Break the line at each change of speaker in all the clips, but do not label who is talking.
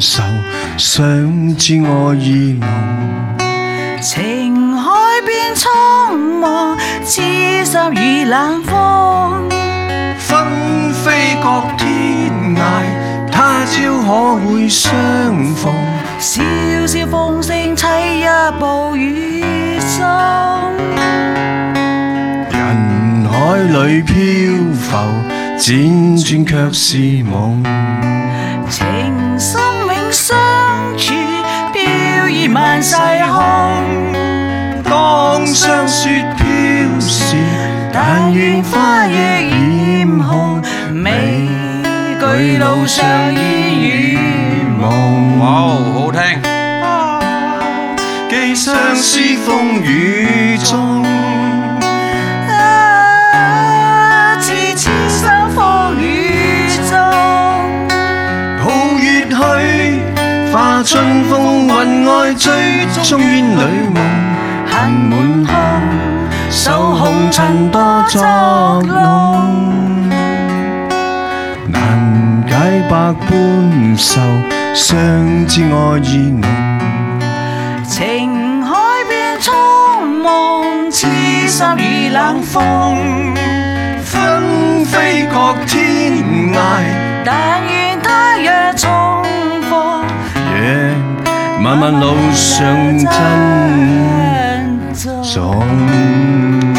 愁，想知我意濃。
情海變蒼茫，痴心如冷風。
分飛各天涯，他朝可會相逢？
笑笑風聲凄一步雨心。
人海裏漂浮，輾轉卻是夢。
情深永相處，飄逸萬世空。
當霜雪飄時，但願花雨染紅，
美舉路上煙雨
夢。
哇，好聽。
寄相思風雨中，
啊，痴痴相逢雨中。
抱月去，化春風雲外追蹤煙裏夢，恨滿腔，手紅塵多作弄。難解百般愁，相知我意濃。
情海變蒼茫，痴心如冷風。
分飛各天涯，
但願他若重逢，
夜漫漫路上珍
珍重。
重。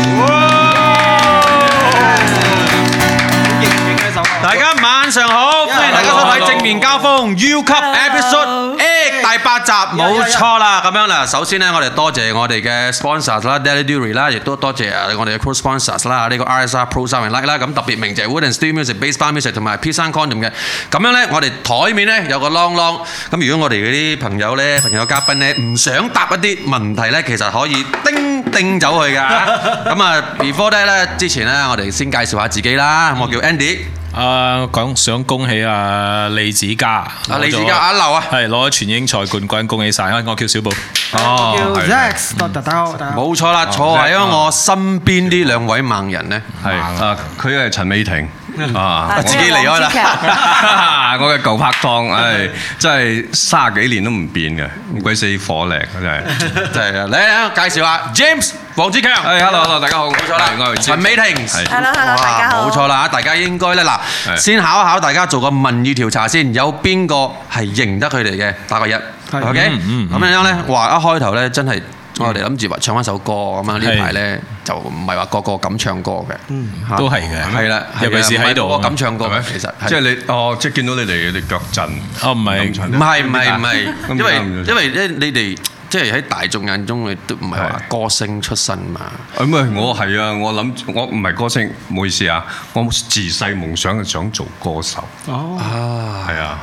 大家晚上好，歡迎大家收睇正面交鋒 U 級 Episode A 第八集，冇錯啦，咁樣啦。首先咧，我哋多謝我哋嘅 sponsors 啦，Daily Duty 啦，亦都多謝我哋嘅 co sponsors 啦，呢個 RSR Pro 三零 Like 啦，咁特別鳴謝 Wooden Steel Music、Bass Bar Music 同埋 P 三 Condom 嘅。咁樣咧，我哋台面咧有個 long long，咁如果我哋嗰啲朋友咧、朋友嘉賓咧唔想答一啲問題咧，其實可以叮叮走佢㗎。咁啊，before that 咧，之前咧我哋先介紹下自己啦，我叫 Andy。
啊，講想恭喜啊李子嘉，啊
李子嘉阿劉啊
係攞咗全英賽冠軍，恭喜晒！我叫小寶，
哦，
叫
係
Zack，大家好，大家好。
冇錯啦，坐喺我身邊呢兩位盲人咧，
係啊，佢係陳美婷
嗯
啊，
啊
我自己離開
即係黃子
啦，我嘅舊拍檔，唉，真係三十幾年都唔變嘅，唔鬼死火力啊真係。
就係啊，嚟嚟嚟介紹下 James 黃志強。
唉，hello hello，大家好，冇
冇錯啦，陳美婷
係
Hello，hello，
哇
大家好
冇錯啦，大家應該咧嗱，
係
先考一考大家做個民意調查先，有邊個係認得佢哋嘅？打個一，OK，
嗯嗯
咁樣咧，話一開頭咧，真係我哋諗住話唱翻首歌咁啊，呢排咧就唔係話個個咁唱歌嘅，嚇
都係嘅
係啦，係啊
尤其是喺度
唔係個個咁唱歌
係
嘅
咪？
其實係
即係你哦，即係見到你哋你腳震，
哦唔 係
唔係唔係唔係，因為
啊咁啱嘅
因為咧你哋即係喺大眾眼中，你都唔係話歌星出身嘛。
咁啊，我係啊，我諗住我唔係歌星，唔好意思啊，我自細夢想係想做歌手，
哦，
係啊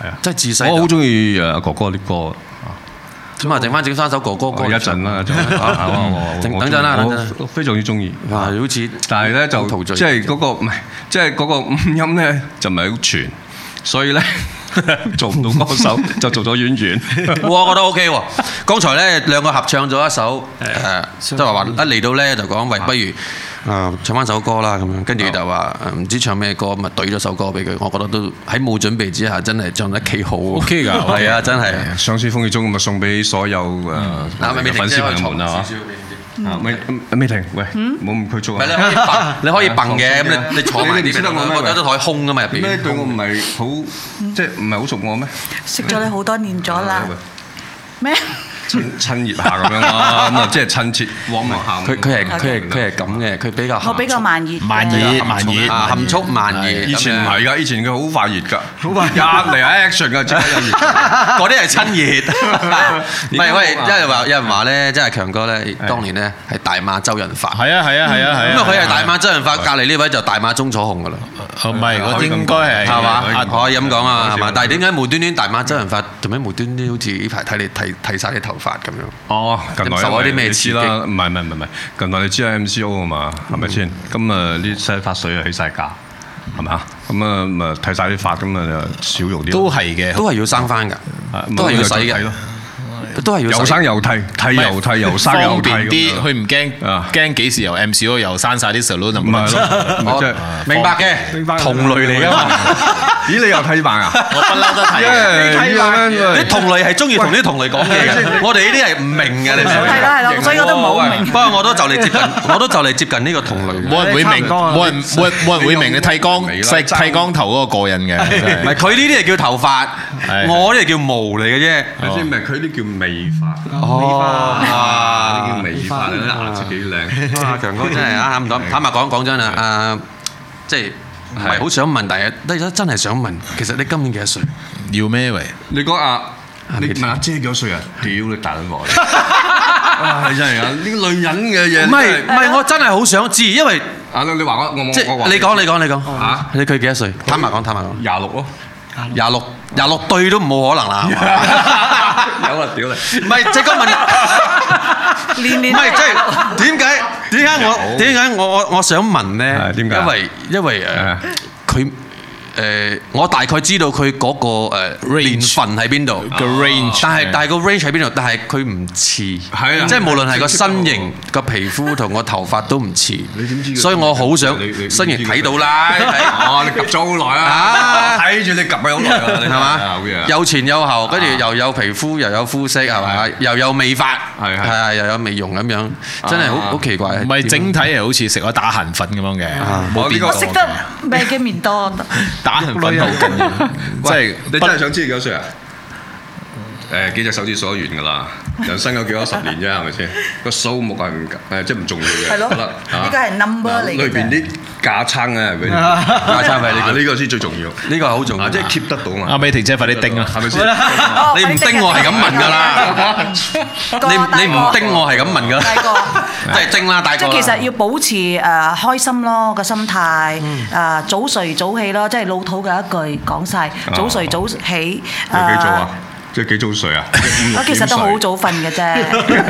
係啊，
即係自
我好
細
中意誒哥哥啲歌。
咁啊，整翻整翻首哥哥歌
哦我一陣啦，就
等等陣
啊
啦等陣啦
我非常之中意。
哇，啊好似
但係咧就
陶醉
即係嗰個唔係，即係嗰個五音咧就唔係好全，所以咧 做唔到歌 手，就做咗演員。
我覺得 OK 喎。剛才咧兩個合唱咗一首
啊
誒，即係話話一嚟到咧就講喂，不如啊唱翻首歌啦咁樣，跟
啊
住就話誒唔知唱咩歌，咪懟咗首歌俾佢。我覺得都喺冇準備之下，真係唱得幾好喎。
OK 㗎
係啊，真係。
上次風雨中咁啊，送俾所有誒
嗱，咪
我哋嘅粉絲朋友們啊！啊美美婷，喂，冇咁拘束
唔係你
啊！
可以蹦，你 可以蹦嘅，咁你你坐埋
你
啲
唔識得我咩
我覺得台空噶嘛入
咩
邊。
對我唔係好，即係唔係好熟我咩？
識咗你好多年咗啦，咩？
趁趁熱下咁樣啦，咁啊即係趁切往埋下。
佢佢係佢係佢係咁嘅，佢比較
我比較慢熱嘅，
慢熱
含蓄
慢熱
啊含蓄慢熱。
以前 唔係
咁樣
㗎，以前佢好快熱㗎，好快一嚟啊 action 㗎，即刻有熱。
嗰啲係親熱。唔係喂，
而
因
家冇啊
為話有人話咧，即係強哥咧，當年咧係大馬周潤發。
係啊係啊係啊係啊，
咁啊，佢係大
媽，
馬周潤發，隔離呢位就大馬鐘楚紅噶啦，
唔係我應該係
係嘛？可以咁講啊，係嘛
可以？
但係點解無端端大馬周潤發，做咩無端端好似呢排睇你剃剃曬啲頭髮咁樣？
哦，近來
受咗啲咩
你知啦？唔係唔係唔係唔係，近來你知啦 MCO 啊嘛，係咪先？咁啊啲洗髮水啊起晒價，係咪啊？咁啊咪剃晒啲髮，咁啊就少用啲咯。
都係嘅，
都係要生翻㗎
啊，咪
都係要
有
洗
再剃
嘅
咯。
都係要
又生又剃，剃又剃，又生又
方
剃
便啲，
咁樣。
佢唔
啊
驚驚幾時由 MC 嗰度又刪晒啲 salon
唔係咯，咪
我
即係
明白嘅，
明白
同類嚟噶嘛。
咦，你又剃埋啊？
我不嬲都睇嘅。
耶
睇埋
呢個
啲
man，
同類係中意同啲同類講嘢嘅，我哋呢啲係唔明嘅，你明唔明？
係啦係啦所以我都冇明
喂不過我都就嚟接近，我都就嚟接近呢個同類。
冇人會明，冇人冇人冇人會明你剃光
你
剃剃光頭嗰個過癮嘅，
唔
真係
係佢呢啲係叫頭髮，
係
我呢啲係叫毛嚟嘅啫。
你知唔係佢啲叫美髮，呢啲叫
哦，
美髮，你啲
Ờ,
顏色幾靚。
哇！強哥真係啊，啱唔啱坦白講，講真啊，誒，即係唔係好想問，但係都真係想問，其實你今年幾多歲？
要咩喂？
你講阿你問阿姐幾多歲啊？屌你大卵王！啊，真係啊！呢個女人嘅嘢
唔係唔係，我真係好想知，因為
啊，你你話我我
即
我我
係
話
你講你講你講
啊
你佢幾多歲？坦白講，坦白講。
廿六咯，
廿六廿六對都冇可能 啦，係嘛
有啊！屌你！
唔係即係個問，
年
唔
年
係即係點解點解我
有
點解我我我想問咧？
係點解啊
因為因為誒
係
佢誒我大概知道佢嗰個誒
Range
年份喺邊度
個 range
但係
係
但係個 range 喺邊度？但係佢唔似，
係啊
即係無論係個身形、個皮膚同個頭髮都唔似，
你點知佢
所以我好想
你你你
雖 然
你知佢
睇到啦，睇
哦，你 𥄫 咗好耐
啊
啊！睇住你 𥄫 咗好耐啊！你真
係 嘛
好嘢啊！？
有前有後，跟住又有皮膚，又有膚色，係嘛？又有美髮，
係啊係
係啊，又有美容咁樣，真係好好奇怪。啊
唔係整體係好似食咗打痕粉咁樣嘅，冇變
哦我呢個
我
過
識
嘅
得咩嘅面多得，
打痕粉好緊要，即係
你真係想知佢幾多歲啊？誒幾隻手指數得完㗎啦，人生有幾多十年啫，係咪先？個數目係唔誒，即係唔重要嘅。
係咯
好啦
呢個係 number 嚟嘅啫
裏邊啲架撐 啊，係咪？
架撐 係呢
呢個先最重要，
呢個係好重要
啊，即係 keep 得到嘛
阿。美婷姐快啲叮啦！
係咪先？
哦
你唔叮我係咁問㗎啦，
個
你
大
你唔
個
叮我係咁問㗎
大
啦，
個。
即係叮啦，大
即
個啦。
係其實要保持誒、呃、開心咯個心態，誒、呃、早睡早起咯，即係老土嘅一句講晒，早睡早起誒。
有幾早
à,
啊？即係幾早睡啊？五
我
六
其
點
實都好
睡
早瞓嘅啫，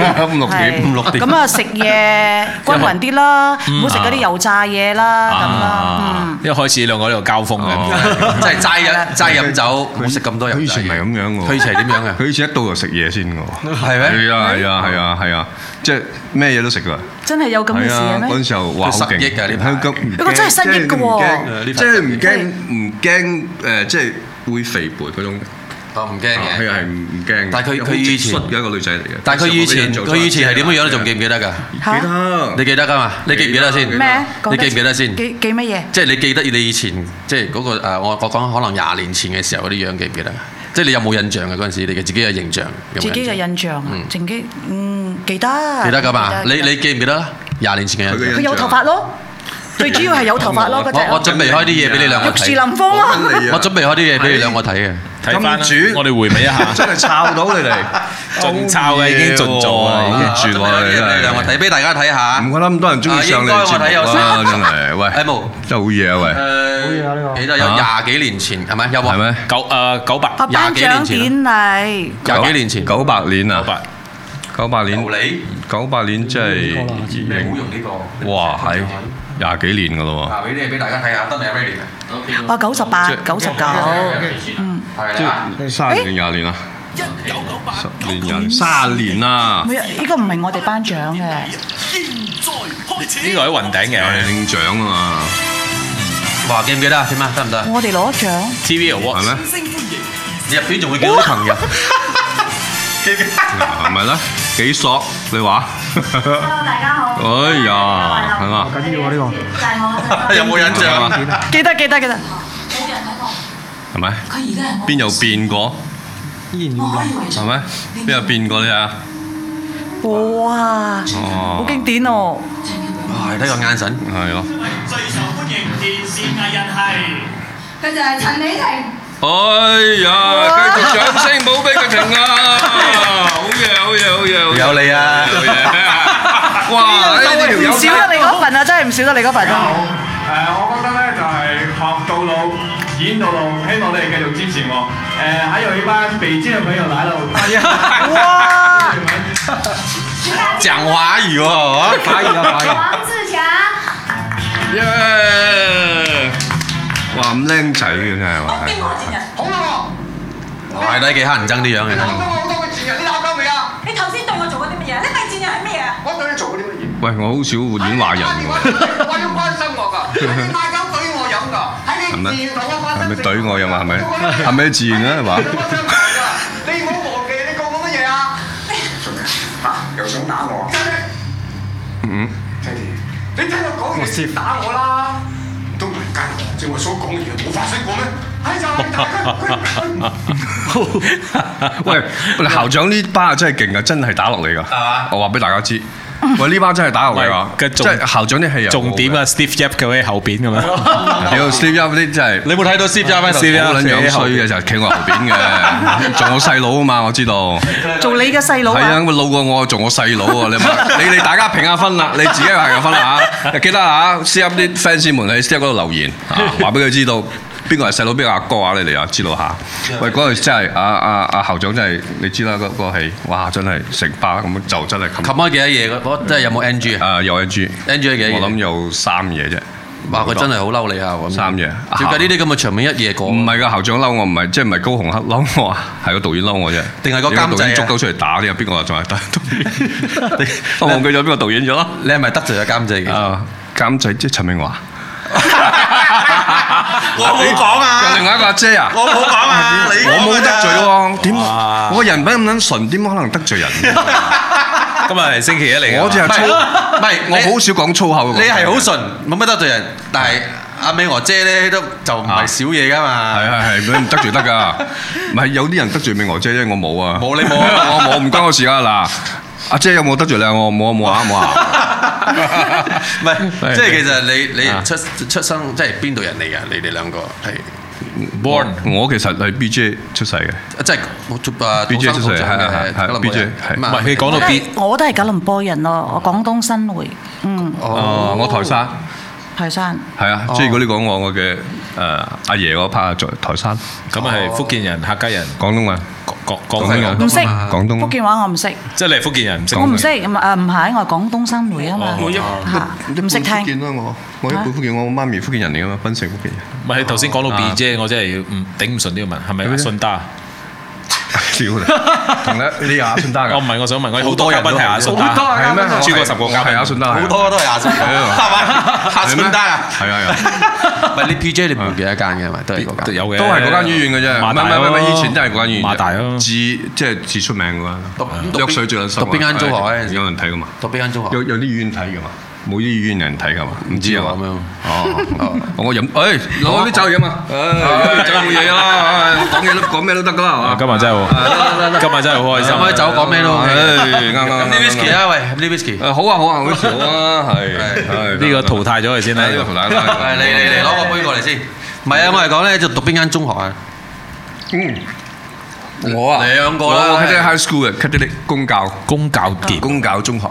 五六點
係
五六點
咁啊，食嘢均勻啲啦，唔好食嗰啲油炸嘢啦，咁啦，嗯
啊，一開始兩個喺度交鋒嘅，
即係齋飲齋飲酒，唔好食咁多油
佢以
炸
前唔係
嘢。
咁樣嘅喎
佢以前係點樣嘅？
佢以前一到就食嘢先嘅喎，
係咩
係啊係啊係啊係啊，即係咩嘢都食㗎。
真係有咁嘅
係
事
啊，
嘅
嗰
咩？
陣時候話好勁，
佢失憶㗎呢排
香港唔驚
不過真係失憶㗎喎
即係唔驚唔驚誒，即係會肥胖嗰種。
我唔驚
佢
嘅。
係唔唔驚嘅。
但係佢
有
佢以前
好直率嘅一個女仔嚟嘅。
但係佢以前
有時候
佢
俾
以
人做
前係點樣樣？你
記
仲記唔記得㗎？
嚇
得
你記得㗎嘛？你記唔記得先？
咩？講
你記唔記得先？
記記乜嘢？
即係你記得你以前即係嗰個誒，我我講可能廿年前嘅時候嗰啲樣記唔記得？即係你有冇印象嘅嗰陣時，你嘅自己嘅形象有冇
自己嘅
象
印象啊，自己嗯記得
記得㗎嘛？
記
你
記得
你記唔記得啦？廿年前嘅
佢
印
嘅
象
印。
佢有頭髮咯，最主要係有頭髮咯，嗰
我我
只
準備開啲嘢俾你兩個
玉樹
睇，
臨風咯。
你啊
我準備開啲嘢俾你兩個睇嘅。
睇翻啦
金主
我哋回味一下，
真係抄到你哋，
盡抄嘅已經盡做啦已經
哇絕
我準備
喎
開啲
你
嘢俾你兩個
真係。
睇，俾大家睇下。
唔怪得咁多人中意上你嘅節
啊應該我睇有
目啦， 真係
誒
喂，
冇
真係好嘢啊喂，
誒，記得有廿幾年前係咪？有
係
冇？
咩？
九誒九百
啊，頒
廿幾
獎
年前
典禮
廿幾年前。
九八年啊
à?
九，百，
九八年
牛，梨
九八年即係二零。
呢個
哇，係廿幾年噶咯
嗱，俾啲嘢俾大家睇下，真係 ready
啊，九十八、九十九，
嘅。嗯，係啦。
喎，三年廿年啊，十年廿年，三年
à?
啦，
每日呢個唔係我哋頒獎嘅，
呢個喺雲頂
有人
嘅
領獎啊嘛，
哇，記唔記得啊？點啊？得唔得啊？
我哋攞獎，
TV
係
Award，
咩？
入邊仲會見到啲朋友。
係咪咧？幾索你話？
大家好。
哎呀，係嘛？
緊要啊呢個。就係我
有冇印象啊？
記得記得記得，
冇人喺度，
係咪？
佢而家係
邊有變過？
我，我可以為
係咪？邊有變過你啊？
哇，好
哦，
經典哦！
哇，睇個眼神。
係咯。
佢就係陳美婷。
哎呀，繼續掌聲冇俾佢停啊！好嘢，好嘢，好嘢，好嘢！
有你啊
有嘢！哇，呢條
唔
友
少得你嗰份啊，真係唔少得你嗰份啊！
誒，我覺得咧就係學到老，演到老，希望你哋繼續支持我。誒、還有一班北京嘅朋友來了，我發現
哇，
你們。
講華語喎，華語啊，華語。
王志
耶！
強。
哇，咁靚仔嘅真係話係。
邊個賤人？
好啦喎，
係睇幾乞人憎啲樣嘅。
鬧到我好多個賤人，你鬧夠未啊？
喂，我好少演華人喎，係咪？係咪懟我又嘛？係咪？係咪自然啊？係嘛？嗯，喂，嗱校長呢巴真係勁啊，真係打落嚟㗎。
嘛
我話俾大家知，喂呢巴真係打落嚟
唔係
㗎，
嘅
即
重
係校長啲戲啊，
重點啊，Steve Jobs 佢喺後邊咁樣，
屌 Steve Jobs 啲真係。
你有冇睇到 Steve Jobs 喺度
Steve
啊
好撚樣衰嘅，就係企我後邊嘅，做我細佬啊嘛，我知道。
做你嘅細佬
係啊，
啊！
咁老過我做我細佬喎，你咪你你大家評下分啦，你自己評下分啦嚇。記得嚇，C F 啲 fans 們喺 C F 嗰度留言啊，話俾佢知道邊個係細佬，邊個阿哥啊，你哋啊知道下。喂，嗰陣時真係阿阿阿校長真係，你知啦嗰嗰個戲，哇真係成巴咁樣就真係冚
冚開幾多嘢嘅？我真係有冇 NG 啊？
啊有 N G
NG 係幾嘢
我諗有三嘢啫。
哇！佢真係好嬲你啊！咁
三嘢
照計呢啲咁嘅場面一夜過，
唔係㗎，校長嬲我，唔係即係唔係高紅黑嬲我啊，係個導演嬲我啫。
定係個
如果
監製啊
導演捉到出嚟打你啊？邊個話仲 係打導演？我忘記咗邊個導演咗咯。
你係咪得罪咗監製嘅？
啊，監製即係陳明華。
我冇講
有另
啊！
外一個阿姐啊，
我冇講啊！你
我冇得罪
喎。
喎，點我個人品咁撚純，點可能得罪人？
今日係星期一嚟㗎。
我就係粗，
唔係
我好少講粗口嘅。
你係好純，冇乜得罪人，但係阿美娥姐咧都就唔係少嘢㗎
啊係啊
嘛。
係係，佢唔得罪得㗎。 唔係有啲人得罪明娥姐啫，我冇啊。
冇你冇啊
我冇，唔關我事啊嗱。阿姐有冇得罪你啊？我冇啊冇啊冇 啊。
唔 係，即係其實你你出出生即係邊度人嚟㗎？你哋兩個係
Born
我其實係 B J 出世嘅。
即係我出啊
BJ
土生土長
出世係
嘅
係係
吉林人
BJ 係
咁
唔
啊
係佢講
我
到
都
B
係我都係九龍坡人咯，我廣東新會，嗯，
哦，我台山。
泰山。
係啊，即係如果你講我我嘅誒呃阿爺嗰 part 在台山
咁係福建人、客家人、
廣東話，
廣廣
廣
廣
東
西
人
人
唔，識
廣東
福建話我唔識，
即係你係福建人唔識
講
我唔識唔誒唔係，我係廣東新會啊嘛，嚇唔識
福建
聽，
啦我，我一半福建，我媽咪福建人嚟噶嘛，檳城福建人。
唔係你頭先講到 B
啊
啫，我真係要唔頂唔順呢個問，係咪
咩
順德啊？
屌你，同你你阿順德啊
我
㗎
唔，係，我想問我
好
好
多
多
人
嘉
都
賓係阿順
好多
德，
係咩？
超過十個
我 係阿順德，啊
好多都係亞信，
係
係
咩
嘛？亞信得啊！
係啊係啊。
唔係你 PJ 你唔記得一間嘅係咪？都係嗰間。
有嘅，
都係嗰間醫院嘅啫，
馬
唔
大
係唔
咯
係唔係，以前都係嗰間醫院啫。
馬大咯
至即係至出名嗰
讀
間，
讀
藥水最撚深啊。
讀邊間中學啊嗰陣時
有人睇噶嘛？
讀邊間中學？啊
有有啲醫院睇噶嘛？冇啲醫院有人睇噶嘛？唔知啊嘛
唔知喎咁樣
哦，我飲，誒攞啲酒飲啊！誒酒冇嘢啦，講嘢都講咩都得噶啦
啊，今日真係好，今日真係好開心。
飲開酒講咩都 OK
誒啱啱
飲
啱。
啲 whisky
啊！
啊，喂，飲啲 whisky。
誒好啊好啊，好時好啊，係係
呢個淘汰咗佢先啦。
呢個淘汰啦。
係你你你攞個杯過嚟先。唔係啊，我係講咧，就讀邊間中學啊？
你我啊
兩個啦
我 Catholic High School 嘅 Catholic 公教。
公教碟，
公教中學。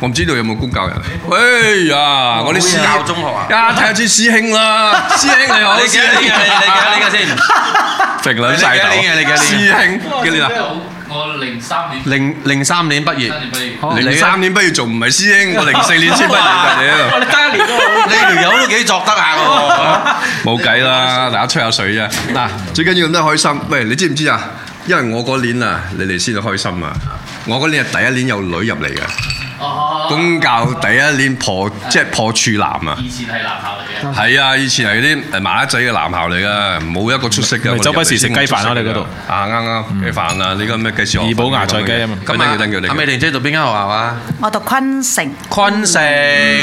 我唔知道有冇公 教人。哎呀，我啲師
公教中學啊
啊，睇下知師兄 啦，師兄你好，
你
師
幾多年啊？你你幾多年嘅先？
平兩
你
晒
幾
頭
多。年嘅你幾多
師
年
兄幾年啊？
零零三年畢業。
零三年不如做唔係師兄，我零四年先畢業 㗎屌，
你條友都幾作得下 喎！
冇計 啦，大家吹下水啫。嗱，最緊要咁多開心。喂，你知唔知啊？因為我嗰年啊，你哋先至開心啊。我嗰年係第一年有女入嚟嘅，公教第一年破即係破處男啊。係啊，以前係啲誒麻甩仔嘅男校嚟噶，冇一個出色嘅。
咪周不時食雞飯啊
我哋
你嗰度
啊，啱啱雞飯啊，呢個咩雞翅河粉
怡寶芽菜雞啊嘛
咁啊，等佢等
阿美
佢。
玲姐讀邊間學校啊？
我讀昆城，
昆城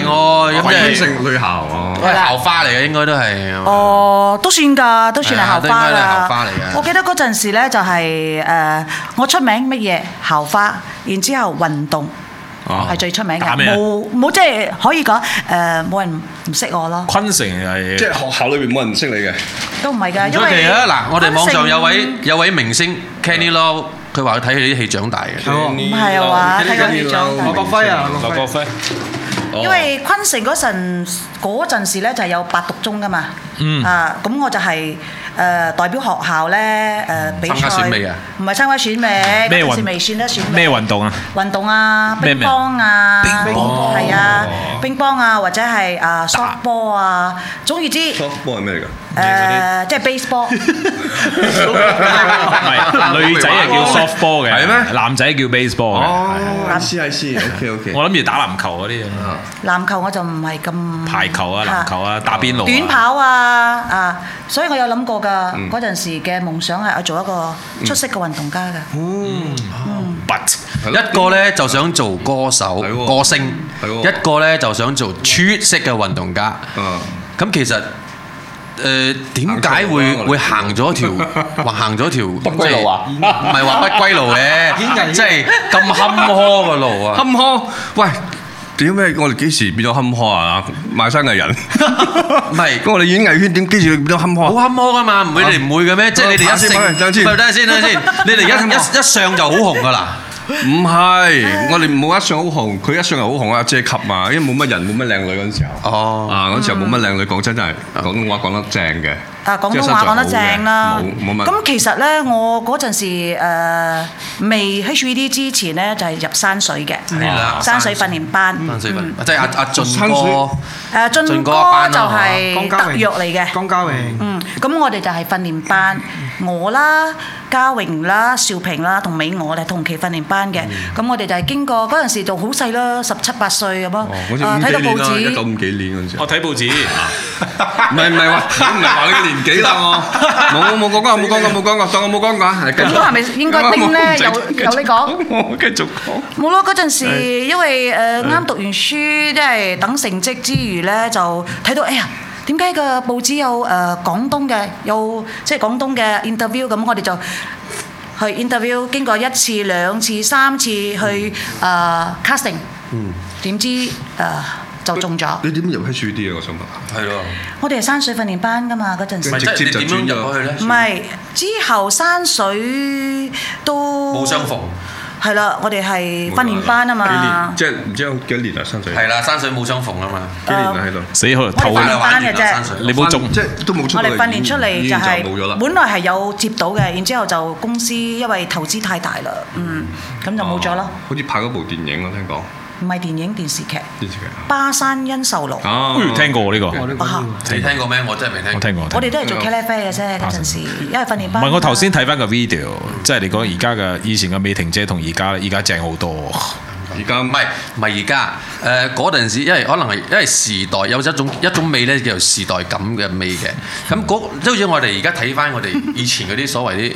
哦，咁
昆
即係
城女校啊，
喂校花嚟嘅，應該都係。
Ờ, 哦，都算㗎，都算係校花
係啊都應該係校花
啦
嚟嘅。
我記得嗰陣時咧就係誒，我出名乜嘢校花，然之後運動
Ờ. 哦
係最出名嘅
打，咩啊
冇冇即係可以講誒冇人唔識我咯，
昆城係
即係學校裏邊冇人識你嘅。
都唔係㗎，
唔
因
出奇
為
啊！嗱，我哋網上有位
昆城
有位明星 Kenny Law，佢話佢睇佢啲戲長大嘅。
唔係啊話睇過戲長大。
劉國輝，哦
因為昆城嗰陣嗰陣時咧就係有八讀中噶嘛，
嗯
啊咁我就係誒代表學校咧誒比
參加
賽
選美啊，
唔係參加選美，
咩
嗰陣時
運
未算得選美
咩運動啊？哦
運動啊，
咩
乒
咩
乓啊，
乓
係啊，乒乓啊，或者係啊 softball 啊，總言之
softball 係咩嚟㗎？
誒即係 baseball。
唔係，女仔係叫 softball 嘅，
係咩？
男仔叫baseball嘅。
哦，I see I see，OK OK。
我諗住打籃球嗰啲啊，
籃球我就唔係咁
排球啊、籃球啊、打邊爐啊。
嗯短跑啊啊，所以我有諗過㗎。嗰陣時嘅夢想係我做一個出色嘅運動家㗎。
But
一個咧就想做歌手、
係喎
歌星，
係喎
一個咧就想做出色嘅運動家。
嗯
咁其實誒點解會
行錯路啦我
會行咗
哋
條 或行咗條不
歸路啊
唔係話不歸路嘅，即係咁坎坷嘅路啊！
坎坷，喂，屌咩？我哋幾時變咗坎坷啊？賣身藝人，唔
唔係
我哋演藝圈點幾時變咗坎
好
坷？啊
坎坷噶嘛，唔會你哋唔會嘅咩？即係你哋一
等
成，
先等先
喂等下先，等下先，你哋一一一上就好紅噶啦。
唔係，我哋冇一上好紅，佢一上又好紅啊，借級嘛，因為冇乜人，冇乜靚女嗰陣時候。
哦，
啊！嗰時候冇乜靚女，講真真係廣東話講得正嘅，
啊，廣東話講得正啦。
即係身材好嘅冇冇乜。
咁其實咧，我嗰陣時誒未 HVD 之前咧，就係入山水嘅嗯
啦，
山水訓練班。
山水份，即係阿阿俊
山水
哥。
誒
進
俊
哥
哥
啊
一班
就
啦
係特約嚟嘅。
江嘉榮。
嗯，咁我哋就係訓練班，我啦、嘉榮啦、邵平啦同美我哋係同期訓練班
嗯
嘅。咁我哋就係經過嗰陣時就好細啦，十七八歲咁咯
哦，嗰。陣
啊
五
睇到
幾
報
年啦，一九
紙，
五幾年嗰陣時候。
我睇報紙。
唔係唔係話，唔係話你年紀啦我。冇冇冇講過，冇講過，冇講過，當我冇講過啊。繼續
咁係咪應該拎咧？由由你講。
我繼續講。
冇咯，嗰陣時因為誒啱讀完書，即係等成績之餘咧，就睇到哎呀。點解個報紙有誒、呃、廣東嘅，有即係廣東嘅 interview 咁，我哋就去 interview，經過一次、兩次、三次去誒、呃 casting，點、知誒、呃就中咗。
你點入 HUD 啊？我想問。係咯。
我哋係山水訓練班㗎嘛，嗰陣時
咪。
即係你點樣入去咧
唔？係，之後山水都
冇相逢，
係啦，我哋係訓練班啊嘛。
幾年？即係唔知有幾多年啊？山水
係啦，山水冇相逢啊嘛。
幾
Ờ,
年啊？喺度。
死好，
我哋
頭
訓
啦
練班嘅啫。
你冇中
即係都冇出
我
到嚟。
哋訓練出
已
嚟就
經
係
冇咗啦。
本來係有接到嘅，然之後就公司因為投資太大啦，嗯，咁
Ờ.
就冇咗咯
哦。好似拍嗰部電影我聽講
唔係電影電視劇《
電視劇啊。
巴山恩仇錄》，
哦
哎呦，聽過喎，呢個。
哇
你聽過咩？我真係未聽過。
我聽過，我聽過。
我哋都係做
嗯
c a l f a 嘅啫嗰陣時，因為訓練班。
唔係，我頭先睇返個video，即係你講而家嘅，以前嘅美婷姐同而家咧，而家正好多。
而家
唔係唔係而家，誒嗰陣時，因為可能係因為時代有一種一種味咧，叫做時代感嘅味嘅。咁嗰即好似我哋而家睇翻我哋以前嗰啲所謂啲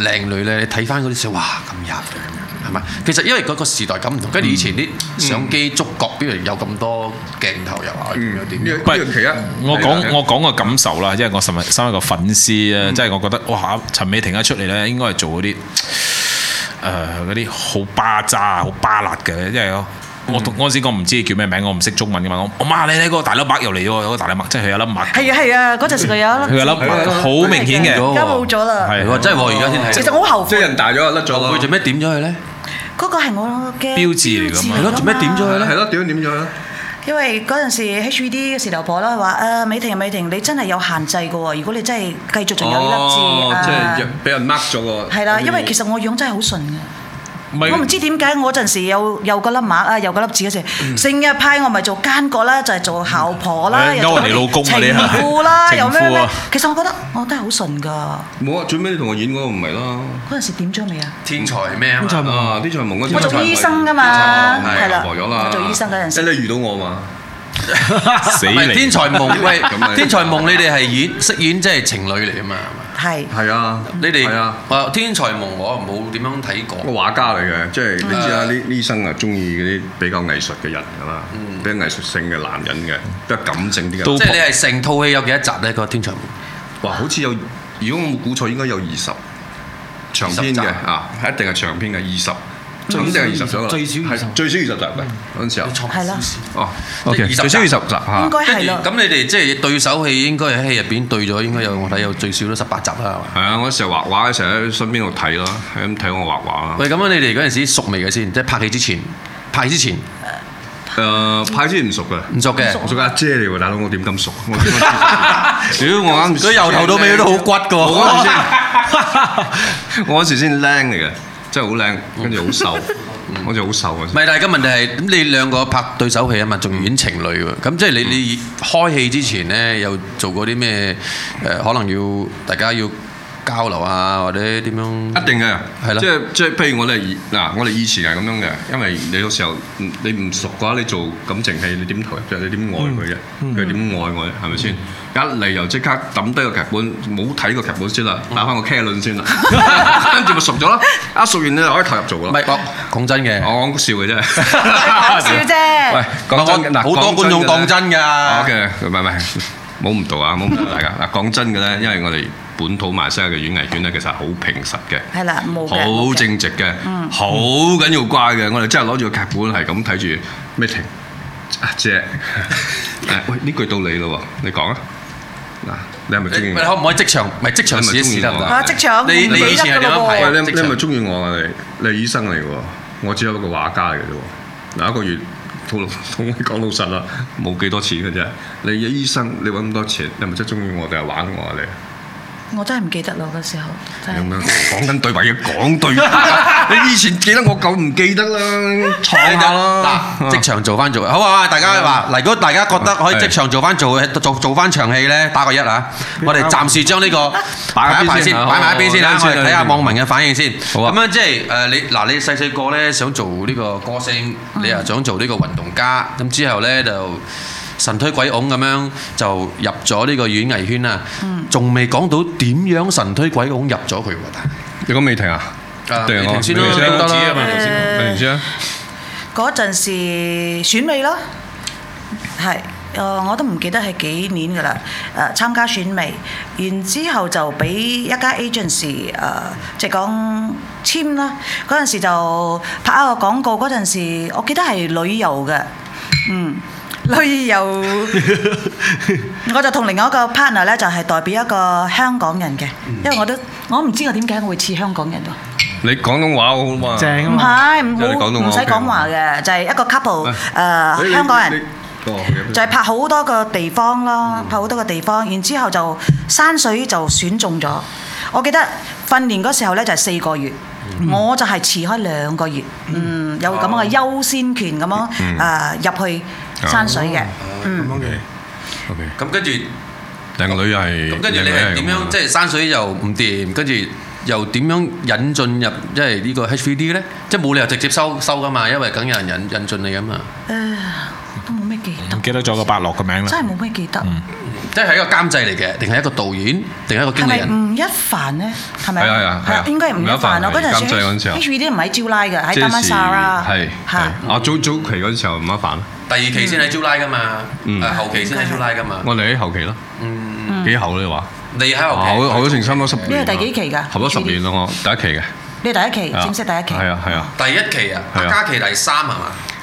靚女咧，你睇翻嗰啲相，哇咁入嘅咁樣，係咪？其實因為嗰個時代感唔同，跟住以前啲相機觸角邊度有咁多鏡頭又話點樣點樣
呢個呢個其
啊
一。
我
係
講
啦
我講個感受啦，因為我身為身為一個粉絲咧，即係我覺得哇，陳美婷一出嚟咧，應該係做嗰啲誒嗰啲好巴渣、好巴辣嘅，因為我。我同嗰陣時我唔知叫咩名，我唔識中文嘅嘛。我我媽你睇個大粒麥又嚟喎，有個大粒麥，即係佢有粒麥，
係啊係啊，嗰陣時佢有
佢有粒
粒。
麥好明顯嘅。
而家冇咗啦。
係
係喎，真係喎，而家先睇。
其實我好後
即係
悔，
人大咗啊甩咗
後悔
啦。
做咩點咗佢咧？
嗰個係我嘅
標誌嚟㗎嘛
係咯，做咩點咗佢
係
咧？
咯，點樣點咗啦？
因為嗰陣時 HVD 嘅時頭婆啦，佢話誒美婷美婷，你真係有限制嘅喎。如果你真係繼續仲有呢粒痣啊，
哦，即係俾人 mark 咗個。
係啦，因為其實我樣真係好純嘅。
嗯唔係
我唔知點解我嗰陣時有有個粒癦啊，有個粒痣嗰時，
嗯
成日派我咪做奸角啦，就係做姣婆啦，
誒
又做
勾人哋老公啊你
情
係
婦啦，
情婦
又
啊
咩咩。其實我覺得我都係好純噶。
冇啊！最尾你同我演嗰個唔係啦。
嗰陣時點咗未啊？
天才咩啊嘛？
啊！啲在蒙嗰
我做醫生㗎嘛係啦
磨咗啦。
我做醫生嗰陣時
即係你遇到我嘛？
死
唔 係天
你！
才夢，喂
咁咪，
天才夢你哋係演飾演即係情侶嚟啊嘛，
係
係啊，
你哋
係啊。
啊天才夢我冇點樣睇過
個，畫家嚟嘅，即係你知啦，呢呢醫生啊，中意嗰啲比較藝術嘅人㗎啦，比較藝術性嘅男人嘅，比較感性啲嘅。
都
即係你係成套戲有幾多集呢？個天才夢
哇，好似有，如果我冇估錯，應該有二十長
20
篇
集
嘅啊，一定係長篇嘅二十，肯定係二十咗啦，
最少20
係最少二十集嘅嗰陣時候。
係啦，
哦
即係
，OK，
20
最少二十集啊
應
嚇
該。
跟
係
住
啦。
咁你哋即係對手戲應該係喺戲入邊對咗，應該有我睇有最少都十八集啦，係嘛？
係啊，我成日畫畫嘅時候喺身邊度睇啦，係咁睇我畫畫啦。
喂，咁樣你哋嗰陣時熟未嘅先？即係拍戲之前，拍戲之前
誒，派之前唔熟嘅。
唔熟嘅，
我做阿姐嚟喎，大佬我點咁熟？我點咁知屌我啱，
佢由頭到尾都 好骨㗎喎
我 嗯 嗰陣時先，我嗰陣時先靚嚟嘅，真係好靚，跟住好瘦，我就好瘦啊
唔。係，但係個問題係，咁你兩個拍對手戲啊嘛，仲演情侶喎。咁即係你你開戲之前咧，有做過啲咩？誒、可能要大家要交流下，或者點樣？
一定嘅，
係啦
即係即係，譬如我哋以嗱，我哋以前係咁樣嘅，因為你有時候嗯你唔熟嘅話，你做感情戲，你點投入啫？你點愛佢啫？嗯佢點愛我啫？係咪先？一嚟又即刻抌低個劇本，冇睇個劇本先啦，打翻個 K 輪先 啦，跟住咪熟咗啦。一熟完你就可以投入做
唔
㗎啦。
係，我講真嘅，
我講笑嘅 啫，
講笑啫
喂，講真嘅嗱，
好多觀眾當真㗎。
好嘅，唔係唔係，冇誤導啊，冇誤導大家。嗱，講真嘅咧，因為我哋本土馬來西亞嘅演藝圈咧，其實好平實嘅。
係啦，冇嘅
好正直嘅，好緊要乖嘅。我哋真係攞住個劇本係咁睇住咩停啊姐，誒喂呢句到你咯喎，你講啊嗱，你係咪中
你
意
你
我？
可唔可以即場？唔係即場試一試得唔
係咪
啊，
得？
職場
你
唔記
你以前係
得
點
㗎
樣
咯
排
喎
啊
喂，你
即場
你係咪中意我啊？你你係醫生嚟嘅喎，我只係一個畫家嚟嘅啫喎。嗱一個月，同老同你講老實啦，冇幾多錢嘅啫。你嘅醫生，你揾咁多錢，你係咪真係中意我定係玩我啊？你？
我真係唔記得咯嗰時候，真
咁
係
樣講緊對白要講對白，你以前記得我夠唔記得啦，創下啦。
嗱，即場做翻做，好啊！大家話嗱，如果大家覺得可以即場做翻做做做翻場戲咧，打個一啊！我哋暫時將呢個擺
擺一
一
邊
排
先
先，
好
擺埋一邊先
好
啦，
好
我哋睇下
先好
網民嘅反應先。
好啊
咁樣即係誒你嗱，你細細個咧想做呢個歌星，你又想做呢個運動家，咁之後咧就。神推鬼拱咁樣就入咗呢個演藝圈啦，仲未講到點樣神推鬼拱入咗佢喎，
你講未停啊？
但係
對
未
我
停先啦，
未停
咁得
知啊
啦
嘛。頭先
未停先啊！
嗰陣時選美咯，係。誒、我都唔記得係幾年㗎啦。誒、參加選美，然之後就俾一家 agency 誒、即係講簽啦。嗰陣時就拍一個廣告，嗰陣時我記得係旅遊嘅，嗯， 旅遊。我就同另外一個 partner 咧，就係、代表一個香港人嘅，因為我都我唔知我點解我會似香港人喎。
你廣東話好嘛？
正啊
唔
嘛，
係唔
即係你講到我
唔使
OK
講話嘅，就係一個 couple
你
誒
你
香港人
你。嗯哦，OK
就係拍好多個地方啦，拍好多個地方，然之後就山水就選中咗。我記得訓練嗰時候呢，就係四個月，
嗯
我就係遲開兩個月，嗯，有咁樣嘅優先權咁樣
嗯
誒入去山水嘅，
哦
嗯，
OK，
咁跟住。
但係個女又係
咁跟住你係點樣？即係山水又唔掂，跟住又點樣引進入即係呢個 HVD 咧？即係冇理由直接收收噶嘛，因為梗有人引引進你噶嘛。
誒都冇咩記
嗯
唔記
得，
得咗個伯樂嘅名啦
真。係冇咩記得，
即係一個監製嚟嘅，定係一個導演，定係一個
係
經理
咪
人？
吳一凡呢？係咪？
係啊係啊係啊
應該係吳一凡啊！
吳
嗰
一凡係監製嗰
陣
陣時
時
候
HVD 唔喺招拉嘅，喺
即
Damansara
係係
嚇。
啊！早早期嗰陣時候唔麻煩，
第二期先喺招拉噶嘛，
嗯
誒後期先喺招拉噶嘛。
我哋喺後期咯，
嗯，
幾後咧話？啊
你
哦
喺後期
後後咗成差唔多十年啦。
呢個第幾期㗎
後咗十年咯，我第一期嘅。
你第一期正式第一期，
係啊係啊。
第一期啊，
係啊
阿嘉琪第三係嘛？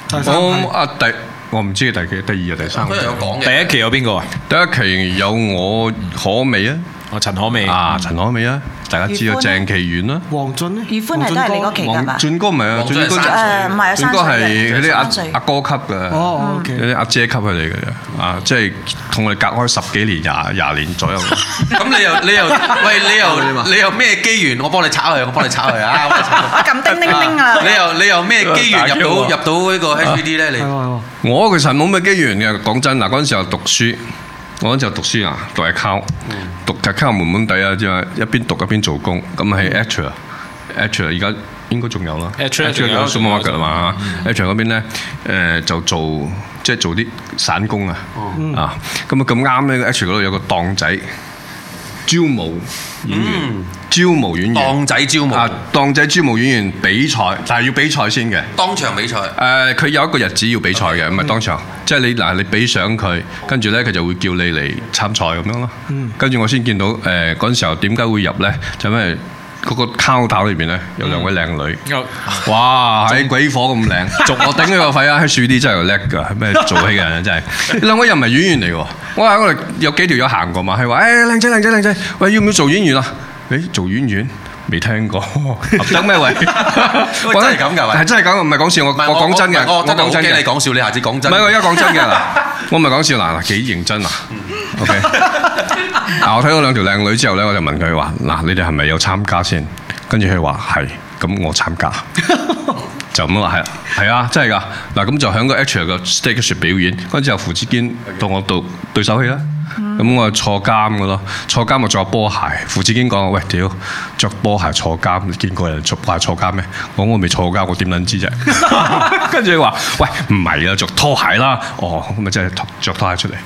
第三
我啊第我唔知第幾，第二啊第三。
佢又有講
第
嘅。
一期有邊個啊？
第一期有我可美啊，
我陳可美
啊陳可美啊，大家知
嗯葉
啊
歡啊
鄭其源啦，
黃俊咧，
余歡係都係你嗰期㗎嘛
黃？俊哥唔係啊，
黃俊
俊
係
哥
山水
誒唔係啊
俊
山
哥係
水嘅
嗰啲阿
山水
阿哥級嘅，
哦
嗰
，OK，
啲阿姐級佢哋嘅啫，啊即係同我哋隔開十幾年廿廿年左右，
咁你又你又喂你又你又咩機緣？我幫你炒佢，我幫你炒佢啊！我幫你炒佢
我撳叮叮叮啊！
你又你又咩機緣入到入到呢個 HVD 咧？你
係喎係喎，
我其實冇咩機緣嘅，講真嗱，嗰陣時候讀書，我嗰陣時候讀書啊，讀 account，讀 account 悶悶地啊，即係一邊讀一邊做工，咁喺 Actra。Actra 而家應該仲有啦
Actra 仲有
有 supermarket 啊嘛，Actra 嗰邊咧誒就做即係做啲散工啊，啊咁啊咁啱咧，Actra 嗰度有個檔仔招募演員，招募演員
當仔招募，
啊檔仔招募演員比賽，但係要比賽先嘅。
當場比賽。
誒，呃佢、有一個日子要比賽
嗯
嘅，唔係當場，即係你嗱，你俾相佢，跟住咧佢就會叫你嚟參賽咁樣咯。
嗯
跟住我先見到誒嗰陣時候點解會入咧，就因為嗰個 counter 裏邊咧有兩位靚女，
嗯
有
哇！喺鬼火咁靚，仲我頂佢個肺啊！喺樹啲真係叻㗎， 咩做戲嘅人啊真係。兩位又唔係演員嚟喎，我喺我哋有幾條友行過嘛，係話誒靚仔靚仔靚仔，喂要唔要做演員啊？誒做演員未 聽過， 合得咩喂？
喂真係咁㗎喂
係真係咁，唔係講笑，我
唔係
我講真嘅，
我我真係好
講真
驚你
嘅。
講笑，你下次講
唔
真。
係我而家講真嘅嗱，我唔係講笑嗱嗱幾認真啊。OK，嗱我睇到兩條靚女之後咧，我就問佢話：嗱，你哋係咪有參加先？跟住佢話係，咁我參加。就咁啦，係係啊，真係㗎。嗱咁就喺個 H 嘅 stage 上表演，跟住由胡志堅到我到對手戲啦。咁我就坐監㗎咯，坐監我着波鞋。胡志堅講我：喂，屌，着波鞋坐監，你見過人着波鞋坐監咩？我我未坐監，我點撚知啫？跟住佢話：喂，唔係啊，着拖鞋啦。哦，咁咪真係着拖鞋出嚟。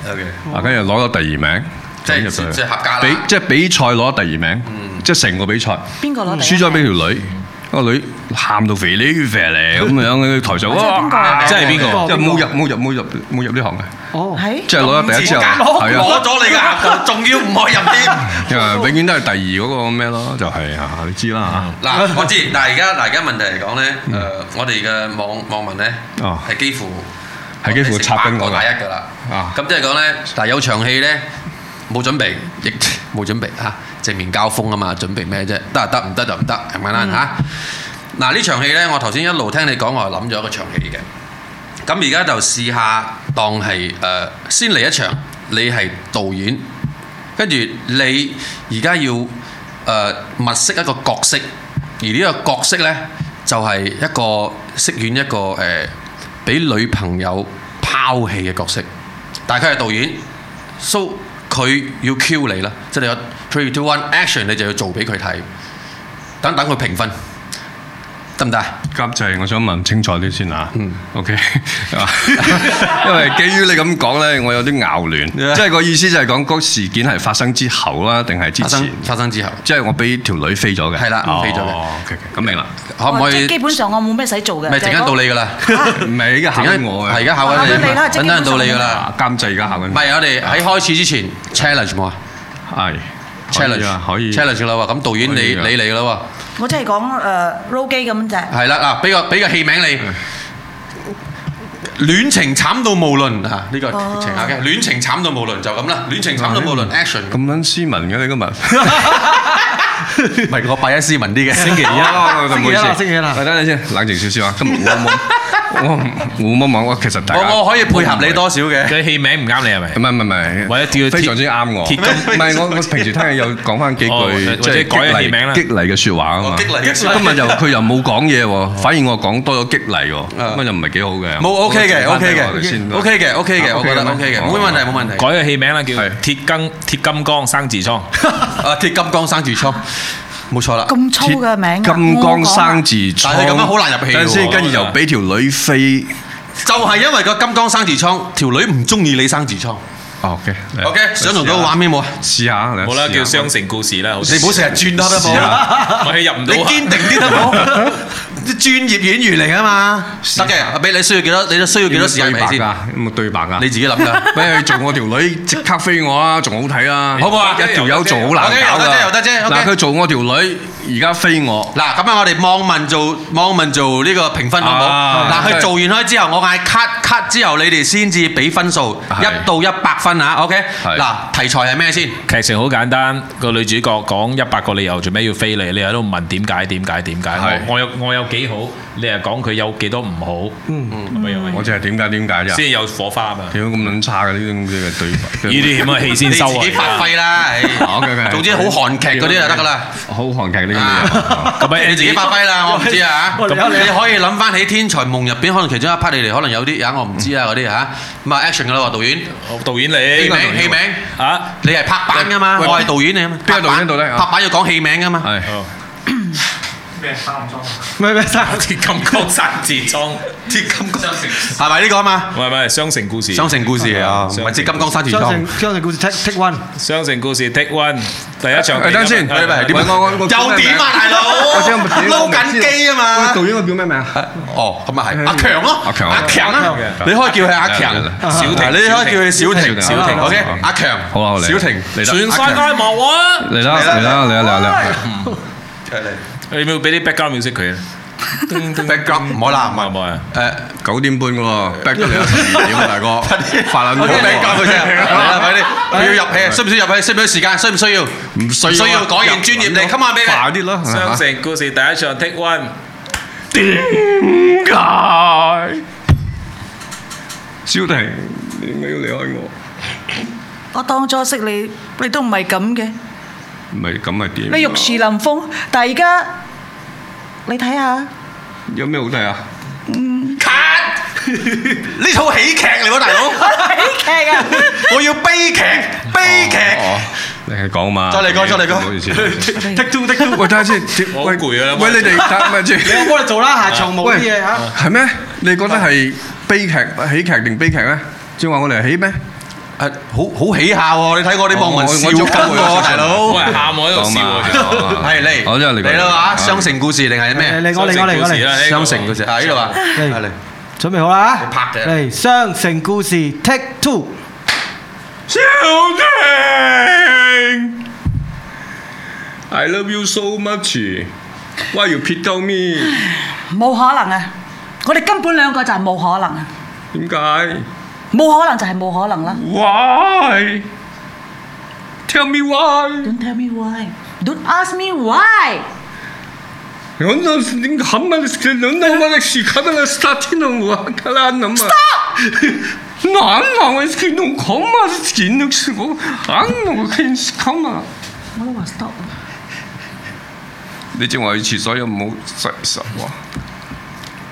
啊，跟住攞咗第二名。
即係
入咗去
即係合格啦嗯
比即係比賽攞第二名，即係成個比賽。
邊個攞
嗯
第一
輸咗俾條女，個女喊到肥哩肥嚟咁樣，喺台 上
即係邊個啊
哇！
即係邊個
即係冇入冇入冇入冇入呢行嘅，
係
即係攞咗第一之後，係
攞
啊，
咗你嘅額頭，仲要唔可以入添。
因為永遠都係第二嗰個咩咯，就係啊，你知啦
嗱，我知，但係而家嗱，而家問題嚟講咧，誒，我哋嘅網網民咧，
嗯哦
係幾乎
係幾乎插緊我
我
㗎
打一㗎啦
啊。
咁即係講咧，但係有場戲咧冇準備，亦 冇準備嚇，正面交鋒啊嘛，準備咩啫？得就得，唔得就唔得，係咪
嗯
啦嚇？嗱，呢場戲咧，我頭先一路聽你講，我係諗咗一個場戲嘅。咁而家就試下當係誒、呃先嚟一場，你係導演，跟住你而家要誒、呃物色一個角色，而呢個角色呢，就係、一個飾演一個誒俾、女朋友拋棄嘅角色，但係佢係導演，so 佢要 Q 你啦，即係你有 three two one action，你就要做俾佢睇，等等佢評分，得唔得啊？
嚇。監製，我想問清楚啲先啊
嗯
，OK？啊 因為基於你咁講咧，我有啲拗亂，即係個意思就係講嗰事件係發生之後啦，定係之
發生
前？
發生之後。
即係我俾條女飛咗嘅，
係啦
哦
飛咗嘅
，OK，OK，咁明啦。
可唔可
即係
以
基？本上我冇咩使做嘅，
咪陣間到你噶啦，
唔係，而家考
陣
緊
間
我
係
嘅，
而家考
考
緊
緊
你
你啦
嘛，
即
陣
係
間
基
到
本上
你噶啦。
啊監製而家考緊
唔
我。
係，我哋喺開始之前 challenge 冇啊
係哎
，challenge
可以
challenge 啦喎。咁導演
可
你
以啊
你嚟啦
我真係講誒 roll 機咁啫
喎，。係啦嗱，俾個俾個戲名你，戀情慘到無論啊，呢個
哦
情下嘅戀情慘到無論就咁啦，戀情慘到無論 action
咁撚斯文嘅你今 日，
唔係我拜一斯文 啲嘅星期
啊，唔好意思，
星期一啦星期一啦
等等先，冷靜少少啊。今日我冇 我我冇乜我其實大家
我我可以配合你多少嘅？
佢戲名唔啱你係咪
唔？係唔係唔係，
或者叫
非常之啱我。
鐵金
唔 係我我平時聽日又講翻幾
哦
句
或者
即係
改下
激
戲名
勵
啦
激勵嘅説話啊
我
嘛。
激勵嘅説話
今日又佢又冇講嘢喎，反而我講多咗激勵喎，
啊
咁又唔係幾好嘅。
冇 OK 嘅
我
，OK
我先
嘅，OK 嘅，OK 嘅，
啊
我覺得
嘅
OK 嘅，
哦
冇問題冇問題。
改個戲名啦，叫
係
鐵金鐵金剛生痔瘡。
啊，鐵金剛生痔瘡，冇錯啦。
咁粗嘅名啊，
金剛生字倉，
但係咁樣好難入戲喎
等陣先，跟住又俾條女飛。
就係因為個金剛生痔瘡，條女唔中意你生痔瘡。
哦，OK。
OK，想啊同佢畫面冇啊？
試下，
好啦，叫雙城故事啦。好
你唔
似
好成日轉得得
試
冇？
下
我係入唔
你
到啊。
堅定啲得冇？ 你專業演員嚟噶嘛？得嘅，俾你需要幾多？你需要幾多時間
白
嚟先？
㗎？有冇對白㗎？
你自己諗 㗎。
俾佢做我條女，即刻飛我啊，仲好睇啊，
好唔好啊
一條友做好難搞
OK，
㗎。
又得啫又得啫，OK
嗱，佢做我條女，而家飛我，
嗱，咁啊，我哋網民做網民做呢個評分好唔好？
啊
嗱，
真
佢
係
做完開之後，我嗌 cut cut 之後，你哋先至俾分數，
係
一到一百分啊。OK，
係
嗱，題材係咩先？
劇情好簡單，個女主角講一百個理由做咩要飛你，你喺度問點解點解點解，
係
我我有我有幾好，你又講佢有幾多唔好，嗯，咪又
我就係點解點解啫？
先有火花嘛。
屌咁撚差嘅呢種咁嘅對白，
呢啲咁嘅戲先
你
收
自己發
啊！
揮啦。唉
OK，OK，
總之好韓劇嗰啲就得㗎啦。
好韓劇呢啲嘢。
啊
咁咪
你自己發揮啦，我唔知啊嚇。
我
咁
哋有
你可以諗翻起《天才夢》入邊，可能其中一 part 你哋可能有啲啊，我唔知啊嗰啲嚇。咁啊 action 噶啦喎，導演
導演
戲
你
名戲名，
啊，
你係拍板噶嘛？
喂
我係導演嚟啊嘛。
邊個導演
拍板
導咧啊
拍板要講戲名噶嘛？
係
咩三唔裝？
咩咩生？
鐵金剛生痔瘡，
鐵金剛係咪呢個啊嘛？
唔係唔係雙城故事，
雙城故事啊，唔係鐵金剛山泉
張
莊
成。張成故事 take take one，
雙城故事 Take One 第一場。
誒等陣先
係係係
喂我我我
又點啊，大
我聽唔明
佬？撈緊機啊
喂，
嘛！
導演個叫咩名啊？
哦，咁啊係阿強咯，
阿強
阿強啊，你可以叫佢阿強，
小
婷，你可以叫佢小婷，
小婷
，OK，
好
阿強，
好啦好嚟啦
小婷，
嚟啦
全世界冇啊！
嚟啦嚟啦嚟啦嚟啦！
你有冇俾啲 background music 佢啊？
background 唔好啦，唔係
係咪啊？
誒，
九點半嘅喎，back 到你十二點啊，大哥，發撚
我
咗
叫你教佢
喎
先，嚟啦，快啲，佢要入戲，需唔需要入戲？需唔需要時間？需唔需要？唔
需要啊
需要講完專業嚟，come on 俾你。
快啲啦！
雙城故事第一場 Take One，
點解？小婷，你點解要離開我？
我當初識你，你都唔係咁嘅，
唔係咁係點啊？
你玉樹臨風，但係而家你睇下，
有咩好睇啊？
呢套喜劇嚟喎，大佬！我要悲劇，悲劇。
你講嘛？
再嚟過，再嚟
唔好意思唔好意思
過。Take two，take two。
喂，等下先，
我好
喂
攰啊啦
喂，你哋等咪 住，
你我幫你做啦，下場冇啲嘢嚇。
係咩？你覺得係悲劇、喜劇定悲劇咧？仲話我哋係喜咩？
誒，好好喜下喎！你睇我啲網民
我我
笑
我
緊
祝福
喎，大
我
佢
佬。
係喊我喺度笑啊！
係嚟，
我真係嚟
嚟啦嚇！雙城故事定係
Ờ,
咩？
嚟我嚟我嚟我嚟，
嚟
雙城故事，啊呢度啊，
嚟
係嚟。
準備好啦
你拍嘅
嚟雙城故事 Take Two，
小婷，I love you so much. Why you pick on me？
冇可能啊！我哋根本兩個就係冇可能啊！
點解
冇可能就係冇可能啦。
？Why？Tell me why？
Don't tell me why. Don't ask me why.
我那你喊嘛？你能能我那是看到那 starting 弄我看啦能嘛？Stop！안 나와 이렇게 넌 겁만 있는 거고 안 나와 그냥 가만
我都話 stop。
你正話去廁所有冇洗手啊？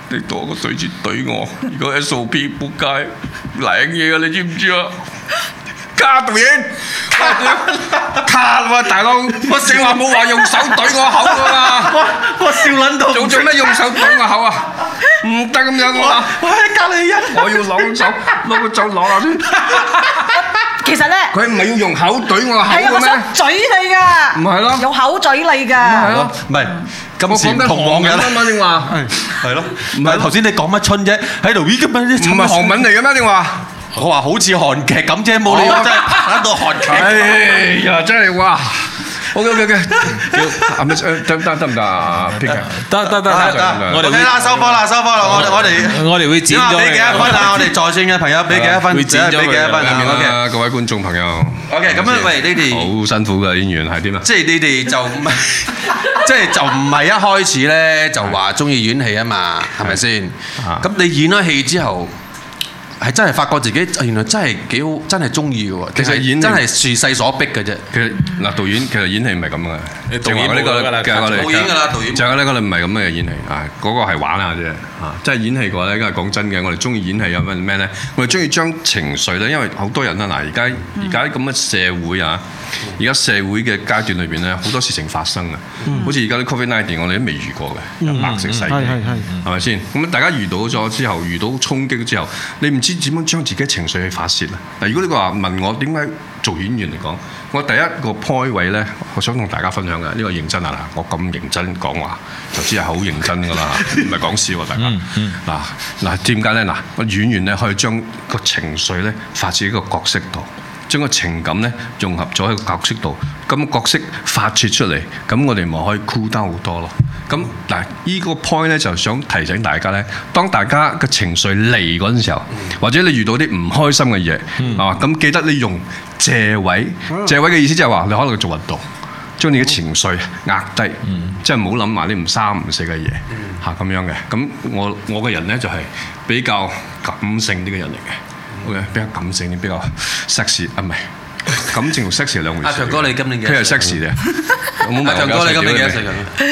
你當個對住對我，如果 S O P 仆街領嘢啊！你知唔知啊？卡導演，卡喎大佬，我正話冇話用手對我口噶嘛，
我笑撚到
仲做咩用手對我口啊？唔得咁樣啊嘛！
我喺隔離人。
我要攞手，攞個手攞下先。
其實咧，
佢唔係要用口對我口
係啊，我
嘅咩？
想嘴你㗎。
唔係咯
有口嘴你
係
㗎。
咯，
唔係，今
我
時
講
唔
緊
同往
韓
日
文
啦
啊。嘛，正話
係咯，唔係頭先你講乜春啫？喺度咦咁樣
唔係韓文嚟嘅咩？正話？
我話好似韓劇咁啫，冇理由真係拍到韓劇。
哎呀，真係哇！OK OK OK，係咪誒呃得得得唔得啊？Pick 啊
得得得得，我哋
OK 啦，收科啦，收科啦，我哋我哋
我哋會剪
點啊？
咗
俾幾多分
佢。
啊？我哋在線嘅朋友俾幾多分？
會剪咗佢
俾幾多分
下面
啊？OK。
啦，各位觀眾朋友。
OK，咁啊喂你哋
好辛苦嘅演員係點啊？
即係你哋就 唔係，即係就唔係一開始咧就話中意演戲啊嘛，係咪先？
啊
咁你演咗戲之後，係真係發覺自己啊原來真係幾好，真係中意嘅喎。
其
定
實
係
演
真係時勢所逼嘅啫。
其實嗱，導演其實演戲唔係咁嘅，
導演
呢個
冇㗎啦
其實我哋
導演㗎啦導演
就係呢個唔係咁嘅演戲啊，嗰個係玩下啫啊！即係演戲嘅話咧，梗係講真嘅，我哋中意演戲啊有咩咩咧？我哋中意將情緒咧，因為好多人啊啦嗱，而家
嗯
而家咁嘅社會啊，而家社會嘅階段裏邊咧，好多事情發生啊，
嗯
好似而家啲 Covid nineteen 我哋都未遇過嘅，白色世
係係
紀。
係。
係咪先？咁啊大家遇到咗之後，遇到衝擊之後，你唔知點樣將自己情緒去發泄啊！嗱，如果你話問我點解做演員嚟講，我第一個 point 位咧，我想同大家分享嘅呢、個認真啊！嗱，我咁認真講話，就知係好認真㗎啦，唔係講笑啊！大家嗱嗱點解咧？嗱，個演員咧可以將個情緒咧發泄喺個角色度。將個情感咧融合咗喺個角色度，咁個角色發泄出嚟，咁我哋咪可以 cool down 好多咯。咁嗱，依個 point 咧就想提醒大家咧，當大家嘅情緒嚟嗰陣時
嗯
候，或者你遇到啲唔開心嘅嘢，啊，咁記得你用借位，
嗯
借位嘅意思就係話你可能去做運動。將你嘅情緒壓低，
嗯
即係唔好諗埋啲唔三唔四嘅嘢嚇咁樣嘅。咁我我個人咧就係、比較感性啲嘅人嚟
嗯
嘅，OK，比較感性啲，比較 sexy 啊，唔係感性同 sexy 係兩回事。
阿強哥你今年幾多
佢係
歲啊
sexy 嘅，我冇問
阿強哥你今年幾多歲？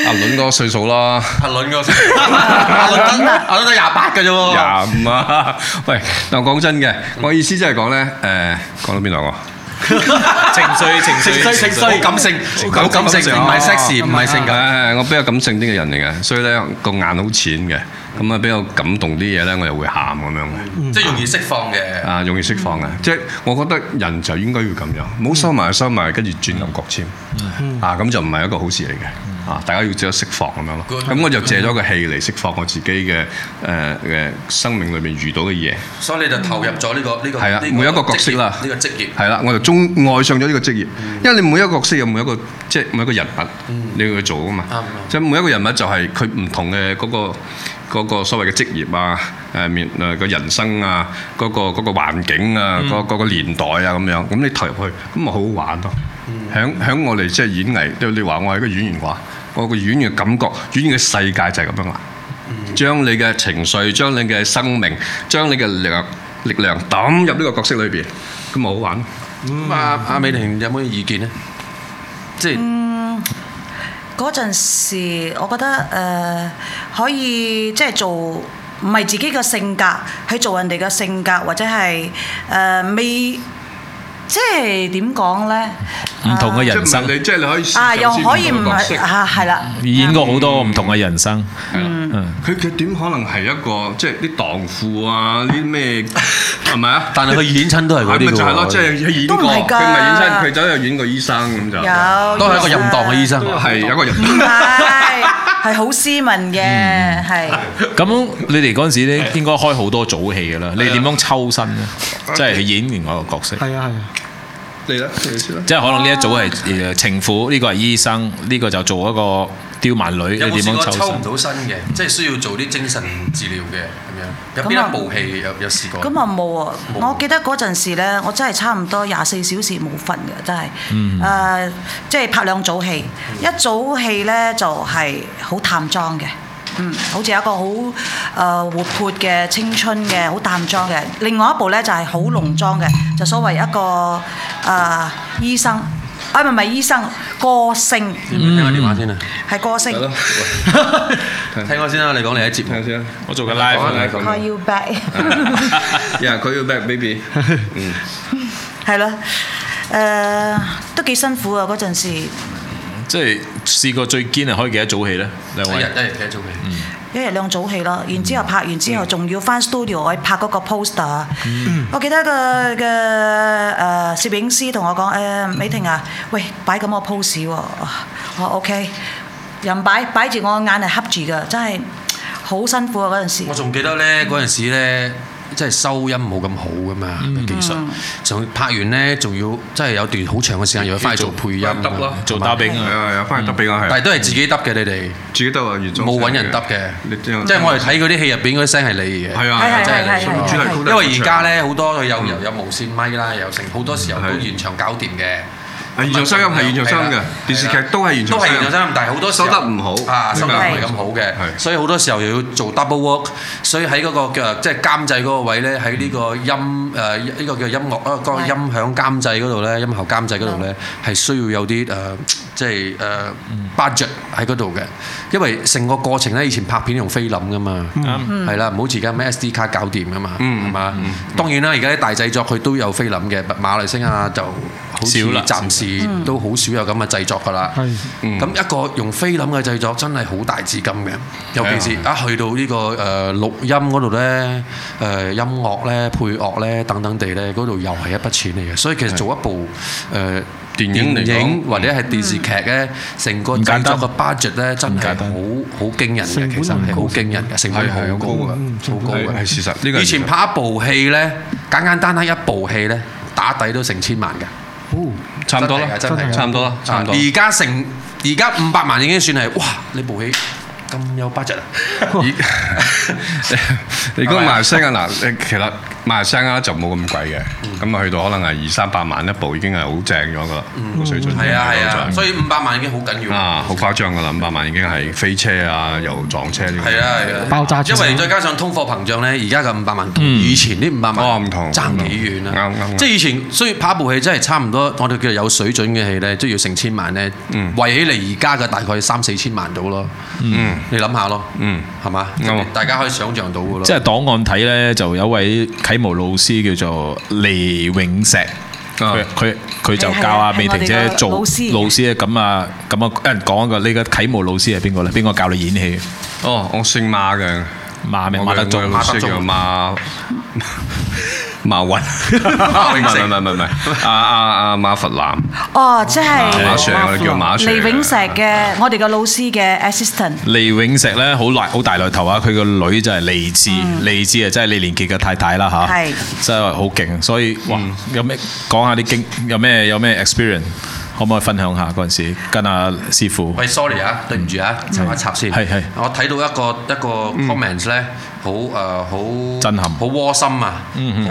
阿倫嗰個歲數啦。
阿倫個，阿 倫得阿倫得廿八嘅啫喎。
廿五啊！ 喂，但我講真嘅，我意思即係講咧，誒、講到邊度啊？
情緒情緒情緒。
好感性，好感性，唔係 sexy，唔係性感。
哦誒，我比較感性啲嘅人嚟嘅，所以咧個眼好淺嘅，咁啊比較感動啲嘢咧，我又會喊咁樣嘅，
即係容易釋放嘅。
啊容易釋放嘅，即係我覺得人就應該要咁樣，唔好收埋收埋，跟住轉牛角尖，啊咁就唔係一個好事嚟嘅，啊大家要記得釋放咁樣咯，咁我就借咗個戲嚟釋放我自己嘅誒嘅生命裏面遇到嘅嘢，
所以你就投入咗呢個呢個
係啊
呢
每一個角色啦
職業呢個職業嗯
係啦，我就中愛上咗呢個職業，因為你每一個角色有每一個即係每一個人物，你要去做啊嘛
啱啱，
即係每一個人物就係佢唔同嘅嗰個嗰個所謂嘅職業啊，誒面誒個人生啊，嗰個嗰個環境啊，
嗯
嗰嗰個年代啊咁樣，咁你投入去，咁咪好好玩咯。
嗯
響響我哋即係演藝，即係你話我係一個演員嘅話，我個演員嘅感覺，演員嘅世界就係咁樣啦。將你嘅情緒、將你嘅生命、將你嘅力量力量抌入呢個角色裏邊，咁咪好玩咯。嗯
咁啊，阿美婷有冇意見咧？即
嗯
係
嗰陣時，我覺得誒、呃可以即係做唔係自己嘅性格去做人哋嘅性格，或者係誒、呃未即係點講咧？
唔同嘅人生
即係唔係，你即係你可以
啊，又可以唔係
嘗試唔同嘅角色
啊，係啦，
演過好多唔同嘅人生，嗯
佢佢點可能係一個即係啲蕩婦啊？呢 啲咩係咪啊？
但係佢演親都係嗰
係
啲
咪
嘅
就係咯？
喎，
即係演過，
都唔係㗎
佢咪演親，佢走去演過醫生咁就
有
都係一個淫蕩嘅醫生
都。係有一個人
唔係係好斯文嘅，係
咁你哋嗰陣時咧應該開好多組戲㗎啦，你哋點樣抽身咧？即係去演完嗰個角色，
係啊係啊，
你咧，你先啦。
即係可能呢一組係誒呃情婦，呢個係醫生，呢個就做一個刁蠻女，
有
你
冇
點
試
樣
過
抽
抽唔
身？
到身嘅，即係需要做啲精神治療嘅咁樣？有
咁啊
邊一部戲有有試過？
咁啊冇啊！
冇
我記得嗰陣時咧，我真係差唔多廿四小時冇瞓嘅，真係誒、即係拍兩組戲，一組戲咧就係、好淡妝嘅。嗯，好似有一個好誒、活潑嘅青春嘅好淡妝嘅，另外一部咧就係、好濃妝嘅，就所謂一個誒、醫生，啊唔係唔係醫生，歌星
聽我電話先啊！
係歌星
係咯，
聽我先啦，你講你喺節
睇下
目。
先啦。
我做緊 live
講
啊
下
call
講
you back。
呀，佢要 back baby。
係咯，誒、都幾辛苦啊！嗰陣時
即係試過最堅係開幾多組戲咧？兩
一
位
日一日幾多戲？
一日兩組戲咯，然之後拍完之後
嗯
仲要翻 studio 去拍嗰個 poster。我啊記得個嘅誒攝影師同我講：誒、美婷啊，喂，擺咁個 pose 喎、我哦 OK，人擺擺住我眼係恰住㗎，真係好辛苦啊！嗰陣時
我仲記得咧，嗰陣時咧，即係收音冇咁好噶嘛，技術。仲要拍完咧，仲要即係有段好長嘅時間，又要翻去做配音啊。
得咯
做打兵
係
啊！
啊係啊，翻去得俾我係
但係。都係自己得嘅，你哋
自己得啊，原裝
冇揾人得
你
嘅，
知
即係我哋睇嗰啲戲入邊嗰啲聲係你嘅。
係啊，
係係
真
係
係
係係
主題曲
因
都係
為而家，咧好多有有有無線咪啦，有成好多時候都
係
現場搞掂嘅。
啊現場收音係現場收音嘅
係啦
電視劇都係現場
都係
收音
現場收音，但係好多時候
收得唔好
啊，收得唔係咁好
係
嘅，所以好多時候又要做 double work，所以喺嗰個叫即係監製嗰個位咧，喺呢個音
嗯
誒呢個叫音樂啊嗰個
係
音響監製嗰度咧，音效監製嗰
嗯
度咧係需要有啲誒即係誒 budget
嗯
喺嗰度嘅，因為成個過程咧以前拍片用菲林噶嘛，
嗯
係啦，唔好似而家咩 SD 卡搞掂噶嘛，係嘛？當然啦，而家啲大製作佢都有菲林嘅，馬來西亞就好似
少啦
暫時都好少有咁嘅製作㗎啦。
係
咁一個用菲林嘅製作真係好大資金嘅，尤其是一去到呢個誒錄音嗰度咧，誒音樂咧、配樂咧等等地咧，嗰度又係一筆錢嚟嘅。所以其實做一部誒
電影嚟講
或者係電視劇咧，成個製作嘅 budget 咧真係
唔簡單
好好驚人嘅，其實係好驚人嘅，成本好高嘅，好高
係
嘅
係。事實呢個係
以前
事實
拍一部戲咧，簡簡單單一部戲咧，打底都成千萬嘅。
哦差唔多啦，
真係㗎真係㗎
差唔多啦，差唔 多。
而家成而家五百萬已經算係哇！你部戲咁有 budget 啊！
你講馬來西亞嗱，誒其實馬來西亞就冇咁貴嘅，
嗯
咁啊去到可能係二三百萬一部已經係好正咗噶啦，個水準
係啊係啊，所
以
以五百萬已經好緊要。
啊好誇張噶啦，五百萬已經係飛車啊，又撞車呢個
係啊係啊，
爆炸嗯
因
全
為
部
再加上通貨膨脹咧，而家嘅五百萬同以前呢五百
哦
萬
唔同
爭幾遠啊！
啱啱啱
即係以前雖然拍一部戲真係差唔多，我哋叫做有水準嘅戲咧，都要成千萬咧，
嗯
圍起嚟而家嘅大概三四千萬到咯。
嗯
你諗下咯，
嗯
係嘛
啱啊？
大家可以想像到嘅咯。
即係檔案睇咧，就有位啟蒙老師叫做李永石。佢佢佢就教阿美婷姐做老師咁啊咁啊！有人講一個你嘅啟蒙老師係邊個咧？邊個教你演戲？
哦，我姓馬嘅，
馬名
我
馬德
嘅
鐘
我嘅老師叫馬 馬雲，唔係唔係唔係唔係，阿阿阿馬佛南，
哦，即係
啊馬 Sir 我哋叫馬 Sir，
李永石嘅我哋嘅老師嘅 assistant。
李永石咧好大好大來頭啊！佢個女就係利智，利智啊，即係李連杰嘅太太啦吓，
係
真係好勁。所以哇，有咩講下啲經，有咩有咩 experience，可唔可以分享下嗰陣時跟阿師傅？
喂，sorry 啊，對唔住啊，插一插先。
係係嗯
我睇到一個一個 comments 咧，好誒好
震撼嗯
好窩心啊，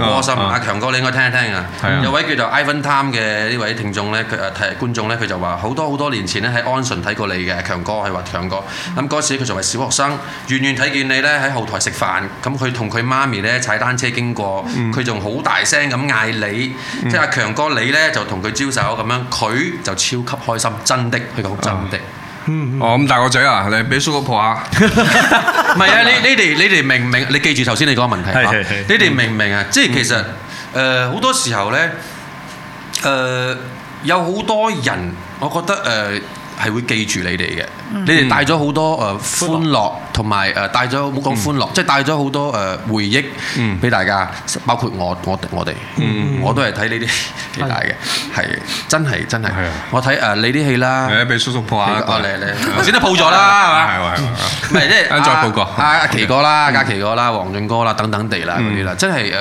好窩心。阿強哥，你應該聽一聽啊。有位叫做 Ivan Tam 嘅呢位聽眾咧，佢誒睇觀眾咧，佢就話好多好多年前咧喺安順睇過你嘅強哥，係話強哥。咁嗰時佢仲係小學生，遠遠睇見你咧喺後台食飯，咁佢同佢媽咪咧踩單車經過，
嗯
佢仲好大聲咁嗌你，即係阿強哥你咧就同佢招手咁樣，佢就超級開心，真的，佢講真的。
哦，咁大個仔啊，你俾叔公抱下。
嗯唔係啊！你你哋你哋明唔明？你記住頭先你講嘅問題
係
啊
係係
你哋明唔明啊？即係其實誒好多時候咧，誒有好多人，我覺得誒係會記住你哋嘅。你哋帶咗好多誒歡樂，同埋誒帶咗冇講歡樂，即係帶咗好多誒回憶俾大家，包括我我我哋，我都係睇呢啲戲大嘅，係真係真係
係啊。
我睇誒你啲戲啦，
係啊，俾叔叔抱下。
我嚟嚟，頭先都抱咗啦，係嘛？
係嘛？
唔係即 係
啱再報嗯過
阿阿奇哥啦、嘉琪哥啦、黃俊哥啦等等地啦嗰啲啦，
嗯
真係誒。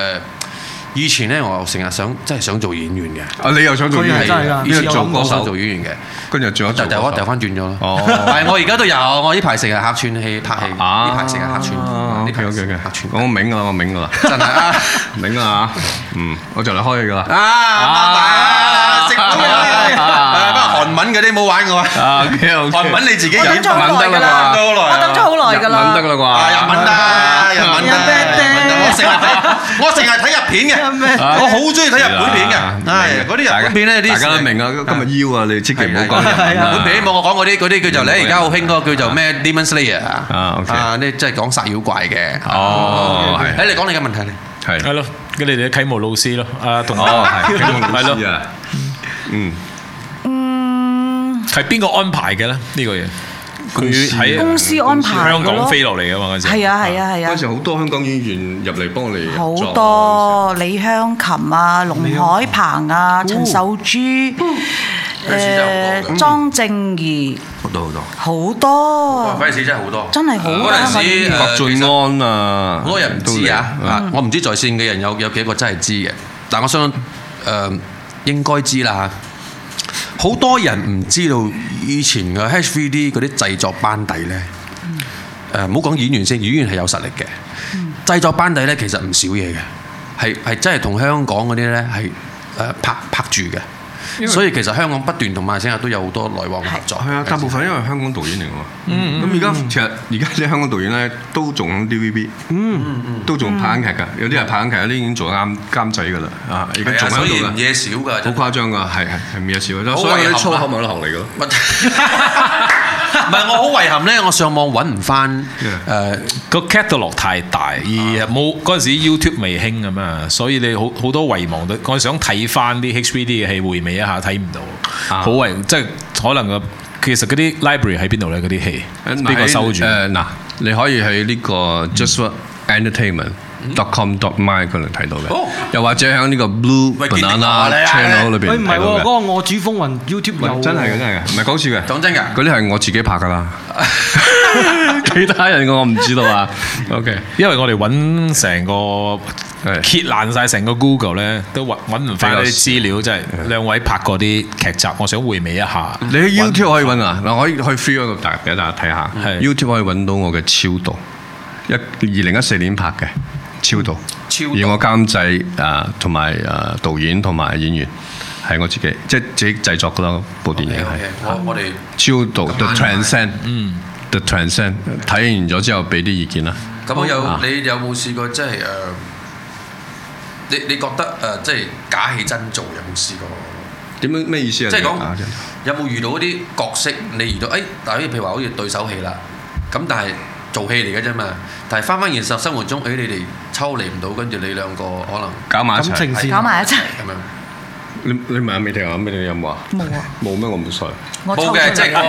以前咧，我成日想真係想做演員嘅，
啊，你又想做演
真係
員
㗎，
你又做
我
歌
想做
手，
演員嘅，
跟住做咗
但
做
係我
歌
掉
手。
翻轉咗咯。
哦
但係我而家都有，我呢排成日客串戲拍戲，呢
啊
排成日客串，啊呢排
OK OK
客
OK，
串
我明㗎啦，我明㗎啦，
真係啊！
明㗎啦嚇嗯，我就嚟開㗎啦。
啊，食到 你啊！ 不過韓文嗰啲冇玩我啊，
啊，OK OK，
韓文你自己
我等
忍
咗
得
好耐㗎啦，
忍得好耐
我
啊
等咗好耐㗎啦。
日文得㗎
啊！
啦
日文啊，日文啊， 日文啊我成日睇，我成日睇日片嘅，我好中意睇日本片嘅，係嗰啲日本片咧，啲
大家都明啊，今日腰啊，你千祈唔好 講日文
日本
啊。
片冇我講嗰啲嗰啲叫做咧，而家好興嗰個叫做咩 Demon Slayer 啊
，OK
啊，你即係講殺妖怪嘅。
哦，係
誒，你講你嘅問題咧，
係。
係咯，咁你哋啟蒙老師咯，啊同學
哦，係，金老
係
師
咯，
啊，嗯，
係邊個安排嘅咧？呢個嘢
公
佢
司
喺
公司安排
啊香港飛
落。
落嚟噶嘛嗰陣時。
係啊係啊係
嗰
啊
時。好多香港演員入嚟幫我哋
好
合作
多李香琴啊、龍海鵬啊、陳秀珠、誒
嗯
莊正怡，
好多好多，
好多，
嗰陣時真係好多，
真係好多
嗰陣時誒
郭
其實
晉安啊，
好多人唔知啊，啊我唔知在線嘅人有有幾個真係知嘅，但我相信誒、呃、應該知啦嚇。好多人唔知道以前嘅 HVD 嗰啲製作班底呢，誒唔好講演員先，演員係有實力嘅。製作班底呢，其實唔少嘢嘅，係係真係同香港嗰啲呢係誒拍拍住嘅，所以其實香港不斷同馬來西亞都有好多來往嘅合作。
係啊，大部分因為香港導演嚟㗎嘛。咁而家其實而家啲香港導演咧都仲喺 DVB，嗯，都仲拍緊劇㗎。有啲係拍緊劇，有啲已經做啱監製㗎啦。啊，而家
係啊
仲
所
喺
以
度
唔
㗎，
嘢少㗎，真係
好誇張㗎，係係係咩事
好
啊？所以
遺憾
啲
啊
粗口咪流行嚟㗎咯。
唔係，我好遺憾咧，我上網揾唔翻誒，
個 catalog 太大，而冇嗰陣時 YouTube 未興咁啊，所以你好好多遺忘都，我想睇翻啲 HVD 嘅戲回味一下，睇唔到，好遺即係可能個其實嗰啲 library 喺邊度咧？嗰啲戲邊個收住？
誒嗱，你可以喺呢個 Just What Entertainment。.com .my 佢能睇到嘅
哦，
又或者喺呢個 Blue
喂見你
Banana
話你啊
Channel 裏邊
喂，唔係
睇
喎，
到
嗰
嘅。
個我主風雲 YouTube
喂
有
真係
喎
嘅，真係嘅，唔係講笑嘅。
講真㗎
嗰啲係我自己拍㗎 啦，其他人嘅我唔知道啊。OK，
因為我哋揾成個
係
揭爛晒成個 Google 咧，都揾揾唔翻啲資料，真係兩位拍過啲劇集，我想回味一下。
你喺 YouTube 可以揾啊，嗱可以去 free 嗰度大俾大家睇下
係
，YouTube 可以揾到我嘅超度，一二零一四年拍嘅超度，
超度
而我監製啊同埋啊導演同埋演員係我自己，即係自己製作㗎啦部電影係。
我我哋
超度
今
The
晚
Transcend，The Transcend 睇完咗之後俾啲意見啦。
咁我有
啊
你有冇試過即係誒？你你覺得誒即係假戲真做有冇試過？
點樣咩意思啊？
即係講
啊
有冇遇到嗰啲角色你遇到誒？但係譬如話好似對手戲啦，咁但係做戲嚟嘅啫嘛。但係翻翻現實生活中，誒你哋抽離唔到，跟住你兩個可能
搞埋一
感
齊
情。線
搞埋一齊
咁樣。
你你問下美婷啊，美婷有冇啊？
冇啊！
冇咩？我唔信。
我抽
冇
出
嘅，
嚟
即係我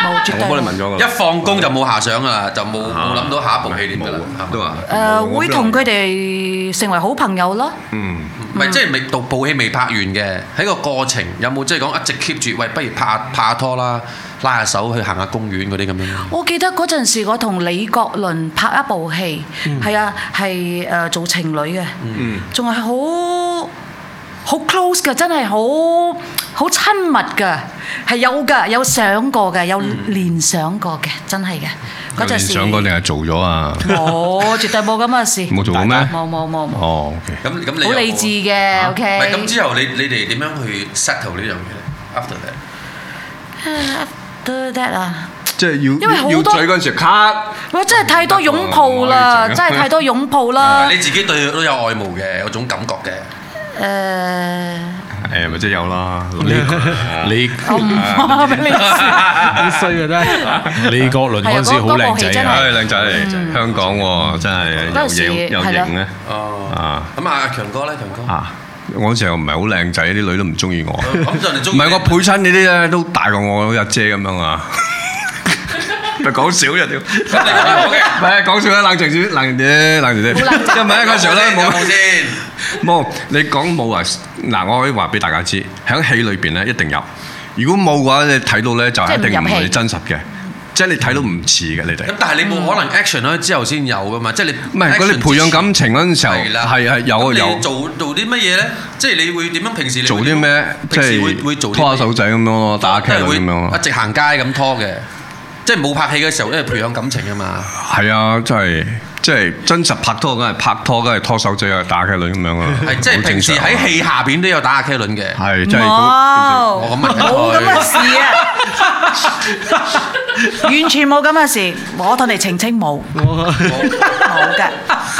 冇絕
我
對冇
幫你問咗㗎
我
啦。啊
一放工就冇下想㗎啦，就冇冇諗到下一部戲點㗎啦，係
冇啊
嘛
都話。
誒呃會同佢。哋成為好朋友咯。
嗯，
唔係，即係未到部戲未拍完嘅，喺個過程有冇即係講一直 keep 住？喂，不如拍下拍下拖啦，拉下手去行下公園嗰啲咁樣。
我記得嗰陣時，我同李國麟拍一部戲，
嗯
係、啊，係誒、呃做情侶嘅，仲係好好 close 嘅，真係好好親密嘅，係有嘅，有想過嘅，有
嗯
聯想過嘅，真係嘅。嗰陣時
想過定係做咗啊？
嗯
冇，絕對冇咁嘅事，
冇做過咩
冇冇冇冇，
哦，OK。
咁咁你有冇啊
好理智嘅、o
唔
k
係咁之後，你你哋點樣去 settle 呢樣嘢咧？After that，
After that 啊，
即係
因為好
要
多
要嘴嗰陣時，咔！
我真係太多擁抱啦，
唔可以
真
咁 樣
係太多擁抱啦。
啊你自己對佢都有愛慕嘅，有種感覺嘅。
誒、誒，
誒咪即係 有啦，女
你
我唔話俾你知。
李國麟嗰陣時好靚仔啊！
唉靚仔嚟，香港喎真
嗯嗰
係
陣時
又型又
係啦
型咧
哦，
啊！
咁啊，強哥咧，強哥，
啊！我嗰時候唔係好靚仔，啲女都唔中意我。 唔
咁就嚟中
係我配親你啲咧，都大過我阿姐咁樣啊！咪講少啫屌！唔係講笑啦，冷靜啲，冷靜啲，冷靜啲。因為咧嗰時候咧
有冇
冇
先？
冇，你講冇啊！嗱，我可以話俾大家知，喺戲裏邊咧一定有。如果冇嘅話，你睇到咧就
即係唔
一定唔
入戲
係真實嘅，即係你睇到唔似嘅你哋。
咁但係你冇可能 action 咧之後先有噶嘛？即係你
嗯唔係，嗰
action
啲培養感情嗰陣時候，
係啦，
係係有
咁
啊
你
有。
做做啲乜嘢咧？即係你會點樣平時你會
做啲咩？即
平時會會
係
做啲
拖下
乜嘢
手仔咁樣咯，打茄輪咁樣啊咯
一。直行街咁拖嘅，即係冇拍戲嘅時候，因為培養感情啊嘛。
係啊，真係即係真實拍拖，梗係拍拖，梗係拖手仔啊，打茄輪咁樣啊。
係即係
好
平
正
時
常啊
喺戲下邊都有打下 K 輪嘅。
係
唔
真係好
好
我咁問佢
冇咁嘅事啊！完全冇咁嘅事，我同你澄清冇，冇嘅，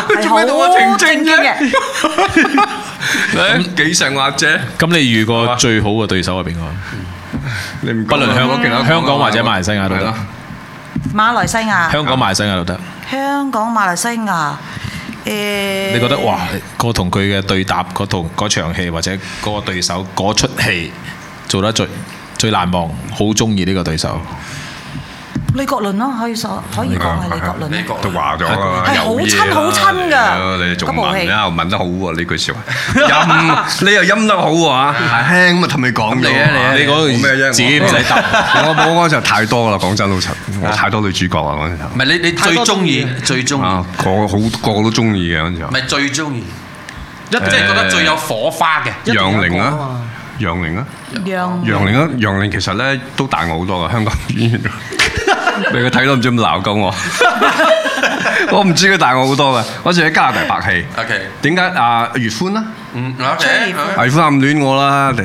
係
做咩同我澄
好
清
正經
啫
嘅。
正常幾成話啫？
咁你遇
啊
過最好嘅對手係邊個？啊
你唔
不論香
講啊
香港或者馬來西亞都
係
得
咯。，
馬來西亞、
香港馬來西亞都得。
香港、馬來西亞，誒，
你覺得哇，個同佢嘅對答嗰套嗰場戲或者嗰個對手嗰出戲做得最最難忘，好中意呢個對手。
李國麟咯，可以所可以講係李國麟。
都話咗啦，
係
有
好
嘢
親
啦
好親㗎
係咯你仲
嗰部戲
問啊？問得好喎呢句説話， 音你又音得好喎嚇，輕咁啊氹你講
嚟啊嚟啊
你
你嗰個
講咩啫？
自己唔使答。
我冇嗰陣時候太多啦，講真老實，我太多女主角啦嗰陣時候
啊唔係你你最中意最中
啊
意，，
個好個個都中意嘅嗰陣時候
唔。係最中意，即係覺得最有火花嘅。
楊玲啊，楊玲啊，
楊
楊玲啊，楊玲其實咧都大我好多噶，香港演員。俾佢睇到唔知點鬧鳩我，我唔知佢大我好多噶。嗰時喺加拿大拍戲，
OK，
點解啊月歡啦，
嗯，OK，
月歡暗戀我啦，定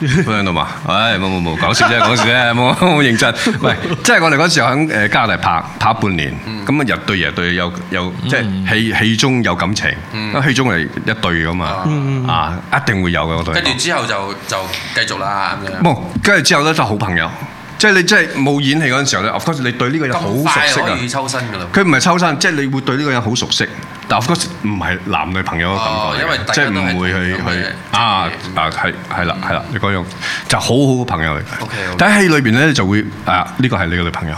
係咁樣度嘛？唉，冇冇冇，講笑啫，講笑啫，冇冇認真。喂，即係我哋嗰時候喺誒加拿大拍拍半年，
嗯
咁啊日對夜對有有即係戲戲中有感情，
嗯
咁戲中係一對噶嘛，啊一定會有嘅我對你講。
跟住之後就就繼續啦咁樣。
冇，跟住之後咧就好朋友，即係你真係冇演戲嗰陣時候咧，of course 你對呢個人好
咁
熟
快
悉
可
啊
以。抽身㗎啦。
佢唔係抽身，即係你會對呢個人好熟悉，但 of course 唔係男女朋友嘅
哦
感覺
因為
嚟
大
嘅，
家
即
都係
係唔會去
同樣嘅
去啊啊係係啦係啦，你嗰樣就好好嘅朋友嚟嘅
OK，OK。
但喺戲裏邊咧就會啊呢個係你嘅女朋友，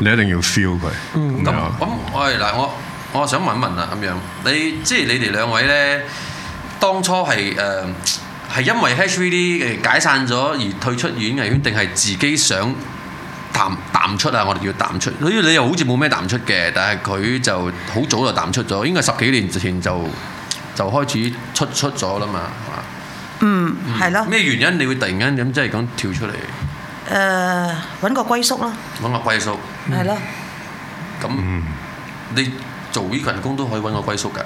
你一定要 feel 佢咁
咁
樣。
咁，我係嗱，我我想問一問啦，咁樣，你即係你哋兩位咧，當初係誒呃係因為 HVD 誒解散咗而退出演藝圈，定係自己想淡淡出啊？我哋叫淡出，好似你又好似冇咩淡出嘅，但係佢就好早就淡出咗，應該十幾年前就就開始出出咗啦嘛，
嗯
係嘛？
係咯，
咩原因你會突然間咁即係咁跳出嚟
誒揾個歸宿咯，
揾個歸宿？
係咯，
咁
嗯
你做呢份工都可以揾個歸宿㗎，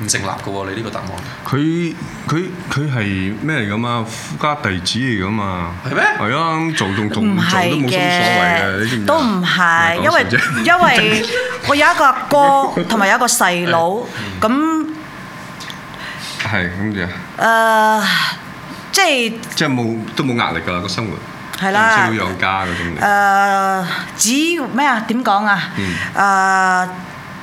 唔成立嘅喎，你呢個答案
佢佢佢係咩嚟噶嘛？夫家弟子嚟噶嘛？
係咩
係啊，咁做仲做唔
唔
做都
係
冇乜所謂嘅，你知唔
嘅，
知啊
都唔係，
唔係
因為
講笑啫
因為我有一個阿哥同埋有一個細佬，咁
係咁就
誒即係
即係冇都冇壓力㗎啦個生活，
係啦
唔需要有家嗰種嚟。
誒，只咩啊？點講啊？誒，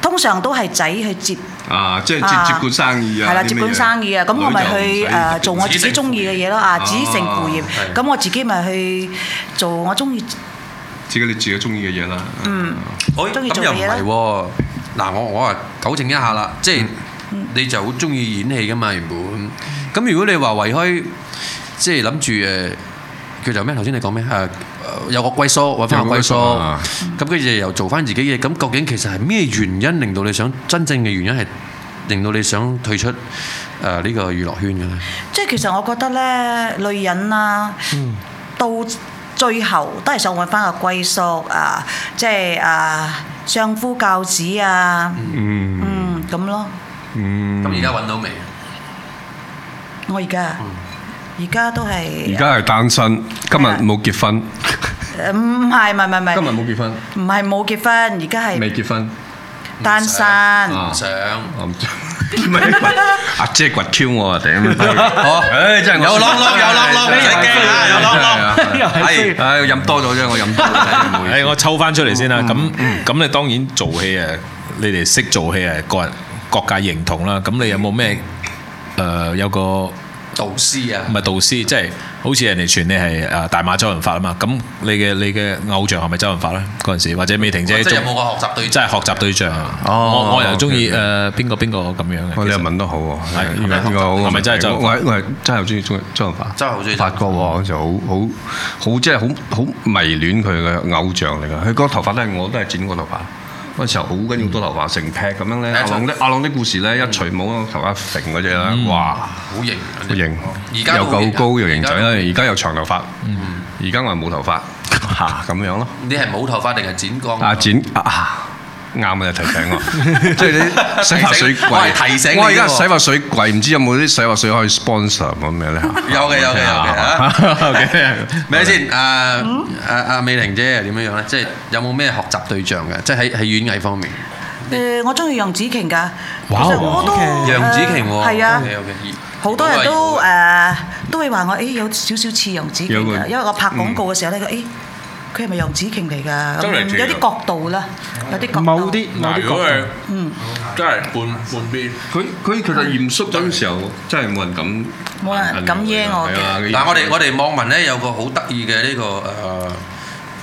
通常都係仔去接。
啊，即係
啊
接接管生意
à,
啊，
係啦，
啲
接
咩
管
嘢
生意啊，咁我咪去誒做我自己中意嘅嘢咯，啊，子承父業，咁我自己咪去做我中意，
自己你自己中意嘅嘢啦。嗯，
我
鍾意做
咁又
嘅嘢啦
唔係喎，嗱我我啊糾正一下啦，即係
嗯
你就好中意演戲㗎嘛原本，咁如果你話為開即係諗住誒叫做咩？頭先你講咩？誒、呃有個歸宿揾翻個歸宿，
有個歸宿啊
咁跟住又做翻自己嘢，咁究竟其實係咩原因令到你想真正嘅原因係令到你想退出誒呢、個娛樂圈嘅咧？
即係其實我覺得咧，女人啊，到最後都係想揾翻個歸宿啊，即係啊，相夫教子啊，
嗯
嗯咁咯，
嗯。
咁而家揾到未？
我而家而家都係
而家係單身，今日冇結婚，
誒唔係唔係唔係唔係
冇結婚，
唔係冇結婚，而家係
結婚，
單身。
啊
想
我唔知唔係阿姐掘 Q 我啊！頂，
哦
好，唉，真係
有啷啷有啷啷，唔使驚啊，有啷啷。
啷啷，係唉，飲多咗啫，我飲多咗。
誒，我抽翻出嚟先
嗯
啦。咁咁，你當然做戲誒，你哋識做戲誒，個人各界認同啦。咁你有冇咩誒有個唔
導師啊，
係導師，即係好似人哋傳你係誒大馬周潤發啊嘛？咁你嘅你嘅偶像係咪周潤發咧？嗰陣時或者美婷
哦即
姐
係有
中
冇個學習對
真
象？
係學習對象。
哦
我我又中意
OK，OK
誒邊個邊個咁樣
喂，你又
嘅。
問得好喎，
係
呢個呢個好，
係咪真係周
我係我係真係好中意周周潤發，
真係好中意周潤發
法國喎，就好好好即係好好迷戀佢嘅偶像嚟㗎。佢個頭髮都係我都係剪過頭髮，嗰陣時候好緊要多頭髮，成劈咁樣咧。阿朗的阿朗的故事咧，一除冇頭髮揈嗰只啦，哇！
好型啊，
好型，
而家
又
都好型
夠高嗯又型仔啦，
而
而家又長頭髮，而家我係冇頭髮， 啊嚇咁樣咯。
你係冇頭髮定係剪光？
阿展啊，啱啊！你提醒我，即係你洗髮水
我係
櫃，
提醒你
我而
喎
家洗髮水櫃，唔知有冇啲洗髮水可以 sponsor 咁樣咧？
有嘅有嘅有嘅啊！ 咩先？啊啊啊！美玲姐點樣樣咧？即係有冇咩學習對象嘅？即係喺喺演藝方面，
誒，我中意楊紫瓊㗎，
哇
其實我都
楊紫瓊
誒
喎，
係啊，
OK，OK，
好多人都誒都會話我誒有少少似楊紫瓊
有個
㗎，因為我拍廣告嘅時候咧，佢誒佢係咪楊紫瓊嚟㗎？
周麗
咁
淇
有
啊
啲角度啦，有啲角度。
某啲某
嗱，
啲
如果
角
係
度。
真係半半邊，
佢佢其實嚴肅嗰陣時候，真係冇人敢，
冇人敢惹我嘅
係啊
但係我哋我哋網民咧有個好得意嘅呢個誒。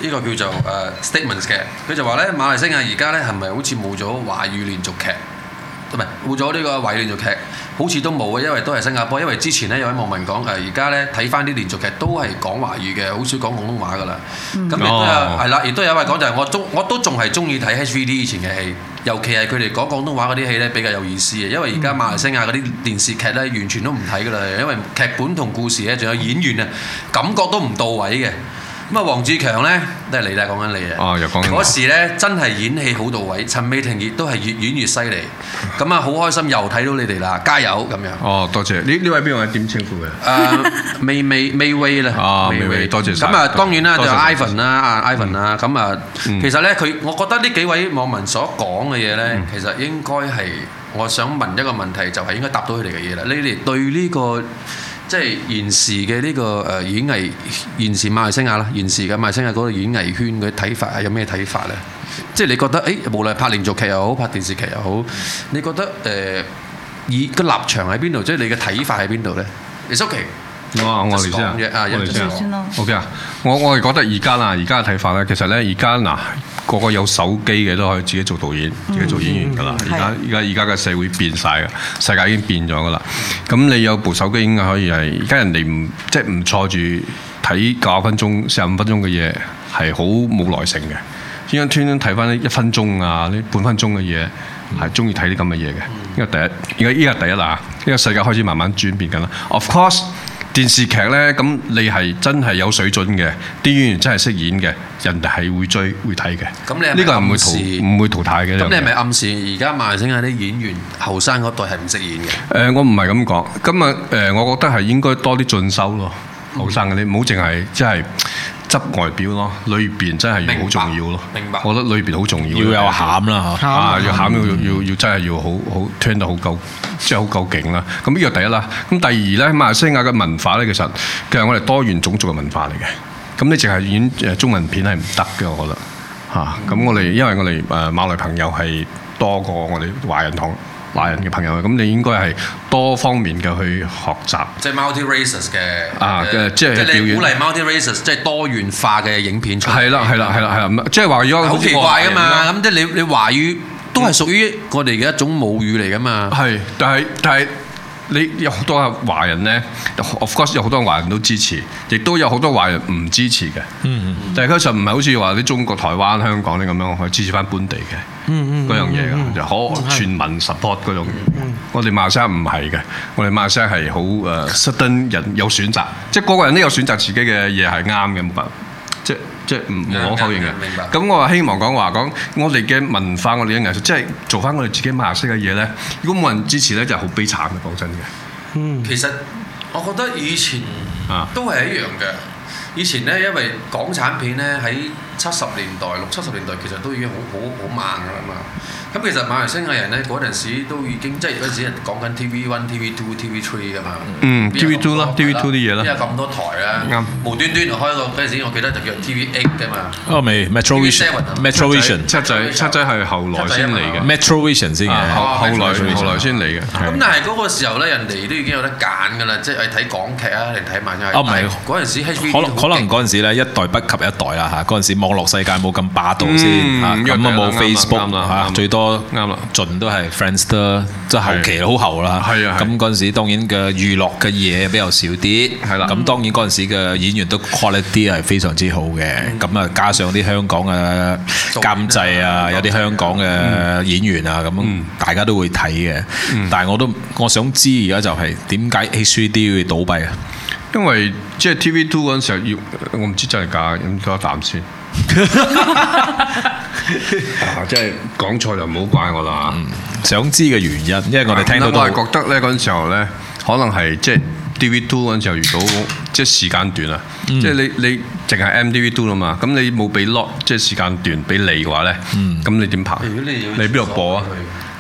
呢個叫做誒、statements 呃嘅，佢就話咧馬來西亞而家咧係咪好似冇咗華語連續劇，唔係冇咗呢個華語連續劇，好似都冇啊，因為都係新加坡。因為之前咧有位網民講誒，而家咧睇翻啲連續劇都係講華語嘅，好少講廣東話噶啦。咁亦都有
哦
係啦，亦都有一位講就係我中我都仲係中意睇 HVD 以前嘅戲，尤其係佢哋講廣東話嗰啲戲咧比較有意思嘅，因為而家馬來西亞嗰啲電視劇咧完全都唔睇噶啦，因為劇本同故事咧仲有演員啊，感覺都唔到位嘅。咁啊，黃志強咧都係你啦，講緊你啊。
哦又講緊我
嗰時咧真係演戲好到位，陳美婷亦都係越演越犀利。咁啊，好開心又睇到你哋啦，加油咁樣。
哦，多謝呢呢位邊位點稱呼嘅？
誒未未未威啦，
啊未威多謝晒
咁啊，當然啦，就
多謝晒
Ivan 啦，啊 Ivan 啦，咁啊，其實咧佢，我覺得呢幾位網民所講嘅嘢咧，其實應該係我想問一個問題，就係應該答到佢哋嘅嘢啦。你哋對呢個即係現時嘅呢個誒演藝，現時馬來西亞啦，現時嘅馬來西亞嗰個演藝圈嘅睇法係有咩睇法咧？即係你覺得誒，無論係拍連續劇又好，拍電視劇又好，你覺得誒以個立場喺邊度？即係你嘅睇法喺邊度咧？It's okay。
我話我
Just
哋先啊
講啫啊
我哋
先
啊
先咯
O K 啊，我我係覺得而家啦，而家嘅睇法咧，其實咧，而家嗱個個有手機嘅都可以自己做導演，自己做演員㗎啦。而家而家而家嘅社會變晒嘅，世界已經變咗㗎啦。咁你有部手機應該可以係，而家人哋唔即係唔坐住睇九十分鐘、四十五分鐘嘅嘢，係好冇耐性嘅。依家專登睇翻一分鐘啊，呢半分鐘嘅嘢，係中意睇啲咁嘅嘢嘅。呢個第一，而家呢個第一啦，呢個世界開始慢慢轉變緊啦。Of course，電視劇呢，咁你係真係有水準嘅，啲演員真係識演嘅，人哋係會追會睇嘅。
咁你係咪
呢個係唔會
暗示
淘唔會淘汰嘅。呢樣
咁你係
嘢
咪暗示而家馬來西亞啲演員後生嗰代係唔識演嘅？
誒、呃我唔係咁講。今日誒、呃我覺得係應該多啲進修咯，後生嗰啲唔好淨係即係執外表咯，裏邊真係要好重要咯。
明白明白
我覺得裏邊好重要。
要有餡啦嚇。
啊，要餡要要要真係要好好聽到好夠，即係好夠勁啦。咁呢個第一啦。咁第二咧，馬來西亞嘅文化咧，其實其實我哋多元種族嘅文化嚟嘅。咁你淨係演誒中文片係唔得嘅，我覺得嚇。咁、我哋因為我哋誒馬來朋友係多過我哋華人同華人嘅朋友嘅，咁你應該係多方面嘅去學習。
即係 multi races 嘅
啊
嘅
嘅即係表
你
演
鼓勵 multi races，即係多元化嘅影片出嚟
係啦，係啦，係啦，係啦，即係話如果
好
似
奇
我華
怪噶啊
人
嘛？
啦
咁即係你你華語都係屬於我哋嘅一種母語嚟噶嘛？
係，但係但係你有好多華人咧，of course 有好多華人都支持，亦都有好多華人唔支持嘅。嗯嗯。但係佢就唔係好似話啲中國、台灣、香港啲咁樣，可以支持翻本地嘅。嗯嗰樣嘢㗎，就可全民 support 嗰種。我哋馬來西亞唔係嘅，我哋馬來西亞係好誒 s u 人有選擇，即係個個人都有選擇自己嘅嘢係啱嘅，冇辦法。即即唔唔可否認嘅
明白。
咁我話希望講話講我哋嘅文化，我哋嘅藝術，即係做翻我哋自己馬來西亞嘅嘢咧。如果冇人支持咧，就係好悲慘嘅，講真嘅。
其實我覺得以前
啊
都係一樣嘅。以前咧，因為港產片咧喺
七十年代、六七十年代其實都已經好好好猛㗎啦嘛。咁其實馬來西亞人咧嗰陣時都已經即係嗰陣時人講緊 TV One、TV Two、TV Three 㗎嘛。
嗯
邊有咁
TV two 啦
多係
TV two 啲嘢啦
邊有咁多台啦？
啱
無端端就開個嗰陣時，我記得就叫 TV Eight 㗎嘛。
哦，咪 Metro
啊
Vision，Metro
七仔七仔係後來先嚟嘅，
Vision，Metro Vision 先嘅，
啊後後來
Metro Vision
後來先嚟嘅。
咁但係嗰個時候咧，人哋都已經有得揀㗎啦，即係睇港劇啊，定睇馬來西亞
啊唔係
嗰陣時 HVD
可能
好
可
勁
能嗰陣時咧，一代不及一代啦嚇，嗰陣時網絡世界冇咁霸道先
嗯
嚇，
因為
咁啊
第
冇
一啱啦
Facebook
啱啦啱
嚇
啦，
最多
啱啦
盡都係 Friendster，即係後期好後啦。
係啊係
咁嗰陣時當然嘅娛樂嘅嘢比較少啲，
係啦
咁當然嗰陣時嘅演員都 quality 係非常之好
嗯
嘅，咁啊加上啲香港嘅監製啊，有啲香港
嗯
嘅演員啊，咁大家都會睇嘅。但係我都我想知而家就係點解 HVD 會倒閉啊？
因為即係 TV Two 嗰陣時候要，我唔知真係假，飲多一啖 先。啊，即係講錯就唔好怪我啦。
想知嘅原因，因為我哋聽到
咁
都
啊我係覺得咧嗰陣時候咧，可能係即係 DV Two 嗰陣時候遇到即係時間段啊，
嗯
即係你你淨係 MDV Two 啦嘛，咁你冇俾 lock 即係時間段俾你嘅話咧，
嗯
咁你點拍？
如果你要
你邊度播啊？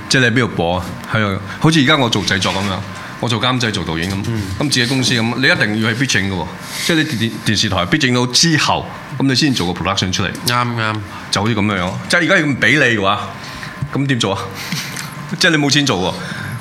即係你喺邊度播啊？係啊，好似而家我做製作咁樣，我做監製做導演咁，咁、
嗯
自己公司咁，你一定要係必整嘅喎，即係你電電視台必整到之後，咁你先做個 production 出嚟。
啱啱。
就好似咁樣樣，即係而家要唔俾你嘅話，咁點做啊？ 即係你冇錢做喎，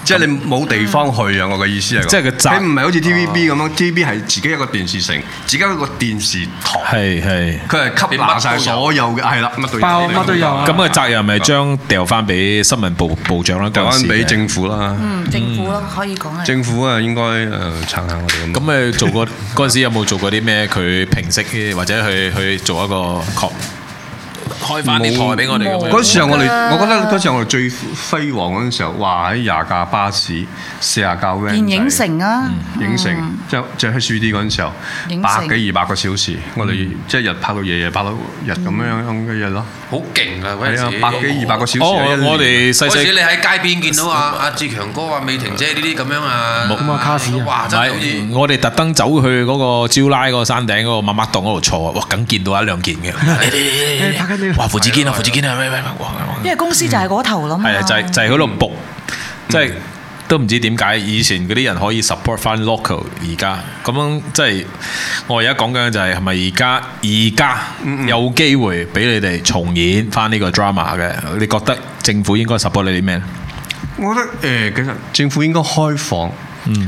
即係你冇地方去啊！我嘅意思係咁，
即係個宅
你唔係好似 TVB 咁樣，TVB 係自己一個電視城，自己一個電視台，
係係。
佢係吸納晒所有嘅，係啦，乜都有
包乜都有啊
咁嘅責任咪將掉翻俾新聞部部長啦，
台
嗰陣時
灣
嘅
啊俾。政府啦，
嗯，政府咯，可以講係。
政府啊應該誒撐下我哋咁。
咁咪做過 嗰陣時有冇做過啲咩？佢平息嘅或者去去做一個確開翻啲台俾我哋咁樣。
嗰時候我哋，我覺得嗰時候我哋最輝煌嗰陣時候，哇！喺廿架巴士，四廿架 van
電影
仔
城啊，
影城，即即喺 CD 嗰陣時候
影，
百
城
幾二百個小時，我哋即係日拍到夜，夜拍到
嗯
日咁樣樣嘅嘢咯。
好勁啊！嗰
係
陣
啊
時，，
百幾二百個小時。
哦，我哋細
嗰陣時
細
你喺街邊見到啊，阿志強哥啊、美婷姐呢啲咁樣啊，
冇啊卡士啊
哇！
唔
真係好似
係，我哋特登走去嗰個招拉嗰個山頂嗰個媽媽檔嗰度坐啊！哇，梗見到一兩件嘅。
誒拍緊呢個
哇，胡志堅啊，胡志堅啊，咩咩咩，哇哇
因為公司就係嗰頭啦嘛。
係啊，就係就係嗰度搏，即係都唔知點解以前嗰啲人可以 support 翻 local，而家咁樣即係我而家講緊就係係咪而家而
嗯
家有機會俾你哋重演翻呢個 drama 嘅？你覺得政府應該 support 你啲咩咧？
我覺得誒，其實政府應該開放。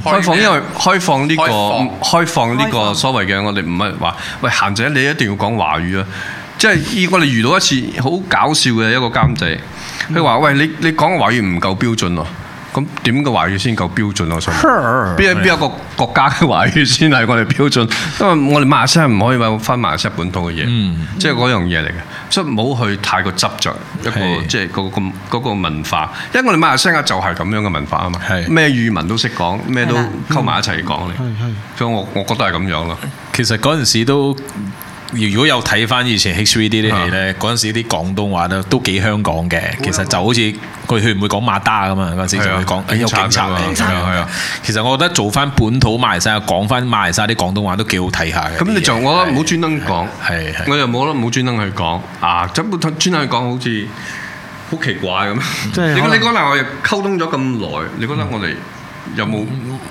開放，
開咩
因為開放呢個
開
開放呢個所謂嘅，我哋唔係話喂閒仔，你一定要講華語啊！即係以我哋遇到一次好搞笑嘅一個監製，
嗯
佢話：喂，你你講華語唔夠標準喎，咁點嘅華語先夠標準啊？我想問邊有邊有個國家嘅華語先係我哋標準？因為我哋馬來西亞唔可以話翻馬來西亞本土嘅嘢，
嗯
即係嗰樣嘢嚟嘅，所以唔好去太過執着一個
係
即係嗰個咁嗰個文化，因為我哋馬來西亞就係咁樣嘅文化啊嘛，
係
咩語文都識講，咩都
係啦
溝埋一齊講嚟，
嗯
所以我我覺得係咁樣咯。
其實嗰陣時都，如果有睇翻以前 HVD 啲
啊
戲咧，嗰陣時啲廣東話咧都幾香港嘅。其實就好似佢佢唔會講馬打咁嘛，嗰陣時就會
係
講
啊
哎有警
警
察
察㗎嘛
嚟。
係啊係啊
其實我覺得做翻本土馬來西亞講翻馬來西亞啲廣東話都幾好睇下嘅。
咁你就我覺得唔好專登講，
係係
我又冇得冇專登去講啊！真專登去講好似好奇怪咁。
即係
你
可能
你講嗱，我哋溝通咗咁耐，你覺得我哋有冇？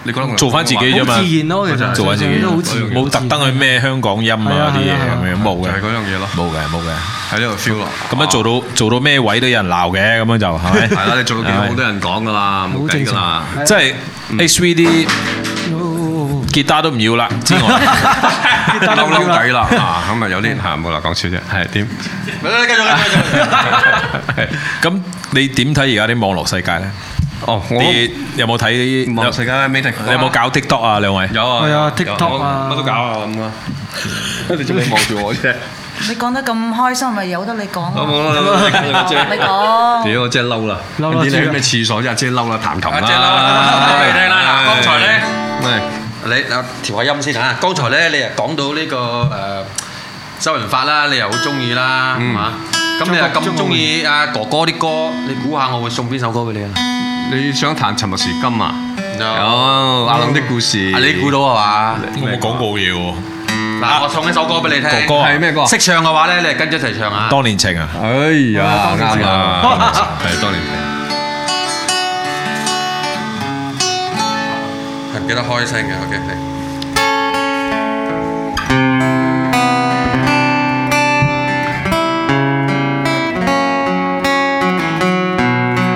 你覺得我哋
嗯做返自己啫嘛
好自然咯，其實
做翻自己
都好自然，
冇特登去咩香港音
係
啊
啊
啲嘢
係啊
咁樣冇
就
嘅
啊係，嗰樣嘢咯，
冇嘅冇嘅。
喺呢度 feel 咯。啊
咁樣做到做到咩位都有人鬧嘅，咁樣就係咪？
係啦，啊你做到幾好多人講噶啦，冇
好
計
正
噶
常
啦。
即係 HVD 吉他都唔要啦，之 外。
嬲嬲 底啦，啊咁啊有啲喊噶啦，講笑啫，係點？
你繼續繼續。
咁你點睇而家啲網絡世界咧？
哦，
你有冇睇？
望世界美迪，
有有冇搞 TikTok 啊？兩位
有
係
啊？
啊
有
TikTok 啊
我乜都搞啊咁啊！你做咩望住我啫？
你講得咁開心，咪由得你講
好
咯。
冇啦，
你
姐。
講。
屌，我真係嬲啦！
嬲啦
你
知
去
啦
咩廁所啫？姐嬲啦，彈琴
À,
啦。
阿姐啦，講俾你聽啦。嗱，剛才咧，
咧，
你啊調下音先嚇。剛才咧，你又講到呢個誒周潤發啦，你又好中意啦，係嘛？咁你又咁中意阿哥哥啲歌，你估下我會送邊首歌俾你啊？
你想彈《尋日是金》啊？
有
Ờ.
Ờ, 有阿楞的故事。
啊，你估到係嘛？
我冇講過嘢喎，
嗱，我送一首歌俾你聽。
哥哥
係咩歌啊
識唱嘅話咧，你係跟住一齊唱啊。
當年情啊，
哎呀，啱
啊，
啦，
係當年情。
係唔記得開聲嘅，OK 嚟。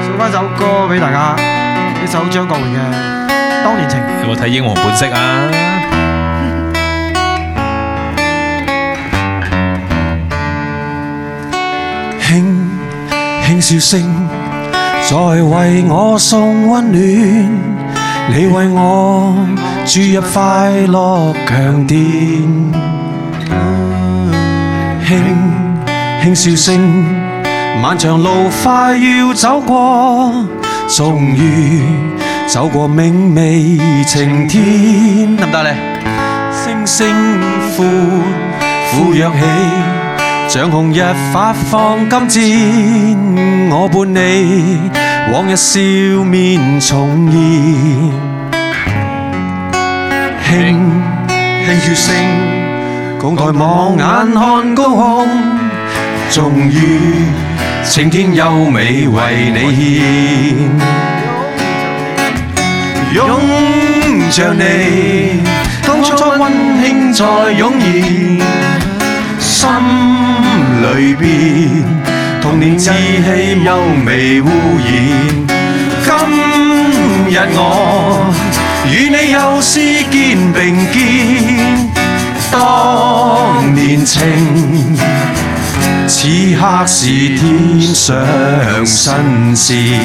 送翻首歌俾大家，呢首張國榮嘅《當年情》。
有冇睇《英雄本色》啊？
轻轻笑声，在为我送温暖。你为我注入快乐强电，轻轻笑声，漫长路快要走过，终于走过明媚晴天。
得唔得咧？
星星富富若起，像紅日發放金箭，我伴你往日笑面重現，輕輕血聲，共抬望眼看高空，終於晴天優美為你獻。擁着你，當初溫馨再湧現，心裏邊童年稚氣又未污染。今日我與你又是肩並肩，當年情。此刻是天上新鮮。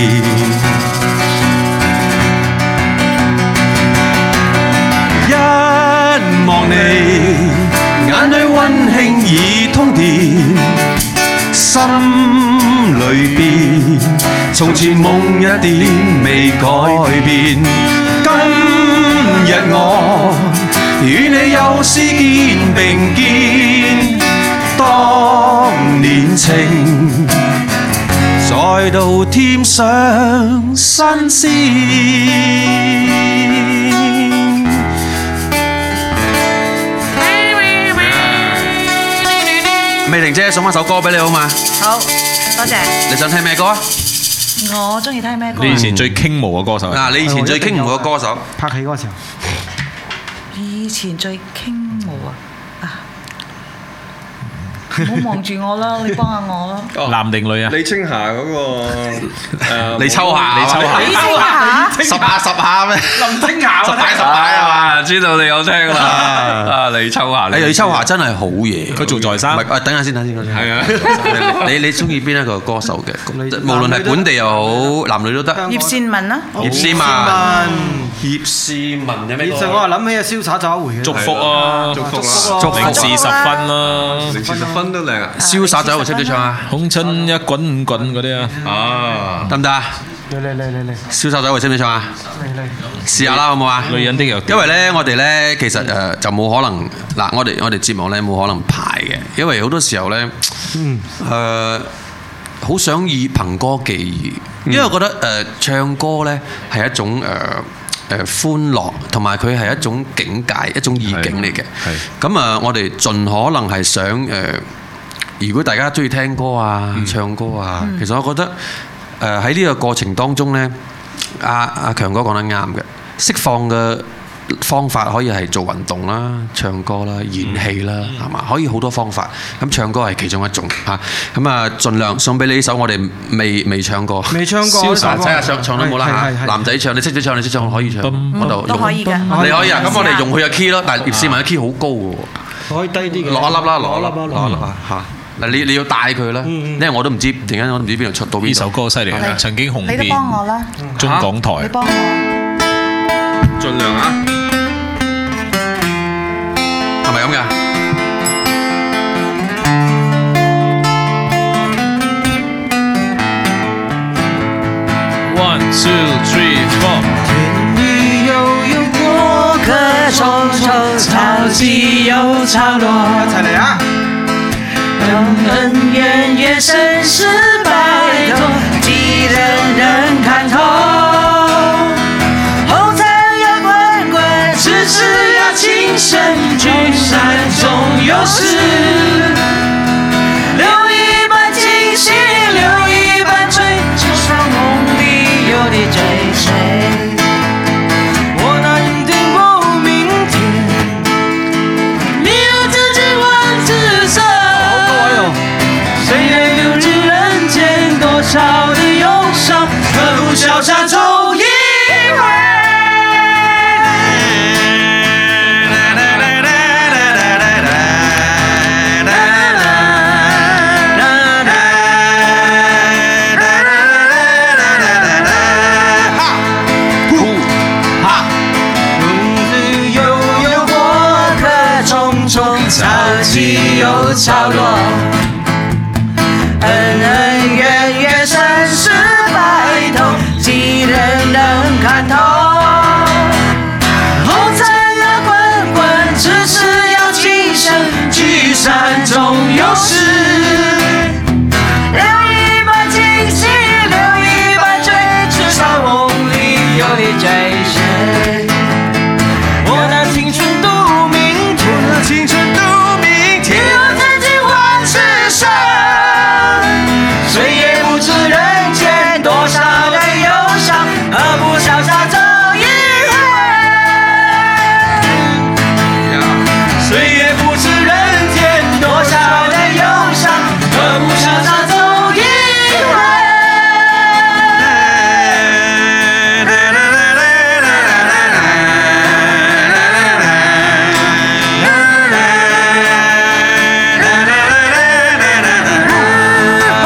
一望你，眼裏温馨已通電，心裏邊從前夢一點未改變。今日我與你又是肩並肩，當年情再度添上新鮮。
美玲姐送一首歌俾你好嘛？
好，多謝。
你想聽咩歌啊？
我中意聽咩歌啊
你以前最傾慕嘅歌手係邊個
嗱，你以前最傾慕嘅歌手，
拍戲嗰個時候，
以前最傾慕啊！啊唔好望住我啦，你幫下我啦。
男定女啊？
李青霞嗰個
你抽下，你抽
你聽下，
十下十下咩？林青霞，十擺十擺啊嘛！
啊，知道你有聽 啦，啊，李秋霞，
哎呀，李秋霞真係好嘢，
佢仲在生
唔係，啊等下先，等下先，等下
係
先。
啊，
你你中意邊一個歌手嘅？
女
無論係本地又好，男女都得。
葉倩文啦，
葉詩文，葉詩文有咩
其實我係諗起啊，瀟灑走一回嘅。
祝福啊！
祝福
祝福
啦，
祝
咯
福
零至十分啦！
零四十分都靚啊，
瀟灑走，識唔識唱啊？
空春一滾五滾嗰啲啊！Ờ.
啊，
得唔得啊？
嚟嚟嚟嚟嚟
瀟灑走，識唔識唱啊？
嚟嚟，
試下啦，好唔好啊？
女人的弱
因
點，
為咧，我哋咧其實誒就冇可能嗱，我哋我哋節目咧冇可能排嘅，因為好多時候咧，誒好想以憑歌寄語，因為我覺得誒呃唱歌咧係一種誒誒歡樂，同埋佢係一種境界、一種意境嚟嘅。咁啊，我哋盡可能係想誒，如果大家中意聽歌啊、唱歌啊，其實我覺得誒喺呢個過程當中咧。阿阿強哥講得啱嘅，釋放嘅方法可以係做運動啦、唱歌啦、演戲啦，係嘛、可以好多方法。咁唱歌係其中一種嚇。咁啊，盡量送俾你呢首我哋未未唱過。
未唱過。
瀟灑
睇下唱唱到冇啦嚇，男仔唱你識唔識唱？你識唱可以唱，我度
都可以嘅。
你可以啊。咁我哋用佢嘅 key 咯，但係葉詩文嘅 key 好高嘅喎。
可以低啲嘅。
攞一粒啦，攞一
嗯
攞一
粒，
粒
攞一粒啊嚇！嗱，你你要帶佢啦，因為我都唔知突然間我都唔知邊度出到邊度
呢首歌好犀利啊！曾經紅
你都
遍
幫我啦，
中港
你
台。
幫我。
盡量啊，
係咪咁㗎？
One two three four。
你又有過客匆匆，潮起又潮落。一齊嚟啊！恩恩怨怨，生死白头，几人能看透？红尘呀滚滚，世事呀情深，聚散终自由潮落，恩恩怨怨三十白头，几人能看透？红尘啊滚滚，只是要今生聚散总有时。留一半清醒，留一半醉，至少梦里有你在身。我的青春赌明天，我的青春赌明天，我曾经换此生，谁也不知人间多少的忧伤和不潇洒走一回。谁也不知人间多少的忧伤和不潇洒走一
Dạ,
我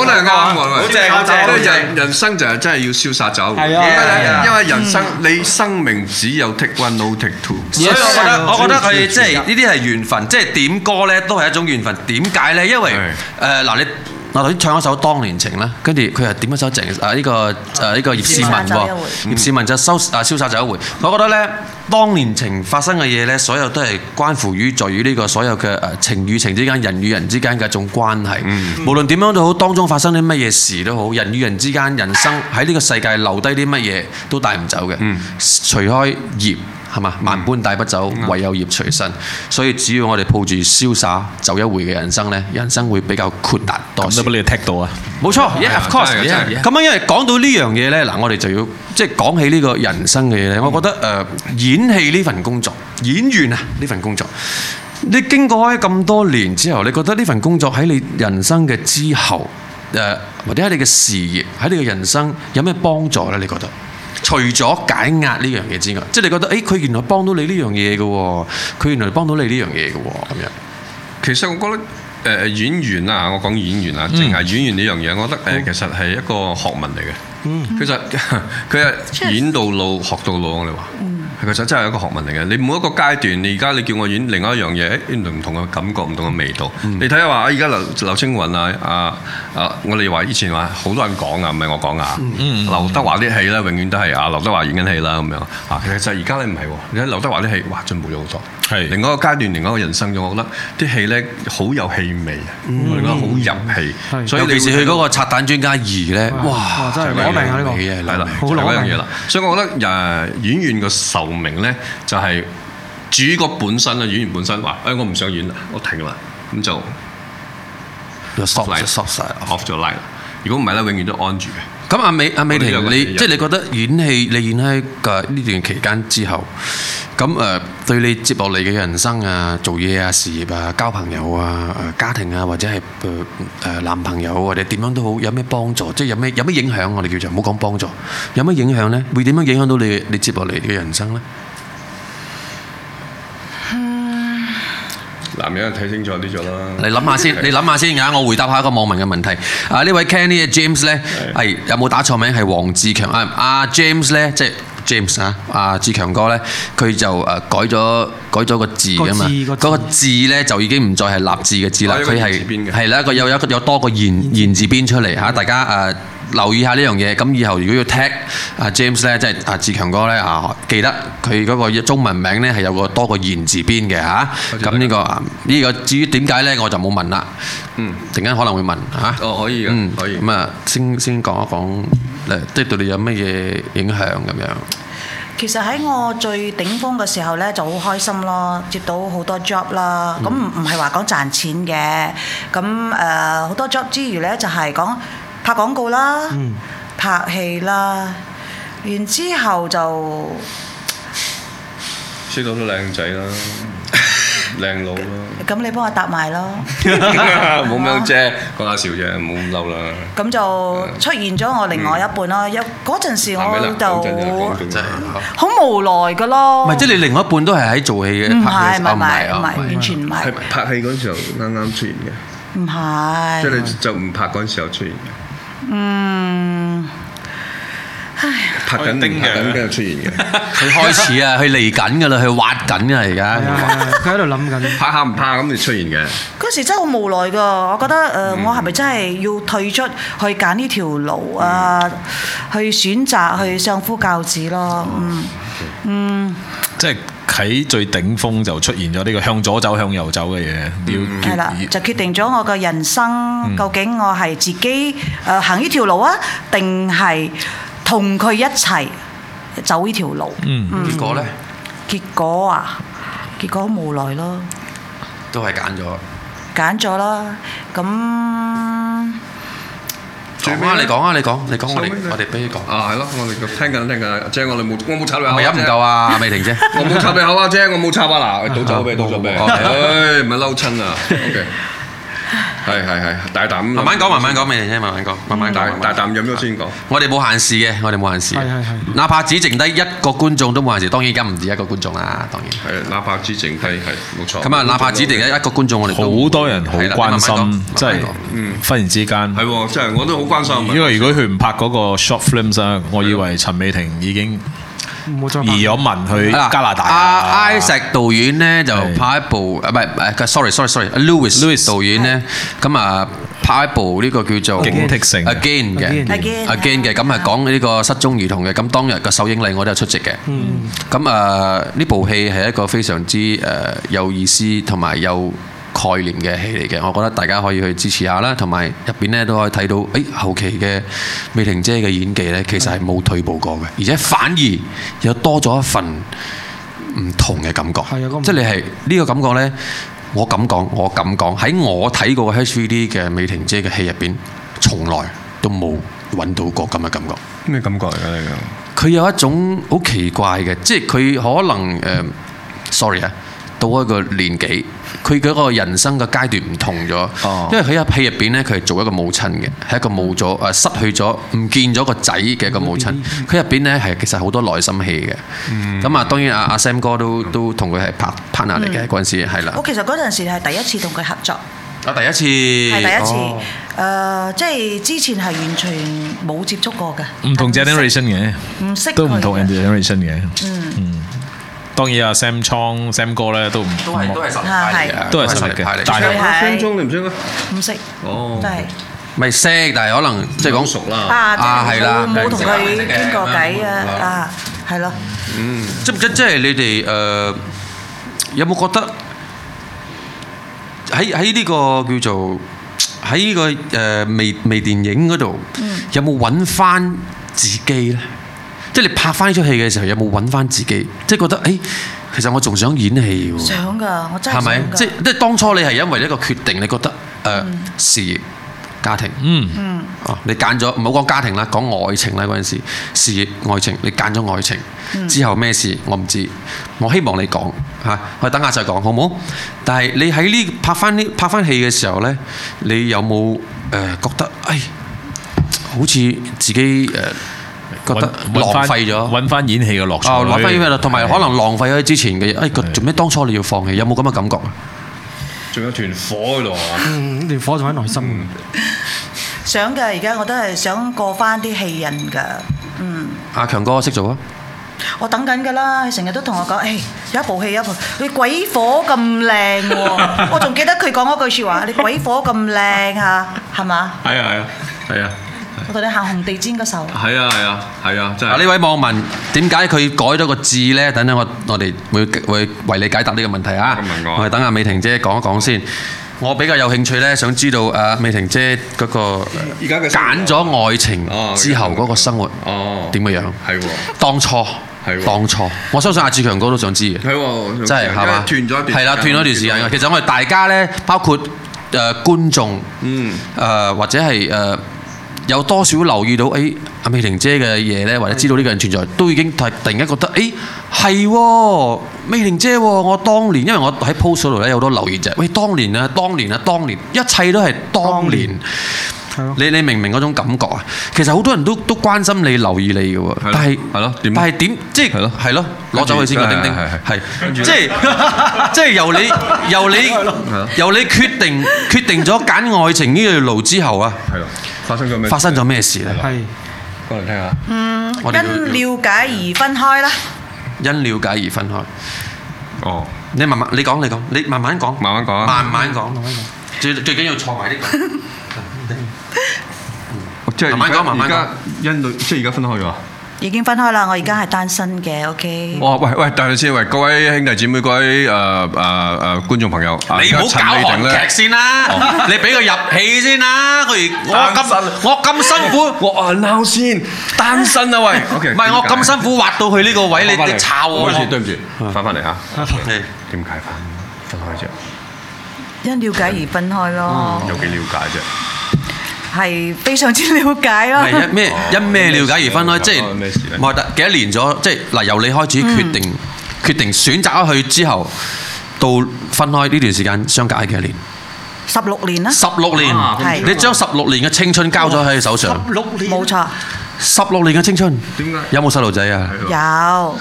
覺得係啱喎，好
正好正好
因為
正
人人生就係真係要瀟灑走。係
啊係啊
因為人生你生命只有 take one no take two。
所以我覺得，我覺得佢即係
知道
呢啲係緣分，即係點歌咧都係一種緣分。點解咧？因為誒嗱，你我頭先唱一首《當年情》啦，跟住佢係點一首鄭啊誒呢個誒呢個葉倩
瀟
文
灑走一回
喎，葉倩文就收啊瀟灑走一回。我覺得咧，當年情發生嘅嘢咧，所有都係關乎於在於呢個所有嘅誒情與情之間、人與人之間嘅一種關係。
嗯
無論點樣都好，當中發生啲乜嘢事都好，人與人之間、人生喺呢個世界留低啲乜嘢都帶唔走嘅。
嗯
除開業。係嘛？萬般帶不走，
嗯
唯有業隨身。所以只要我哋抱住瀟灑走一回嘅人生呢，人生會比較豁達多
咁
少
都。俾你踢到啊！
冇錯，yeah of course，
真係嘅
yeah，咁樣因為講到呢樣嘢呢，嗱，我哋就要即係講起呢個人生嘅嘢呢。我覺得誒、呃演戲呢份工作，演員啊呢份工作，你經過開咁多年之後，你覺得呢份工作喺你人生嘅之後，誒、或者喺你嘅事業，喺你嘅人生有咩幫助呢？你覺得？除咗解壓呢樣嘢之外，即係你覺得，誒、佢原來幫到你呢樣嘢嘅喎，佢原來幫到你呢樣嘢嘅喎，咁樣。
其實我覺得誒、演員啊，我講演員啊，淨係演員呢樣嘢，我覺得誒、呃其實係一個學問嚟嘅。其實 佢係演到老學到老，我哋話。其實真係一個學問嚟嘅，你每一個階段，你而家你叫我演另外一樣嘢，誒原來唔同嘅感覺，唔同嘅味道。你睇下話，啊而家劉劉青雲啊，啊啊，我哋話以前話好多人講啊，唔係我講啊。劉德華啲戲咧，永遠都係啊，劉德華演緊戲啦咁樣。啊，其實而家咧唔係喎，你睇劉德華啲戲，哇進步咗好多。
係
另外一個階段，另外一個人生咗，我覺得啲戲咧好有氣味啊，我哋覺得好入戲。所以
尤
你
其是
會
佢嗰個拆彈專家二咧，哇！
真係攞命啊呢個
係
係啦，就係嗰樣嘢啦。所以我覺得誒、演員個壽命咧，就係、主角本身啊，演員本身話：，誒、我唔想演啦，我停啦，咁就
就 stop
嚟
就 stop 曬。
off 咗 line 啦。如果唔係咧，永遠都安住嘅。
咁阿美阿美
我
婷，
呢樣
你
嘢
即係你覺得演戲，你演喺嘅呢段期間之後，咁誒、呃對你接落嚟嘅人生啊、做嘢啊、事業啊、交朋友啊、誒家庭啊，或者係誒誒男朋友或者點樣都好，有咩幫助？即係有咩有咩影響？我哋叫做唔好講幫助，有咩影響咧？會點樣影響到你你接落嚟嘅人生咧？
男人睇清楚啲咗啦。
你諗下先，你諗下先啊㗎，我回答下一個網民嘅問題。啊，呢位 Kenny James 咧，係有冇打錯名？係黃志強啊，阿 James 咧，即係 James 啊，阿志強哥咧，佢就誒改咗改咗個字㗎嘛，嗰個字咧就已經唔再係立字嘅字啦
哦，有個
佢
言字邊
係
嘅
係啦，一個有有一個有多個言言字邊出嚟嚇，大家誒。留意下呢樣嘢，咁以後如果要 tag 阿 James 咧，即係阿志強哥咧啊，記得佢嗰個中文名咧係有個多個言字邊嘅嚇。咁呢、個啊呢、個至於點解咧，我就冇問啦。嗯，陣間可能會問嚇。
哦，可以嘅，
嗯，
可以。
咁啊，先先講一講誒，即係對你有乜嘢影響咁樣？
其實喺我最頂峰嘅時候咧，就好開心咯，接到好多 job 啦。咁唔唔係話講賺錢嘅，咁誒好多 ờ, job 之餘咧，就係、講拍廣告啦，拍戲啦，然之後就
識到啲靚仔 啦，靚佬啦，
咁你幫我搭埋咯。
冇咩好啫，講下笑啫，唔好咁嬲啦。
咁就出現咗我另外一半咯。有嗰陣時
男
我
人啊講真啊講
就
真
好無奈噶咯。
唔係，即係你另外一半都係喺做戲
唔
嘅
係
拍戲
唔
啊
係唔係唔係，完全唔
係
係
拍戲嗰陣時候啱啱出現嘅，
唔係。
即係你就唔拍嗰陣時候出現嘅。
嗯，
拍緊
叮嘅
拍緊跟住出現嘅，
佢開始啊，佢嚟緊噶啦，佢挖緊噶啦而家。
拍下唔拍咁就出現嘅。
嗰時真係好無奈㗎，我覺得誒、呃
嗯
我係咪真係要退出去揀呢條路啊？
嗯
去選擇去相夫教子咯，嗯，
即係喺最頂峰就出現咗呢個向左走向右走嘅嘢，
嗯
要
係啦、就決定咗我嘅人生、究竟我係自己誒、呃行呢條路啊，定係同佢一齊走呢條路？
嗯
結果咧
結果啊，結果無奈咯。
都係揀咗。
揀咗啦。咁
最尾
講啊，你講啊，你講，你講，我哋
收尾咧
我哋俾佢講。
啊，係咯，我哋聽緊聽緊，姐我哋冇我冇插你
係
口
咪
啊，
飲唔夠啊？未停啫。
姐我冇插你口啊，姐我冇插 啊嗱，倒酒俾
啊
倒酒俾，
冇冇
唉唔係嬲親啊，OK，係係係，大啖
慢慢講，慢慢講，未停啫，慢慢講，慢慢
大
講。
大啖飲咗先講，
我哋冇限時嘅，我哋冇限時嘅。
係係係
哪怕只剩低一個觀眾都冇限時，當然而家唔止一個觀眾啦，當然。
係哪怕之剩低係冇錯，
咁啊，哪怕只剩一一個觀眾，我哋都
好多人好
係啦
關
慢慢
心，
講
即係
慢慢講
忽然之間。
係喎，真係我都好關心啊，
因為如果佢唔拍嗰個 short films 啊，我以為陳美婷已經
嗯
移咗民去
嗱
加拿大
阿
啊
Isaac 導演咧就
係
拍一部，啊唔係唔係，sorry sorry sorry，Louis
Louis
導演咧，咁啊拍一部呢個叫做
警惕性
Again 嘅
Again
Again 嘅，咁係講呢個失蹤兒童嘅。咁當日個首映禮我都有出席嘅。咁啊呢部戲係一個非常之誒有意思同埋有概念嘅戲嚟嘅，我覺得大家可以去支持下啦，同埋入邊咧都可以睇到，誒後期嘅美婷姐嘅演技咧其實係冇退步過嘅，而且反而有多咗一份。唔同嘅感覺，
係啊咁
即係你係呢、個感覺呢。我咁講，我咁講，喺我睇過嘅 HVD 嘅美婷姐嘅戲入邊，從來都冇揾到過咁嘅感覺。啊
咩感覺嚟㗎你講？
佢有一種好奇怪嘅，即係佢可能誒、呃 sorry 啊，到一個年紀，佢嗰個人生嘅階段唔同咗，
哦嗯
因為佢喺戲入邊咧，佢係做一個母親嘅，係一個冇咗誒失去咗唔見咗個仔嘅一個母親。佢入邊咧係其實好多內心戲
嗯
嘅，咁啊、當然阿阿 Sam 哥都都同佢係拍 partner 嚟
嗯
嘅嗰陣時係啦
我，其實嗰陣時係第一次同佢合作，
啊第一次，
係第一次
哦。
誒，即係之前係完全冇接觸過嘅，
唔同 generation 嘅，
唔識
都唔同
佢嘅
generation 嘅。嗯，當然啊，Sam 倉 Sam 哥咧都唔
都係都係實力派嚟
啊
嘅，
都係實力嘅，但
但
係
係
分鐘你唔識咩？
唔識，
哦
真係
咪識，但係可能即係講
好熟啦，
啊，
啊
即
係啦
係冇冇同佢
明白
傾過偈啊，
明白
啊，係咯，
即即即係你哋誒、呃有冇覺得喺喺呢個叫做喺呢、個誒、呃微微電影嗰度，
嗯
有冇揾翻自己咧？即係你拍翻呢出戲嘅時候，有冇揾翻自己？即係覺得誒、欸其實我仲想演戲喎。
想㗎，我真係
係咪
想？㗎嗯
即即當初你係因為一個決定，你覺得誒、呃事業、家庭，
嗯
哦，你揀咗唔好講家庭啦，講愛情啦嗰陣時，事業、愛情，你揀咗愛情、之後咩事我唔知，我希望你講嚇、我哋等下再講好唔好？但係你喺呢拍翻呢拍翻戲嘅時候呢，你有冇誒、呃、覺得誒、哎好似自己誒、呃、覺得
揾
浪
揾返
費咗？
揾翻演戲嘅樂趣。
啊，浪費咗啦，同埋可能浪費咗之前嘅嘢，誒、哎，做咩當初你要放棄？有冇咁嘅感覺啊？
仲有團火喺度啊！
想㗎，而家我都係想過翻啲戲人㗎，嗯。
阿強哥識做啊？
我等緊㗎啦，佢成日都同我講，誒、哎有一部戲有一部，你鬼火咁靚 喎，我仲記得佢講嗰句説話，你鬼火咁靚嚇，係嘛？
係啊係啊係啊
我同你行紅地氈嗰首，
係啊係啊係啊！真
嗱，呢
係
位網民點解佢改咗個字呢？等等我我哋會會為你解答呢個問題啊
咁問！我
我哋等阿美婷姐講一講先。我比較有興趣呢，想知道啊美婷姐嗰個
而家嘅生活
揀咗愛情
哦
之後嗰個生活
哦
點嘅樣？
係喎
當初
係喎
當初，我相信阿志強哥都想知嘅。
係喎，
真係係嘛？
啊因為斷咗一段時間
係啦，斷咗一段時間嘅。其實我哋大家咧，包括誒、呃、觀眾，
嗯
誒、或者係誒、呃有多少留意到誒阿美婷姐嘅嘢咧，或者知道呢個人存在，都已經突突然間覺得誒係喎，美婷姐喎、我當年因為我喺 post 嗰度咧有好多留言就係喂當年啊，當年啊，當年，一切都係當年。你你明唔明嗰種感覺啊？其實好多人都都關心你、留意你嘅喎，
咯
但係
係咯點
但係點即係
係咯
係咯，攞走佢先個
跟
丁
住
丁
係係係
係，即係 即係由你由你由你決定決定咗揀愛情呢條路之後啊，
係咯，發生咗咩？
發生咗咩事咧？過嚟聽下。
嗯，
我哋要
因了解而分開啦。
因了解而分開。
哦，
你慢慢，你講，你講，你慢慢講，
慢慢講啊
慢慢講，慢慢講。最最緊要坐埋啲講。
即係
慢慢講
而家
慢慢講
而家因女即係而家分開咗啊。
已經分開啦，我而家係單身嘅，OK。
哦，喂喂，等陣先，喂，各位兄弟姊妹，各位誒誒誒觀眾朋友，啊
你唔好
而
搞
家陳美定
韓
咧
劇，先啦，你俾佢入戲先啦。佢而我
單
咁我咁辛苦，
我啊鬧先，單身啊喂，OK，
唔係我咁辛苦畫到佢呢個位，
翻
你
返嚟
你抄我
對唔住，
咯。
對唔住，翻翻嚟嚇，
係
嗯 點解翻分開啫？
因了解而分開咯，
嗯
有幾了解啫？
係非常之了解
唔係
咯。
因咩因咩了解而分開，即係
咩事咧
唔係幾多年咗，即係嗱由你開始決定決定選擇咗佢之後，到分開呢段時間相隔係幾多年？
十六年啦，
十六年
啊係，
你將十六年嘅青春交咗喺佢手上，
冇錯，
十六年嘅青春
點解，
有冇細路仔啊？
有。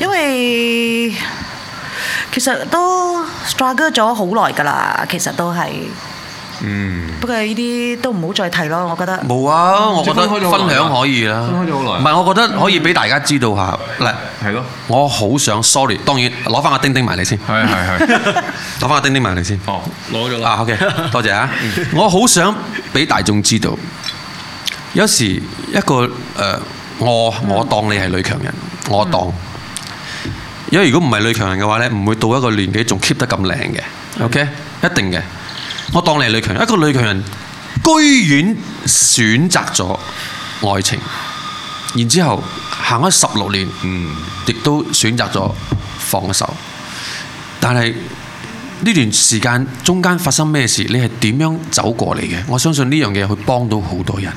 因為其實都 struggle 咗好耐㗎啦，其實都係。嗯。不過呢啲都唔好再提咯，我覺得。
冇啊，我覺得
即係分開咗好
分
耐啊
享可以啦。
分開咗好
唔
耐
係，我覺得可以俾大家知道下。嗱，
係咯，
我好想 sorry，當然攞翻個丁丁埋嚟先，
係係係，
攞翻個丁丁埋嚟先。
哦，攞咗啦。
啊，OK，多謝啊！我好想俾大眾知道，有時一個誒、呃我我當你係女強人，我當，因為如果唔係女強人嘅話咧，唔會到一個年紀仲 keep 得咁靚嘅，OK，一定嘅。我當你係女強人，一個女強人居然選擇咗愛情，然之後行咗十六年，
嗯，
亦都選擇咗放手。但係呢段時間中間發生咩事，你係點樣走過嚟嘅？我相信呢樣嘢會幫到好多人。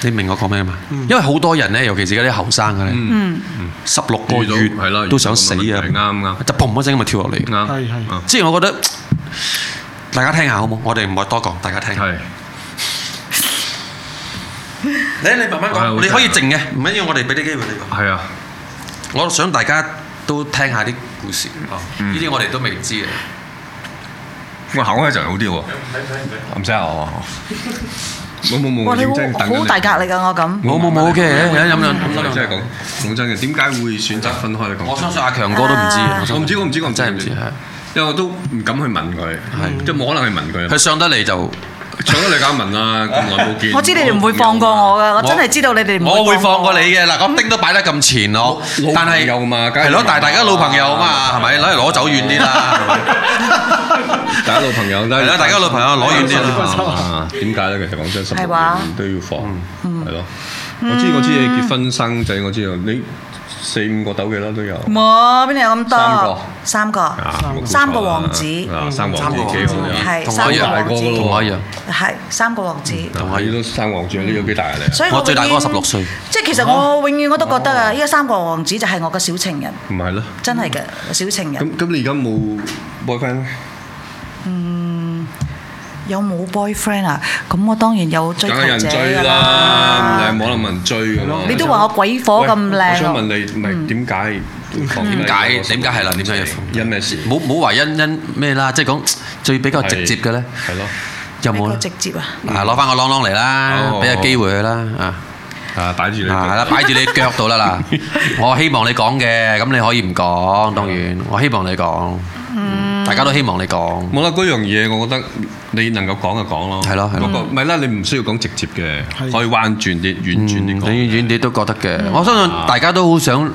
你明我講咩嘛？因為好多人呢，尤其是而家啲後生嘅咧，
嗯。
十六個月
遇到係啦
都想死
遇到
啊
咁嘅問題！啱啱
就砰一聲咁就跳落嚟。
啱，
係係
啊
即係我覺得大家聽下好冇？我哋唔係多講，大家聽。
係，
你你慢慢
我係好
講，
聽
你可以靜嘅，唔緊要，我哋俾啲機會你講。
係啊，
我想大家都聽下啲故事，哦呢啲我哋都未知嘅。
我行開一陣好啲喎，唔使啊，我冇冇冇，
哇！
我
你
認
好
真等緊啊
好
你
大壓力㗎，我咁。
冇冇冇，OK，飲飲飲飲
真
飲
係講講真嘅，點解會選擇分開咧？
我
講
相信阿強哥都唔知
啊
嘅，
我唔知，我唔知，我唔知，
真係唔知係。
因為我都唔敢去問佢，
嗯
即係冇可能去問佢。
佢上得嚟就
搶咗你家文啦，咁耐冇見。
我知你哋唔會放過我㗎，我真係知道你哋唔
我會放過你
嘅。
嘅嗱，個叮都擺得咁前咯
老，
但係
朋友嘛梗係
係咯，
老朋友
但係大家老朋友嘛，係咪攞嚟攞走遠啲啦？
大家老朋友啦，
係啦，大家老朋友攞遠啲啦。
啊點解咧？其實講真，十六
係話嗯
年都要放，係咯。我知我知你結婚生仔，我知道你四五個竇嘅啦都有。
冇邊度有咁多？三個。三
啊
個。嗯三個王子。
啊三個
三
王
個
子
王
幾
子
好啊！
係
同
三
我
個
一
大
樣，
個
王子。
同我一樣。
係三個王子。
我都生王子，你有幾啊大啊你？
所以
我最大嗰個
永遠
16歲
即係其實我永遠我都覺得啊，呢個三個王子就係我嘅小情人，
唔係咯。
真係嘅小情人。
咁咁你而家冇 boyfriend 咩？
有冇 boyfriend 啊？咁我當然有追
梗係有
求
人
者
追
㗎
啦，
啦
唔係。冇人問追噶嘛。
你都話我鬼火咁
喂我
靚啊嗯
想問
喎，
你，唔係點解？
點解點解係啦？點解要放？
因咩事？
冇冇話因因咩啦？即係講最比較直接嘅咧，
係咯。
有
比
冇
較
咧？
直接啊！
啊，攞翻個啷啷嚟啦
哦，
俾個機會佢啦啊！
啊，擺住你。
啊，係啦，擺住你腳度啦 嗱，我希望你講嘅，咁你可以唔講，當然，我希望你講，大家都希望你講，
嗯冇啦，嗰樣嘢我覺得你能夠講就講咯。
係咯係咯
嗰個
嗯
唔係啦，你唔需要講直接嘅，可以彎轉啲、婉轉啲
遠
講。
遠啲都覺得嘅，我相信大家都好想，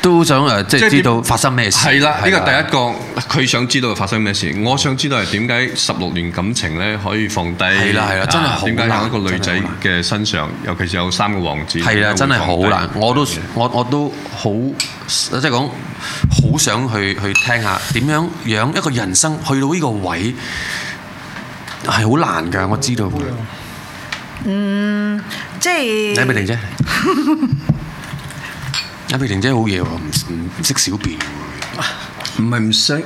都好想誒，即係
嗯啊係點
知道發生咩事。
係啦，呢個第一個佢想知道發生咩事，我想知道係點解十六年感情咧可以放低。
係啦係啦真係
啊
好
點解喺
難
一個女
真係
仔
好難
嘅身上，尤其是有三個王子，
係啦，真係好難，我都
係
我我都好，即係講好想去去聽下點樣樣一個人生去到呢個位係好難㗎，我知道嘅。
即
飲
係
俾婷姐，飲俾婷姐好嘢喎，唔唔唔識小便喎。
唔係唔識，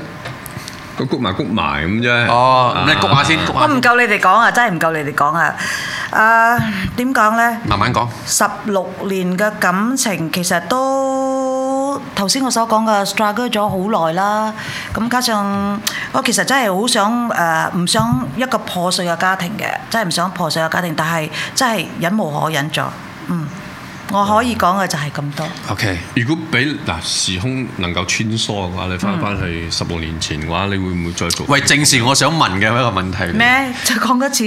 個谷埋谷埋咁啫。
哦，你谷下先，谷
我
下
唔
先，
夠你哋講啊，真係唔夠你哋講啊！誒點講咧？
慢慢講。
十六年嘅感情其實都頭先我所講嘅 struggle 咗好耐啦，咁加上我其實真係好想誒，呃唔、想一個破碎嘅家庭嘅，真係唔想破碎嘅家庭，但係真係忍無可忍咗。嗯，我可以講嘅就係咁多。
OK，
如果俾嗱時空能夠穿梭嘅話，你翻
Ừ。
翻去十六年前嘅話，你會唔會再做？
喂，正是我想問嘅一個問題，
咩？再講多次。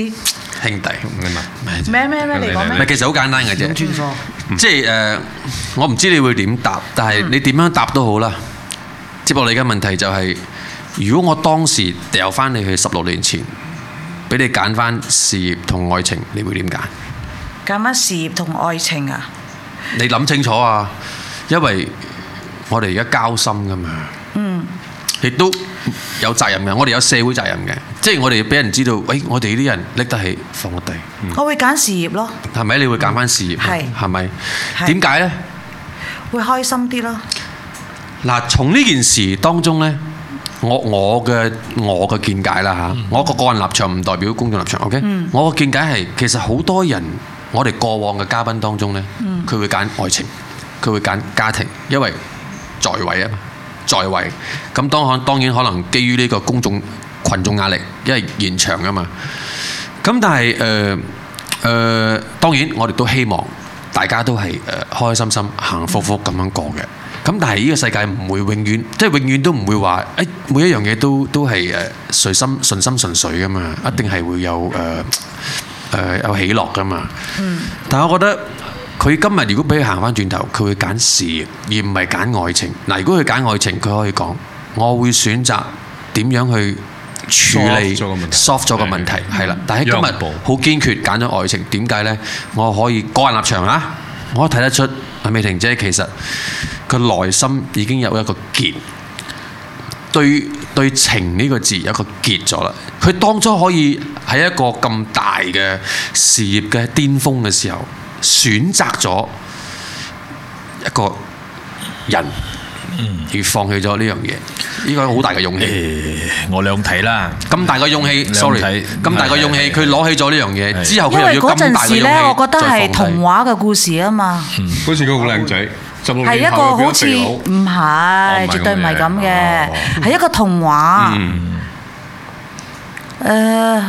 兄弟。
你問
咩咩咩？你講
唔係，
咩？
其實好簡單嘅啫。
穿梭
即係誒、呃我唔知你會點答，但係你點樣答都好啦。接落嚟嘅問題就係、如果我當時掉翻你去十六年前，俾你揀翻事業同愛情，你會點揀？
揀乜啊事業同愛情啊？
你諗清楚啊，因為我哋而家交心噶嘛。
嗯
亦都有責任嘅，我哋有社會責任嘅，即係我哋俾人知道，喂、我哋啲人拎得起放得低，
我會揀事業咯，
係咪？你會揀翻事業啊，
係
係咪？
係
點解呢？
會開心啲咯。
嗱，從呢件事當中呢，我我嘅我嘅見解啦嚇，我個個人立場唔代表公眾立場，OK？、我嘅見解係其實好多人，我哋過往嘅嘉賓當中呢，佢、會揀愛情，佢會揀家庭，因為在位啊嘛，在位。咁當可當然可能基於呢個公眾群眾壓力，因為現場啊嘛。咁但係誒誒，當然我哋都希望大家都係誒、呃、開開心心、幸幸福福咁樣過嘅。咁但係呢個世界唔會永遠，即係永遠都唔會話誒、哎每一樣嘢都都係呃誒隨心順心順水噶嘛，一定係會有誒誒、呃有起落噶嘛。但係我覺得佢今日如果俾佢行翻轉頭，佢會揀事業，而唔係揀愛情。嗱，如果佢揀愛情，佢可以講：我會選擇點樣去處理
Solve 咗個問題
solve 咗個問題，係啦。但係今
嗯讓
日
步
好堅決揀咗愛情，點解呢？我可以個人立場啊，我睇得出阿美婷姐其實佢內心已經有一個結。對對情呢個字有一個結咗啦。佢當初可以喺一個咁大嘅事業嘅巔峰嘅時候，選擇咗一個人，
嗯
而放棄咗呢樣嘢，呢個好大嘅勇氣。
我兩睇啦，
咁大嘅勇氣
兩
，sorry，
睇
咁大嘅勇氣，
係
佢攞起咗呢樣嘢
係
之後，
因
哦佢又
為
要
嗰
咁
陣
大嘅
時
勇
呢，
氣
我覺得
再
係
放低
童話嘅故事啊嘛，
嗰時佢好靚仔，十六
係一
年
個
後佢變
好
咗
似
肥佬
唔
哦唔係
係，
嗯
絕對唔係咁
咁嘅
嘅，係一個童話。誒，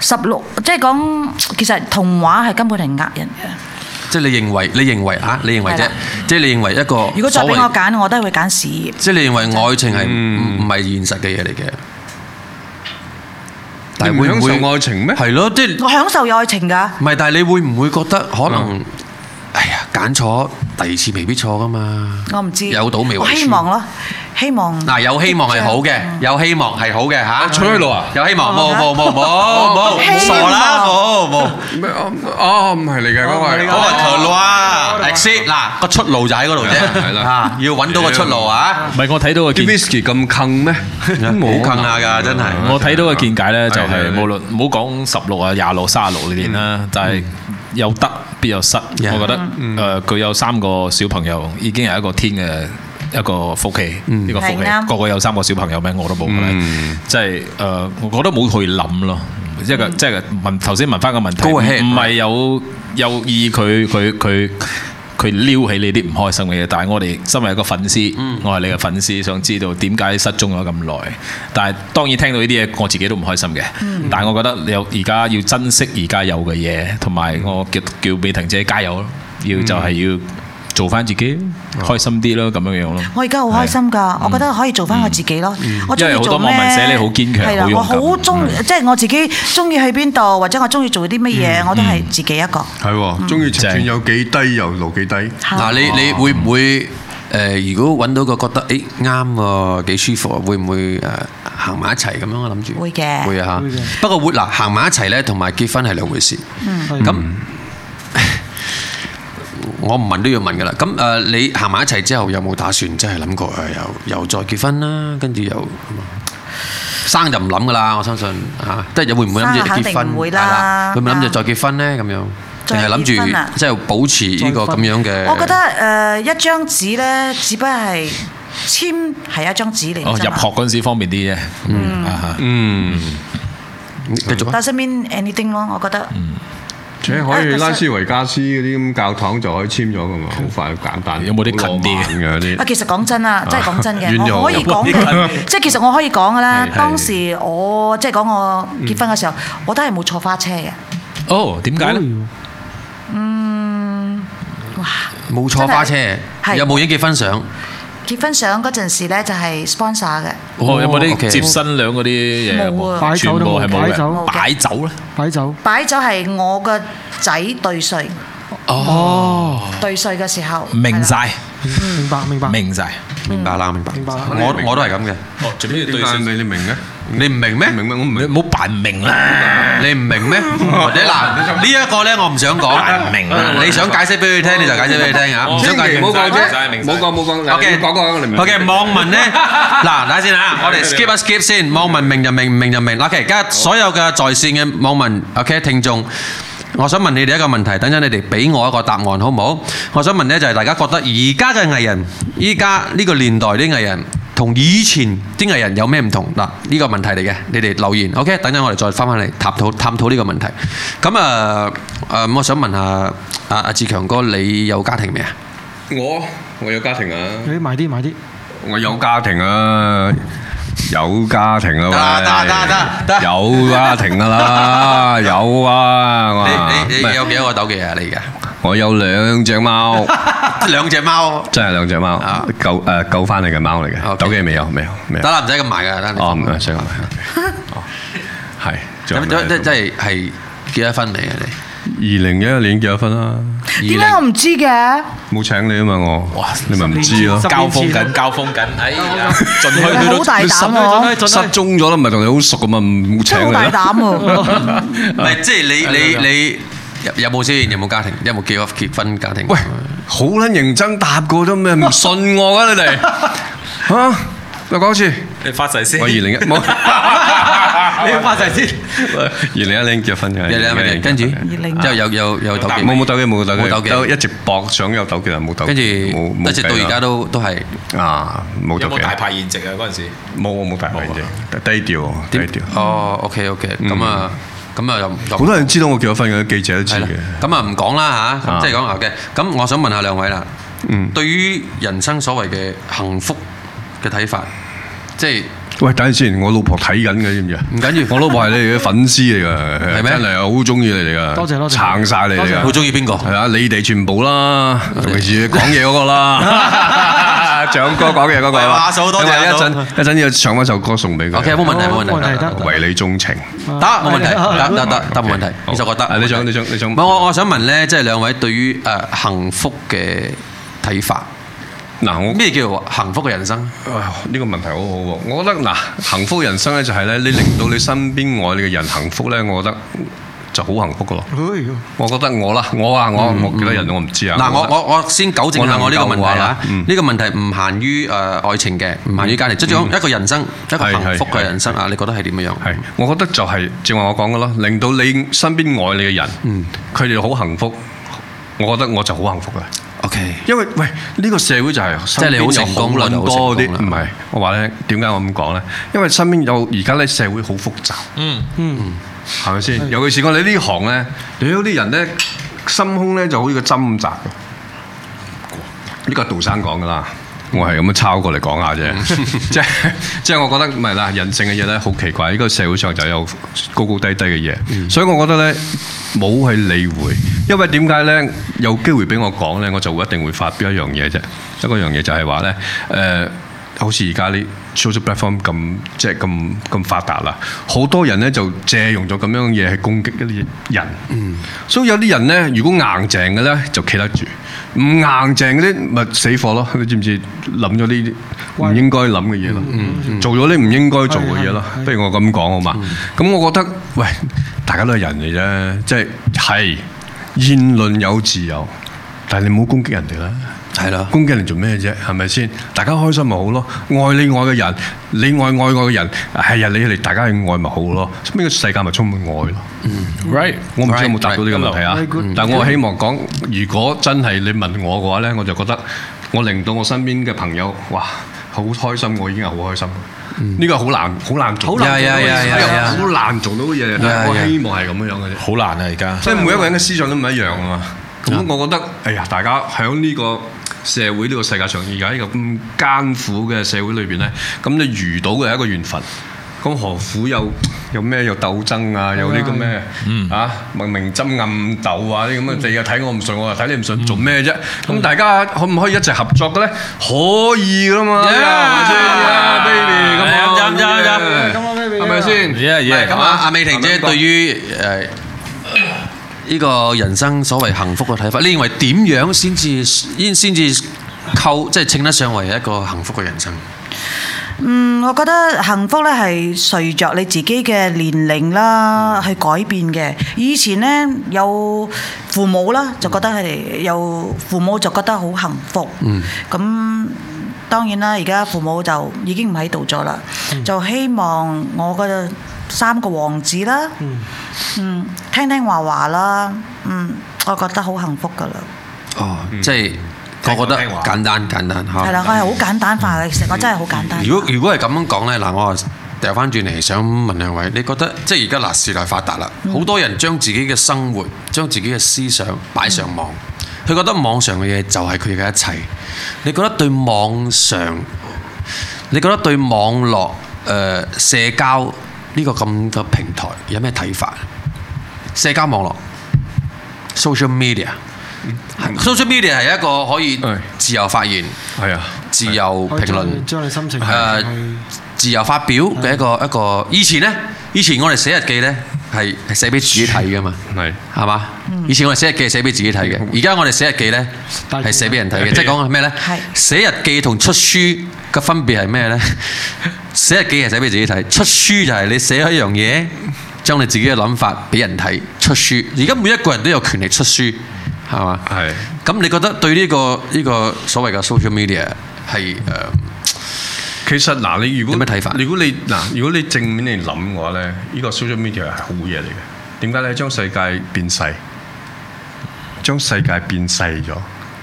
十六即係講，其實童話係根本係呃人嘅。
即係你認為，你認為啊，你認為
係
啫
啦，
即係你認為一個
如果再俾
所謂
我揀，我都係會揀事業。
即係你認為愛情係唔唔係現實嘅嘢嚟嘅？但係會唔
你唔享受
會
愛情咩
係咯，即係
我享受有愛情㗎，
唔係？但係你會唔會覺得可能？哎呀，揀錯第二次未必錯噶嘛。
我唔知。
有賭未為輸
我希望咯，希望。
嗱，有希望係好嘅，有希望係好嘅嚇。
娶佢路啊
有希望冇冇冇冇冇
希
傻
望
啦冇冇。
咩？哦哦，唔係嚟嘅嗰個係，
嗰個
哦
頭路啊，exit 嗱個出路就喺嗰度啫，
係啦
啊要揾到個出路啊，
唔係我睇到個
啲
見
whisky 咁坑咩？
冇
冇
坑下㗎，真係。
我睇到嘅見解咧，就
係
係
係係
無論唔好講十六啊、廿六、三十六呢年啦，但係有得必有失。
Yeah
我覺得誒，佢有三個小朋友，已經係一個天嘅一個福氣，呢個福氣
係啱
個個有三個小朋友咩？我都冇㗎啦，即係誒，我覺得冇去諗咯。一個即係問頭先問翻個問題，
Go
唔
ahead
唔係有有意佢佢佢。佢撩起你啲唔開心嘅嘢，但係我哋身為一個粉絲，我係你嘅粉絲，想知道點解失蹤咗咁耐。但係當然聽到呢啲嘢，我自己都唔開心嘅。但係我覺得有而家要珍惜而家有嘅嘢，同埋我叫叫美婷姐加油咯，要就係要做翻自己，開心啲咯，咁樣樣咯。
我而家好開心㗎，我覺得可以做翻我自己咯。我中
因為
意
好
做
多
咩？
網民寫你好堅強
係啦
好，
我
勇敢
好中，即係我自己中意去邊度，或者我中意做啲乜嘢，我都係自己一個。
係 喎，中意情
正
段有幾低又路幾低，
嗱，你你會唔會誒？如果揾到個覺得誒啱喎，幾舒服啊，會唔會誒行埋一齊咁樣？我諗住
會嘅
會啊嚇。不過會嗱行埋一齊咧，同埋結婚係兩回事。咁我唔問都要問噶啦。咁誒，你行埋一齊之後有冇打算真係諗過誒？又又再結婚啦，跟住又生就唔諗噶啦。我相信嚇，即係會唔會諗
生
住
肯定
結婚？
唔會啦
係會唔會諗住
啊
再結婚咧？咁樣定係諗
再結婚啊
住即係保持呢個咁樣嘅？
我覺得誒、呃一張紙咧，只不過係簽係一張紙嚟嘅
哦，入
啫嘛
學嗰陣時方便啲啫。嗯，啊哈
繼續啊！
嗯
Doesn't mean anything 咯，我覺得。
誒可以拉斯維加斯嗰啲咁教堂就可以簽咗噶嘛，好快簡單。
有冇啲近啲嘅
好浪漫嘅嗰
啊，
啲？
其實講真啊，真係講真
遠
嘅，
咗
我可以
好
講
多
嘅， 即係其實我可以講嘅啦
係。係
當時我即係講我
嗯
結婚嘅時候，我都係冇坐花車嘅。
哦，點解咧？
冇坐花車
真係，係
有冇影結婚相？
結婚相嗰陣時咧就係 sponsor 嘅，
哦，有冇
哦，OK
啲接新娘嗰啲嘢有
冇啊
冇？
擺
全
酒
部
都冇
係冇
擺酒
嘅。擺酒咧？
擺酒。
擺酒係我個仔對歲
哦，
對歲嘅時候，
明
係啦
晒，
明白明白。
明晒。
明白啦，明白。
明白啦
我我都係咁 嘅，
哦，做咩要
點解你你明嘅？
你唔明咩？
明咩？我唔
你唔
明。
好扮明啦。
你唔明咩？或者嗱，呢一個咧我唔想講，
唔明啊
你想解釋俾佢聽，你就解釋俾佢聽啊，唔想
千
解
祈
釋
唔好講
明
啫
晒
唔
明
好
晒
講冇講。嗱
OK
你講講你明。
OK，網民咧，嗱，睇下先啊，我哋 skip 一 skip 先，網民明就明，唔明就明。OK，而家所有嘅在線嘅網民，OK 聽眾。我想問你哋一個問題，等陣你哋俾我一個答案，好唔好？我想問呢，就係大家覺得而家嘅藝人，依家呢個年代啲藝人，同以前啲藝人有咩唔同？嗱，呢個問題嚟嘅，你哋留言。OK，等陣我哋再翻返嚟探討探討呢個問題。咁啊誒，我想問下阿阿志強哥，你有家庭未啊？
我我有家庭啊，
你埋啲埋啲。
我有家庭啊。有家庭啦，
得啊得啊得啊得啊
喂有家庭 噶啦，有啊，我話
你你
唔係
你有幾多個斗記啊？你而家？
我有兩隻貓，
兩隻貓，
真係兩隻貓
啊，
救誒救翻嚟嘅貓嚟嘅，
OK
手機未有，未有，未
得
有。
啦，唔使咁埋噶，得
哦，唔
啦。
係，想講埋。哦，係。仲有
咁
咩
即即即係係結咗婚未啊？
二零一一年結咗婚啦，
你
點解我唔知嘅？
冇請你啊嘛我，你咪唔知咯
十。
交鋒緊，交鋒緊。哎呀，
啊
進去佢
好
都
大啊膽喎，
失蹤咗啦，唔係同你好熟噶嘛，唔請
真係好
你
大
啦。
膽喎！
唔係即係你你你有有冇先？有冇家庭？有冇結咗結婚家庭？
喂，好撚認真答過都咩？唔信我啊你哋 嚇！再講一次，
你發誓先
我二零一 冇，
你要發誓先。
二零一零結婚嘅，
你你係咪跟住？之後有有有斗記，
冇冇鬥機冇鬥機，
冇鬥記
有一直搏想有鬥機，但係冇鬥機，
跟住
冇冇
一直到
計啦
而家都都係
啊冇
有
鬥
冇
機，
大派宴席啊？嗰陣時
冇我冇大牌啫，低調低調。
哦，OK Ờ, OK，咁啊咁啊又
好多人知道我結咗婚嘅，記者都知
係啦
嘅。，
咁啊唔講啦嚇，
啊嗯
咁即係講啊嘅。咁我想問下兩位啦，對於人生所謂嘅幸福嘅睇法，即係
喂，等陣先，我老婆睇緊嘅，知唔知啊？
唔緊要，
我老婆係你哋嘅粉絲嚟㗎，
係咩
真係好中意你哋㗎，
多謝多謝
撐晒你
多
哋
謝
㗎，
好中意邊個？
係啊，你哋全部啦，尤其是講嘢嗰個啦， 長哥講嘢嗰個啊
喂阿嫂多謝
因為
阿
一
嫂
陣一陣要唱翻首歌送俾佢。
OK，冇問題，冇問
冇問
題，
題
得
得
為你鍾情。
得冇問題，
啊
得得得得冇問題，
好
呢首歌得。
啊你想你想你想
唔係我我想問咧，即係兩位對於誒幸福嘅睇法，
嗱，我
咩叫幸福嘅人生？
啊呢個問題好好喎，我覺得嗱，幸福人生咧就係咧，你令到你身邊愛你嘅人幸福咧，我覺得就好幸福噶咯。
哎
我覺得我啦，我啊，我我幾多人我唔知啊。
嗯嗱，我
覺得
我我先糾正下我呢個問
我能夠話
題
啦
啦。
嗯
呢個問題唔限於誒呃愛情嘅，唔限於家庭，即係講一個人生，一個
嗯係
幸福
係
嘅人生啊！你覺得係點樣樣？
係，我覺得就係正話我講嘅咯，令到你身邊愛你嘅人，
嗯
佢哋好幸福，我覺得我就好幸福啦。
OK，
因為喂，呢個社會就係
係你好成功啦
身邊有好撚多
你
啲
好成
唔
功啦
係我話咧，點解我咁講咧？因為身邊有而家咧社會好複雜，嗯嗯，係咪先？尤其是我哋呢行咧，屌啲人咧心胸咧就好似個針咁窄嘅。呢個係杜生講噶啦，我係咁樣抄過嚟講下啫。 即係即係我覺得唔係啦，人性嘅嘢咧好奇怪，呢個社會上就有高高低低嘅嘢，所以我覺得咧冇去理會，因為點解咧有機會俾我講咧，我就會一定會發表一樣嘢啫。一個樣嘢就係話咧，誒、好似而家啲 social platform 咁即係咁咁發達啦，好多人咧就借用咗咁樣嘅嘢去攻擊一啲人。嗯，所以有啲人咧，如果硬淨嘅咧就企得住，唔硬淨嗰啲咪死火咯。你知唔知諗咗呢啲唔應該諗嘅嘢咯？做咗啲唔應該做嘅嘢咯。
嗯係係
不如我咁講好嘛？咁、我覺得，喂，大家都係人嚟啫，即係係言論有自由，但係你唔好攻擊人哋啦。
係啦。
攻擊人做咩啫？係咪先？大家開心咪好咯，愛你愛嘅人，你愛愛我嘅人，係啊，你嚟大家去愛咪好咯，呢個世界咪充滿愛咯。
，right，
我唔知有冇答到呢個問題啊
Right, right, right.，
但我希望講，如果真係你問我嘅話呢，我就覺得我令到我身邊嘅朋友，哇，好開心，我已經係好開心。呢個好難，好難做，
好難做到嘅事
係好難做到嘅嘢。但係我
yeah
希望係咁樣嘅啫。
好難啊而家。
即係每一個人嘅思想都唔一樣啊嘛。咁我覺得，哎呀，大家喺呢個社會呢個世界上，而家呢個咁艱苦嘅社會裏邊咧，咁你遇到嘅係一個緣分。咁何苦有有咩有鬥爭啊？有呢個咩啊明明爭暗鬥啊啲咁嘅，你又睇我唔順，我又睇你唔順，做咩啫？咁大家可唔可以一齊合作嘅咧？可以噶嘛？係咪先啊，baby？咁啊
飲飲飲飲
係咪先？
Yeah, yeah
係
咁
咁
啊，
啊，
阿美婷姐對於誒呢個人生所謂幸福嘅睇法，你認為點樣先至先先至構即係稱得上為一個幸福嘅人生？
嗯，我覺得幸福咧係隨着你自己嘅年齡啦去改變嘅。以前咧有父母啦，就覺得佢哋有父母就覺得好幸福。嗯。咁當然啦，而家父母就已經唔喺度咗啦，就希望我嘅三個王子啦，嗯聽聽話話啦，嗯，我覺得好幸福噶啦。
哦，即係我覺得簡單簡單嚇。
嗯係啦，我係好簡單化嘅，其實我真係好簡單化。
如果如果係咁樣講咧，嗱，我掉翻轉嚟想問兩位，你覺得即係而家嗱時代發達啦，好、多人將自己嘅生活、將自己嘅思想擺上網，佢、覺得網上嘅嘢就係佢嘅一切。你覺得對網上，你覺得對網絡誒、呃社交呢個咁嘅平台有咩睇法？社交網絡 （social media）。social media 係一個可以
係
自由發言、
係啊。
自由評論、啊
將你心情
誒呃自由發表嘅一個一個，以前呢，以前我哋寫日記呢，係係寫俾自己睇噶嘛，
係
係嘛？以前我哋寫日記係寫俾自己睇嘅，而家我哋寫日記呢，係寫俾人睇嘅，即係講係咩呢
係？
寫日記同出書嘅分別係咩呢？寫日記係寫俾自己睇，出書就係你寫咗一樣嘢，將你自己嘅諗法俾人睇，出書。而家每一個人都有權利出書，係嘛？
係。
咁你覺得對呢個呢個所謂嘅 social media 係誒？呃
其實嗱，你如果
有咩睇法
如果你嗱，如果你正面嚟諗嘅話咧，呢、個 social media 係好嘢嚟嘅。點解咧？將世界變細，將世界變細咗，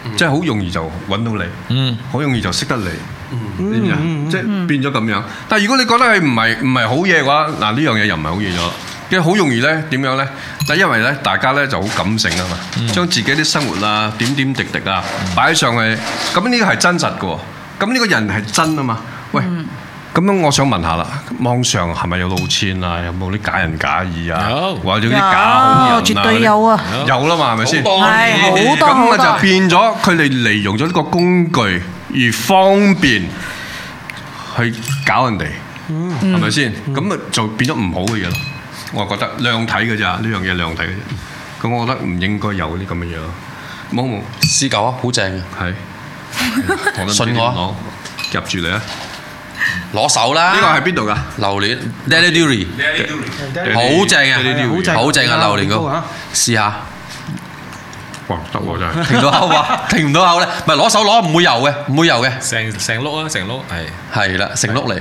嗯
即係好容易就揾到你，
嗯
好容易就識得你。你知唔知啊？即係變咗咁樣。但係如果你覺得係唔係唔係好嘢嘅話，嗱呢樣嘢又唔係好嘢咗。因為好容易咧，點樣咧？嗱，因為咧，大家咧就好感性啊嘛，將自己啲生活啊、點點滴滴啊擺上去，咁呢個係真實嘅喎。咁呢個人係真啊嘛。喂，咁樣我想問下啦，網上係咪有老千啊？有冇啲假人假義啊？
有
或者啲假好人啊？
有絕對有啊
嗰啲！有啦嘛，係咪先？
係好多好
咁
多
啊就。變咗佢哋利用咗呢個工具而方便去搞人哋，係咪先？咁啊就變咗唔好嘅嘢咯。我覺得量體嘅咋，呢樣嘢量體嘅啫。咁我覺得唔應該有啲咁嘅嘢咯。冇冇
試舊啊，好正啊！
係，我都唔知
信我啊
點講，入住你啊！
攞手啦！
呢個係邊度㗎？
榴蓮 d a d d y Dury，好正啊，
好正
好正啊，榴蓮
好
個
啊，
試下
哇，得喎真係。
停到口啊，停唔到口咧，唔係攞手攞唔會油嘅，唔會油嘅，
成成碌啊，成碌係。
係啦，成碌嚟。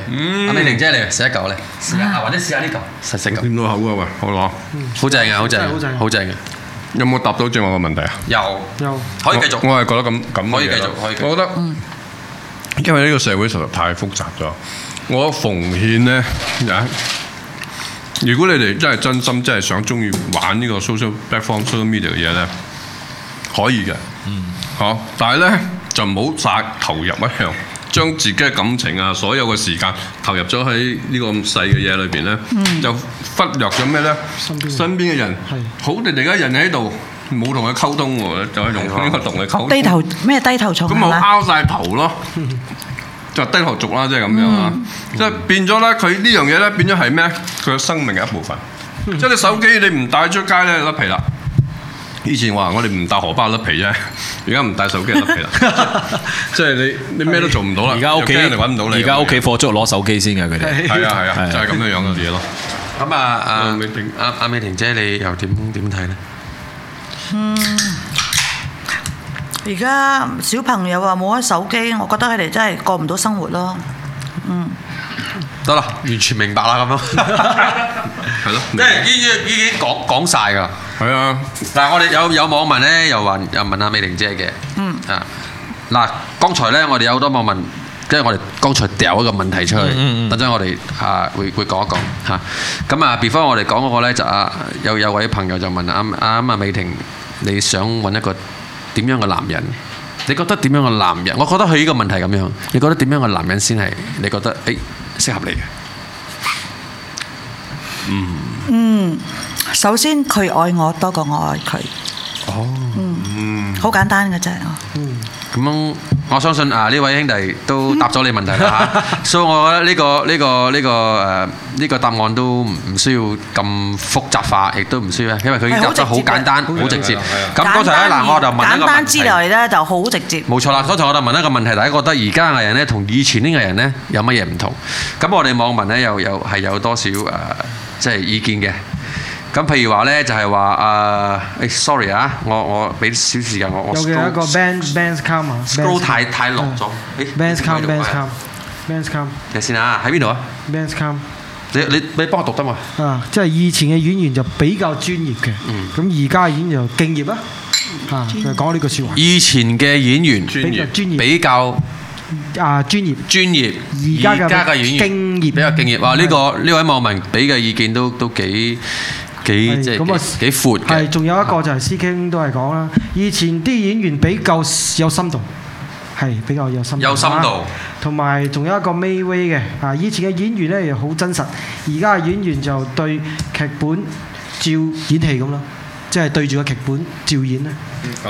阿美玲姐嚟食一嚿嚟，試下或者試下呢嚿，實食嚿，
掂到口啊喂，好攞，
好正啊，好正
真係好正
啊，好正嘅，
有冇答到正我個問題啊？
又
又
可以繼續。
我我係覺得咁咁嘅嘢咯
可以繼續可以繼續
我覺得，因為呢個社會實在太複雜咗。我奉獻呢，啊如果你哋真係真心真係想中意玩呢個 social platform、social media 嘅嘢呢，可以嘅。
嗯
好，但係呢，就唔好晒投入一樣，將自己嘅感情啊，所有嘅時間投入咗喺呢個咁細嘅嘢裏邊呢，就忽略咗咩呢？身邊嘅人，好地地嘅人喺度，冇同佢溝通喎，就係用
啊
呢個同佢溝
低
通。
頭咩低頭蟲
咁
係
咪
嘛？
拗晒頭咯， 就低頭族啦，即係咁樣啦，
嗯
即係變咗咧，佢呢樣嘢咧變咗係咩？佢嘅生命嘅一部分，
嗯
即係你手機你唔帶出街咧甩皮啦。以前話我哋唔帶荷包甩皮啫， 而家唔帶手機就 甩皮啦，即係你你咩都做唔到啦。
而家屋企
又驚人哋揾唔到你，
而家屋企火燭攞手機先嘅佢哋。
係啊係啊，
係
就係咁樣樣嘅嘢咯。
咁啊，阿
阿美婷
阿阿美婷姐，你又點點睇咧？
而家小朋友啊冇咗手機，我覺得佢哋真係過唔到生活咯。
得啦，完全明白啦咁樣，
係咯
即係已經已經講講曬㗎啦。
係啊，
嗱，我哋有有網民咧，又問又問阿美玲姐嘅，嗯啊，嗱，剛才咧我哋有好多網民因為我哋剛才掉一個問題出去，等陣我哋啊會會講一講嚇。咁啊，before 我哋講嗰個咧就啊有有位朋友就問啊啊啊美婷，你想揾一個點樣嘅男人？你覺得點樣嘅男人？我覺得佢呢個問題咁樣，你覺得點樣嘅男人先係你覺得誒適合你嘅？
首先佢愛我多過我愛佢。嗯，好簡單嘅啫。
咁我相信啊呢位兄弟都答咗你問題啦嚇，所以我覺得呢個呢個呢個誒呢個答案都唔唔需要咁複雜化，亦都唔需要，因為佢已經答得好簡單、好直接。咁剛才咧嗱，我就問一個
簡單
問
之
題，
類咧就好直接。
冇錯啦。剛才我就問一個問題，大家覺得而家藝人咧同以前啲藝人咧有乜嘢唔同？咁我哋網民咧又有係有多少誒即係意見嘅？咁譬如話咧就係話誒，誒 sorry 啊，我我俾少時間我我
有嘅一個
scroll
band band cam 啊
scroll 太太落咗，誒
band
呢
cam
個位
band
度
cam band cam
睇先啊，喺邊度啊？
band cam
你你你幫我讀得嘛？
啊，即係以前嘅演員就比較專業嘅，
嗯
咁而家嘅演員就敬業啦，啊，就講呢句説話，
以前嘅演員
比較專業
比較
啊專業，
專業，
而家嘅
而家嘅演員
敬業
比較敬業。哇！呢個呢位網民俾嘅意見都都幾幾
係
即係
咁啊
幾幾闊
係
嘅。
仲有一個就係師兄都係講啦，以前啲演員比較有深度。係比較有深度，
有深度
啊，同埋仲有一個 May Way 嘅啊！以前嘅演員咧又好真實，而家嘅演員就對劇本照演戲咁咯，即係對住個劇本照演咧，係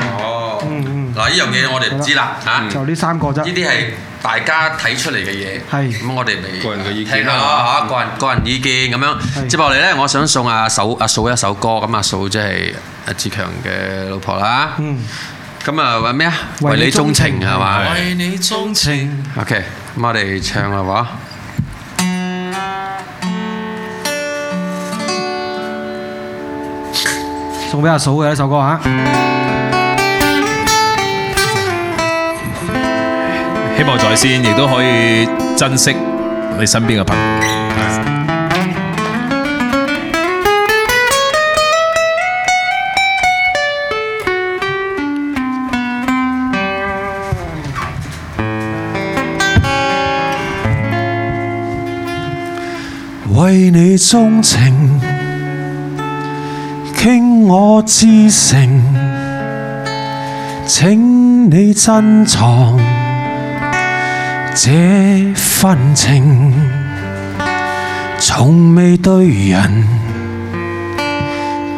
哦
嗯嗯
嗱呢樣嘢我哋唔知啦嚇，嗯呢
就呢三個啫。
啲係大家睇出嚟嘅嘢。
係
咁我哋咪
個人嘅意見啦
聽下咯嚇，個人個人意見咁樣。
係
接落嚟咧，我想送阿嫂阿嫂一首歌，咁阿嫂即係阿志強嘅老婆啦。
嗯。
咁啊，話咩啊？
為
為
你
你
鍾
鍾
情
情係嘛
為你鍾情。
？OK，咁我哋唱啦喎。
送俾阿嫂嘅一首歌啊嚇。
希望在線亦都可以珍惜你身邊嘅朋友。
为你钟情，倾我至诚，请你珍藏这份情，从未对人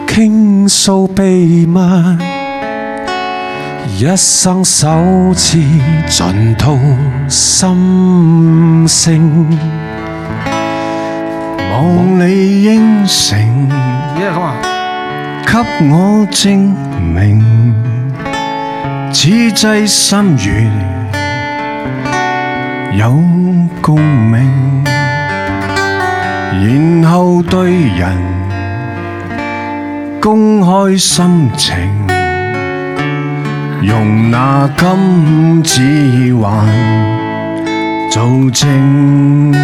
倾诉秘密，一生首次尽吐心声。
望你應承，
咦咁啊，
給我證明，此際心願有共鳴，然後對人公開心情，用那金指環做證。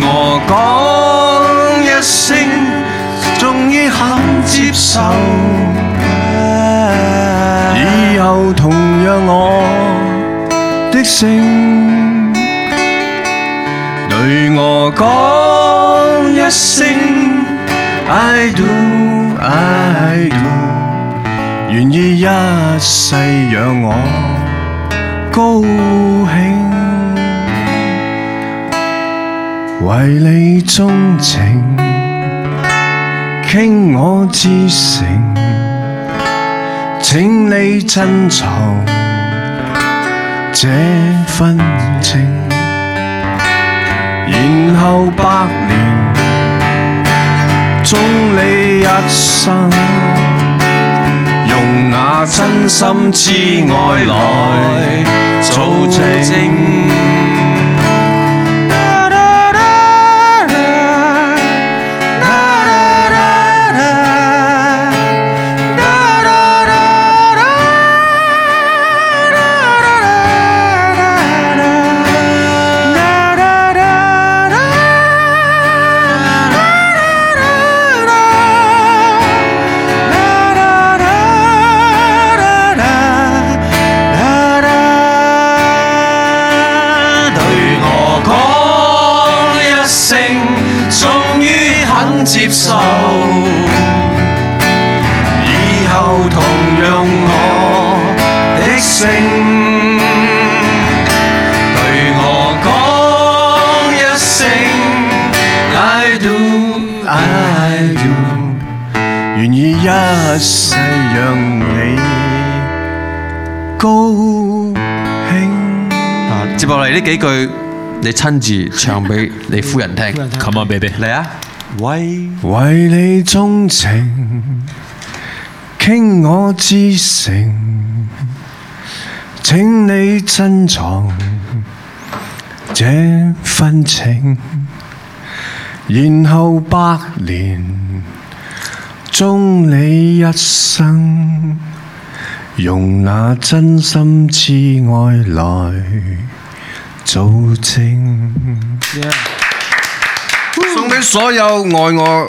如我講一聲，終於肯接受。
以後同樣我的姓，對我講一聲 I do I do，願意一世讓我高興，為你鍾情，傾我至誠。请你珍藏这份情，然后百年终你一生，用那
啊
真心之爱来做证。愿意一世让你高兴。
啊接落嚟呢幾句，你親自唱俾你夫人聽。Come
on baby，
嚟啊！喂，
为你钟情，倾我至诚，请你珍藏这份情，然后百年终你一生，用那真心之爱来做证。
送俾所有愛我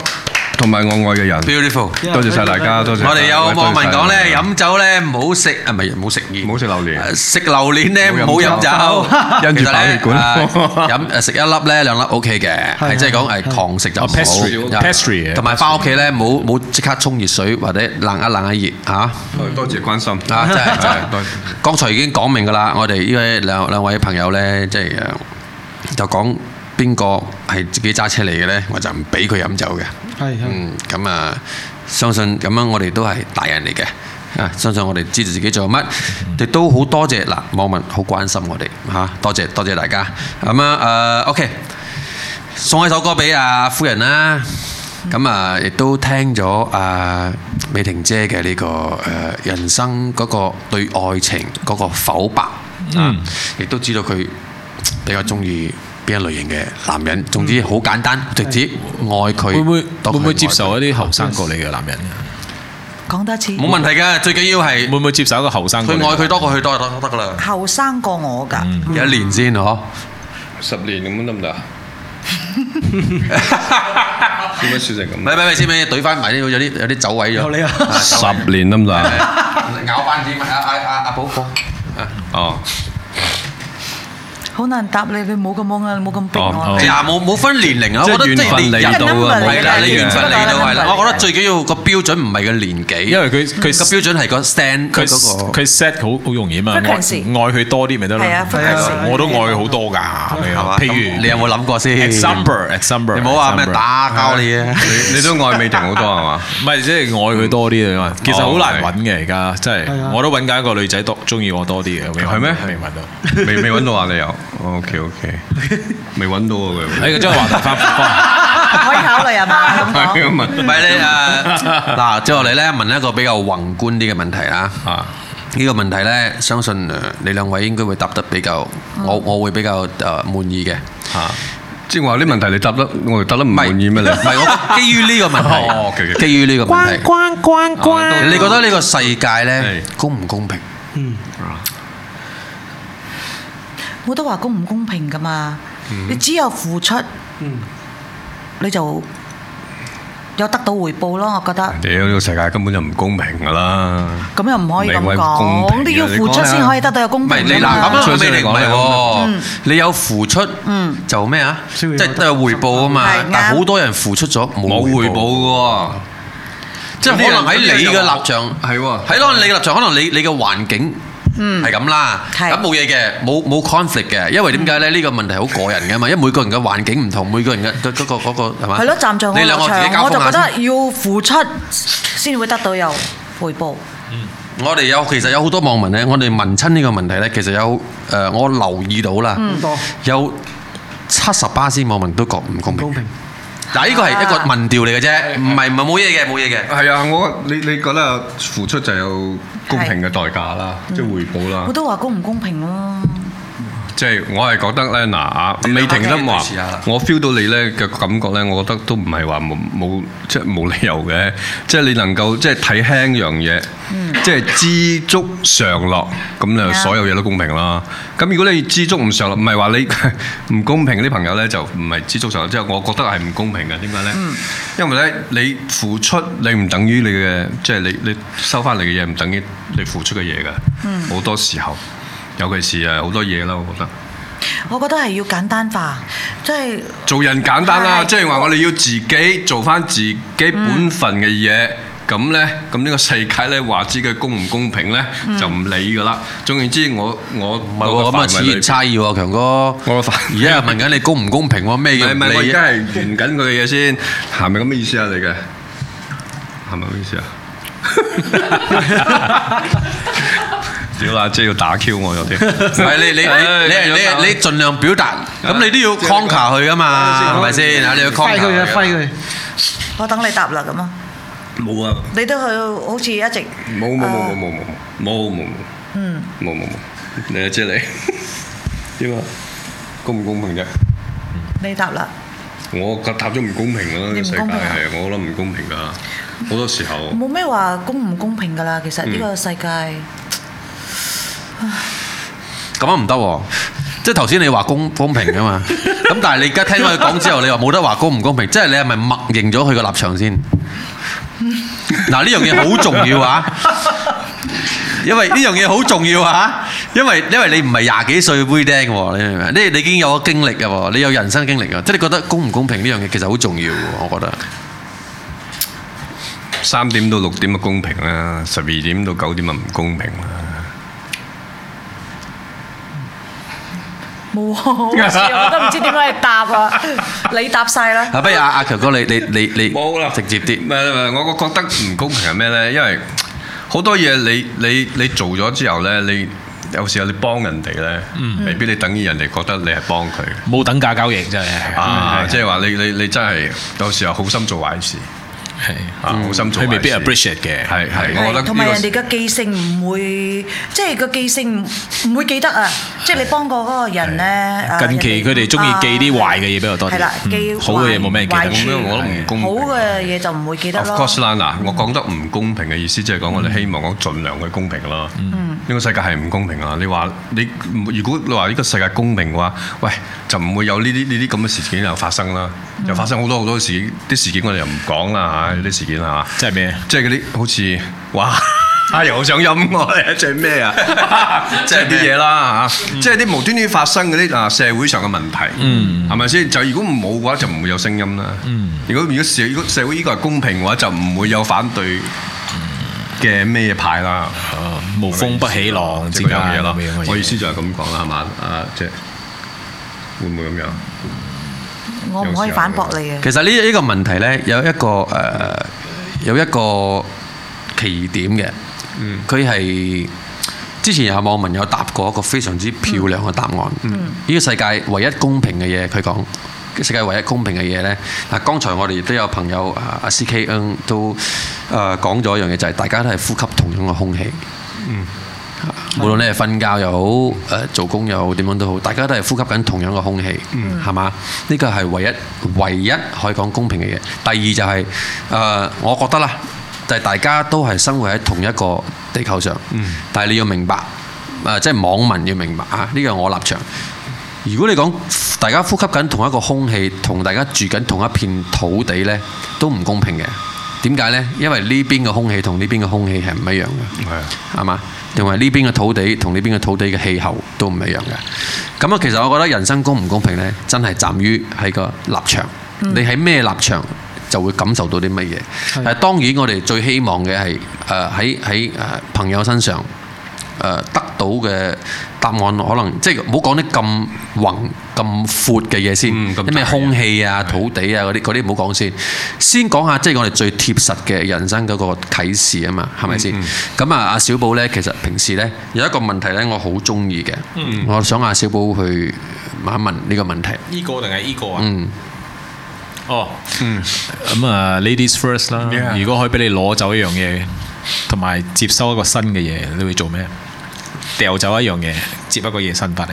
同埋我愛嘅人。
Beautiful，
多謝晒大家，多謝晒。
我哋
Dạ,
有網民講咧，飲酒咧唔好食啊，唔係唔好食煙，唔好食榴蓮，食榴蓮咧唔好飲 酒，
因住爆血管
其實呢啊飲誒食一粒咧兩粒 OK 嘅，係即係講誒狂食就唔好。
Ờ, pastry- pastry
同埋翻屋企咧冇冇即刻沖熱水或者冷一冷一熱嚇。
多謝關心
啊，真係真係
多謝。
剛才已經講明㗎啦，我哋呢位兩兩位朋友咧，即係呃就講邊個係自己揸車嚟嘅咧，我就唔俾佢飲酒嘅。
係係
嗯，咁啊，相信咁樣我哋都係大人嚟嘅。啊！相信我哋知道自己做乜，亦都好多謝嗱網民好關心我哋嚇、啊多謝多謝大家。咁啊誒、呃 OK，送一首歌俾阿夫人啦。咁啊，亦都聽咗啊美婷姐嘅呢、個呃人生嗰個對愛情嗰個剖白，啊，亦都知道佢比較中意邊一類型嘅男人。總之好簡單，直接愛佢。
會唔會
當佢
會唔會接
愛佢
受一啲後生過你嘅男人？
講多一次。
冇問題㗎，最緊要係
會唔會接受一個後生過
佢
你嘅
愛佢多過佢多就得㗎啦。
後生過我㗎，
一年先嗬，
十年咁樣得唔 得啊？點解説成
咪咪咪先，咪懟翻埋呢度有啲有啲走位咗。
你啊
啊走位
十年得唔得啊？
咬翻啲咪阿阿阿阿寶寶。
哦，
好難答你，你冇咁懵啊，你冇咁逼
哦
我。
Ờ.
係啊，冇冇分年齡啊，我
即係
覺得即係你
緣分嚟
à,
到啊
冇
係啦，
計嘅
你緣分嚟到係啦
冇計。嘅
我覺得最緊要個標準唔係個年紀，
因為佢佢
個標準係個 stand
佢
嗰個
佢 set 好好容易啊嘛，愛
Frequency
愛佢多啲咪得咯
係啊。，frequency
我都愛佢好多㗎，係咪
係
啊
嘛？
譬
咁
如
你有冇諗過先
example example，
你唔好話咩打交你啊！
你你都愛美婷好多係嘛？
唔係即係愛佢多啲啊嘛，其實好難揾嘅而家，真
係
係
啊
我都揾緊一個女仔多中意我多啲嘅，未揾到
係咩
未揾到。
未未揾到啊？你又？OK OK，未揾到啊佢。
誒，將個話題翻翻，
可以考慮係嘛？咁
係
講
啊嘛，
唔係你誒嗱，接落嚟咧問一個比較宏觀啲嘅問題啦。
啊
呢個問題咧，相信誒你兩位應該會答得比較，我我會比較誒滿意嘅。
嚇
即係話啲問題你答得，我哋答得唔
唔係
滿意咩？你
唔係我基於呢個
Ờ,
哦
問
，OK，OK
題，基於呢個問題，
關
哦
你覺得呢個世界咧
係
公唔公平？
我都話公唔公平㗎嘛。你只有付出，你就有得到回報咯。我覺得
屌呢個世界根本就唔公平㗎啦！
咁又唔可以
你為
咁
公平
講，
啊
你要付出先可以得到有公
唔
平
係你
㗎
嗱
嘛
咁樣
所以
俾你唔
所以
係
你講
喎，你有付出就咩啊？即
先會有
係都有回報啊嘛
係啱。
但係好多人付出咗冇
冇回
回
報
報
㗎喎。
即係可能喺你嘅立場
係喎
喺咯，你嘅立場可能你你嘅環境係咁啦，
係
咁冇嘢嘅，冇冇 conflict 嘅，因為點解咧？呢個問題好個人嘅嘛，因為每個人嘅環境唔同，每個人嘅嗰嗰個嗰個係嘛？
係咯，站在我
你
立
兩個自己
場，
交
我就
鋒
覺
下先
得要付出先會得到有回報。
我哋有其實有好多網民咧，我哋問親呢個問題咧，其實有誒、呃我留意到啦，
多
有七十八先網民都覺唔公平
公。平。
嗱，呢個係一個民調嚟嘅啫，唔係唔係冇嘢嘅，冇嘢嘅。
係啊，我你你覺得付出就有公平嘅代價啦，即係回報啦
我。都話公唔公平咯。
即係我係覺得咧，嗱，阿美婷都
你
話
試下啦，
我 feel 到你咧嘅感覺咧，我覺得都唔係話冇冇即係冇理由嘅，即係你能夠即係睇輕樣嘢，即係知足常樂，咁就所有嘢都公平啦。咁如果你知足唔常樂，唔係話你 唔公平嗰啲朋友咧，就唔係知足常樂，即係我覺得係唔公平嘅。點解咧？因為咧，你付出你唔等於你嘅，即係你你收翻嚟嘅嘢唔等於你付出嘅嘢嘅，好多時候。尤其是誒好多嘢啦，我覺得。
我覺得係要簡單化，即係
做人簡單啦，
係
即係話我哋要自己做翻自己本分嘅嘢。咁呢，咁呢個世界呢，話知佢公唔公平呢，就唔理㗎啦。總言之，我我
唔係喎，咁啊此言差異喎，強哥。
我
我
嘅範圍
而家係問緊你公唔公平喎，咩
唔
叫
係
唔啊
唔係，我而
理
家
啫？
係完緊佢嘅嘢先，係咪咁嘅意思啊？你嘅係咪咩意思 啊？屌啦，即係要打 Q 我有啲。
係，你-你-你-你-你-你盡量表達，咁你都要 conquer 佢㗎嘛，係咪先？啊，你要 conquer 佢㗎。
我等你答啦咁啊！
冇啊，
你都去好似一直
冇冇冇冇冇冇冇冇冇
嗯
冇冇冇，你啊即 係你點啊？公唔公平啫？
你答啦，
我覺得答咗唔公平啦，呢個世
你
界
唔公平啊
係我覺得唔公平㗎，好多時候。
冇咩話公唔公平㗎啦。其實呢
嗯
個世界，
咁樣唔得喎，即係頭先你話公-公平㗎嘛，咁但係你而家聽咗佢講之後，你話冇得話公唔公平，即係你係咪默認咗佢個立場先？嗱，呢樣嘢好重要啊，因為-因為你唔係廿幾歲妹釘喎，你明唔明？你-你已經有咗經歷㗎喎，你有人生經歷㗎，即係你覺得公唔公平呢樣嘢其實好重要喎，我覺得。
三點到六點啊公平啦，十二點到九點啊唔公平啦。
冇啊好似我都唔知點解你 答啊！你答晒啦，
啊，不如阿-阿強哥，你-你-你-你
唔係唔係，我我覺得唔公平係咩咧？因為好多嘢你你你做咗之後咧，你有時候你幫人哋咧，
嗯
未必你等於人哋覺得你係幫佢。
冇等價交易真係 嗯
啊，即係話你你你真係有時候好心做壞事，
係
啊好心做壞事。
嗯佢未必 appreciate 嘅，
係係，我覺得
係同埋
呢個
人哋嘅記性唔會，即係個記性唔唔會記得啊！即係你幫過嗰個人咧，啊
近期佢哋
Ờ,
中意記啲壞嘅嘢比較多啲，
係啦
嗯
Ừ,
記
好嘅嘢冇咩記得，
壞處
我都唔公
好
平。
嘅嘢就唔會記得
Of
咯。
course 啦，嗱，我講得唔公平嘅意思，即係講
嗯
我哋希望我盡量去公平啦。
嗯
呢個世界係唔公平啊！你話你如果你話呢個世界公平嘅話，喂就唔會有呢啲呢啲咁嘅事件又發生啦，
嗯
又發生好多好多事件，啲事件我哋又唔講啦啊嚇，有啲事件嚇。
即係咩？
即係嗰啲好似 哇！啊！又想飲我咧，即係咩啊？即係啲嘢啦嚇，即係啲無端端發生嗰啲啊社會上嘅問題，
嗯
係咪先？就如果冇嘅話，就唔會有聲音啦。
嗯
如果如果社如果社會呢個係公平嘅話，就唔會有反對嘅咩派啦。
哦無風不起浪
即
之
係
間
嗰樣嘢啦
咁樣嘅。嘢
我意思就係咁講啦，係嘛？啊，即係會唔會咁樣？
我唔可以反駁你嘅。
其實呢呢個問題呢，有一個誒、呃有一個奇點嘅，佢係、之前有網民有答過一個非常之漂亮嘅答案。呢、
嗯
個世界唯一公平嘅嘢，佢講。世界唯一公平嘅嘢呢，嗱，剛才我哋亦都有朋友啊，阿 C K N 都誒講咗一樣嘢，就係、大家都係呼吸同樣嘅空氣。
嗯，
無論你係瞓覺又好，誒、做工又好，點樣都好，大家都係呼吸緊同樣嘅空氣，
嗯
係嘛、呢個係唯一唯一可以講公平嘅嘢。第二就係、呃我覺得啦，就係、大家都係生活喺同一個地球上，
嗯
但係你要明白，誒、即係網民要明白啊，呢個係我立場。如果你講大家呼吸緊同一個空氣，同大家住緊同一片土地呢，都唔公平嘅。點解呢？因為呢邊嘅空氣同呢邊嘅空氣係唔一樣嘅，
係啊，
係嘛？同埋呢邊嘅土地同呢邊嘅土地嘅氣候都唔一樣嘅。咁啊，其實我覺得人生公唔公平呢，真係站於喺個立場，
嗯
你喺咩立場就會感受到啲乜嘢。
係
但係當然，我哋最希望嘅係誒喺喺誒呃朋友身上。誒、呃得到嘅答案，可能即係唔好講啲咁宏、咁闊嘅嘢先，啲咩、空氣啊、土地啊嗰啲嗰啲唔好講先，先講下即係我哋最貼實嘅人生嗰個啟示啊嘛，係咪先？咁啊，阿小寶呢，其實平時呢，有一個問題呢，我好中意嘅，
嗯
我想阿小寶去問一問呢個問題。
呢個定係呢個啊？
嗯，
哦，嗯，咁啊，ladies first 啦。如果可以俾你攞走一樣嘢，同埋接收一個新嘅嘢，你會做咩？掉走一樣嘢，接一個嘢新翻嚟，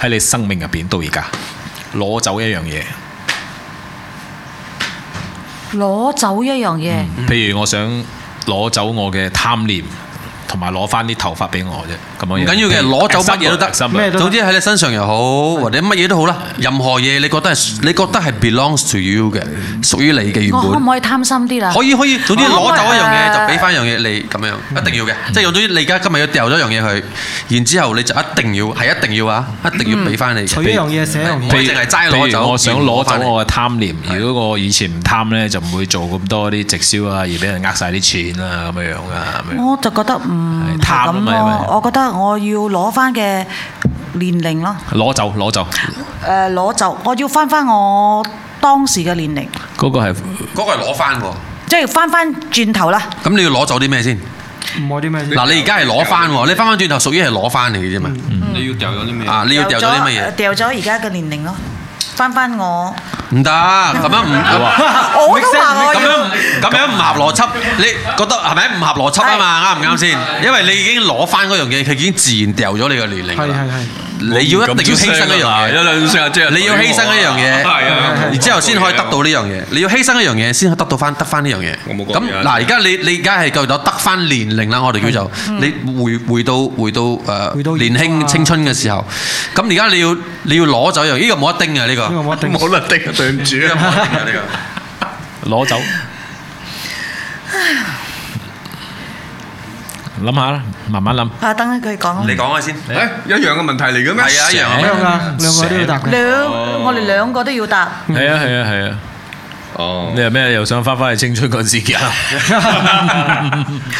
喺你生命入邊到而家，攞走一樣嘢。
攞走一樣
Ừ,
嘢，
譬如我想攞走我嘅貪念，同埋攞翻啲頭髮俾我啫。咁樣
唔緊要嘅，攞走乜嘢都
啊
得，總之喺你身上又好，或者乜嘢都好啦，任何嘢你覺得係你覺得係 belongs to you 嘅，屬於你嘅原
我可
本
唔。可以貪心啲啦？
可以可以，總之
我可唔
攞
可以
走一樣嘢
誒
就俾翻樣嘢你咁樣，一定要嘅。即係總之你而家今日要掉咗一樣嘢佢，然之後你就一定要係一定要啊，一定要俾翻你。
取一樣嘢寫一樣嘢
唔可以淨係齋攞
譬如
走。
我想攞走
我
我嘅貪念，如果我以前唔貪咧，就唔會做咁多啲直銷啊，而俾人呃晒啲錢啊咁樣樣啊。咁樣
我就覺得唔係
貪啊
咁
嘛因為
咯，我覺得我要攞翻嘅年齡咯，
攞走攞走，
誒攞走，我要翻翻我當時嘅年齡。
嗰個係
嗰個係攞翻喎。
即係翻翻轉頭啦。
咁你要攞走啲咩先？嗱，你而家係攞翻喎，你翻翻轉頭屬於係攞翻嚟嘅啫嘛。
嗯你要掉咗啲咩？
啊，你要掉咗啲乜
掉咗而家嘅年齡咯，翻翻我。
嘢？唔得，咁樣唔
我都話我
咁
要。
樣咁樣唔合邏輯，你覺得係咪唔合邏輯啊嘛？啱唔啱先？因為你已經攞翻嗰樣嘢，佢已經自然掉咗你個年齡㗎啦。你要一定要犧牲一樣嘢，你要犧牲一樣嘢，
啊
然之後先可以得到呢樣嘢。你要犧牲一樣嘢，先可以得到翻得翻呢樣嘢。我冇咁嗱，而家你你而家係夠咗得翻年齡啦，我哋叫做你回回到回到誒年輕青春嘅時候。咁而家你要你要攞走一樣，呢個冇得叮嘅呢個，
冇得
叮，冇得叮，對唔 住啊，冇得叮嘅呢個，
攞走。諗下啦，慢 慢諗。
啊，等佢講啦。
下先。
誒，一樣嘅問題嚟嘅咩？
係啊一樣啊
兩個兩個都要答嘅。
兩，我哋兩個都要答。
係啊係啊係啊。
哦，
你係咩？又想翻返去青春嗰陣時啊？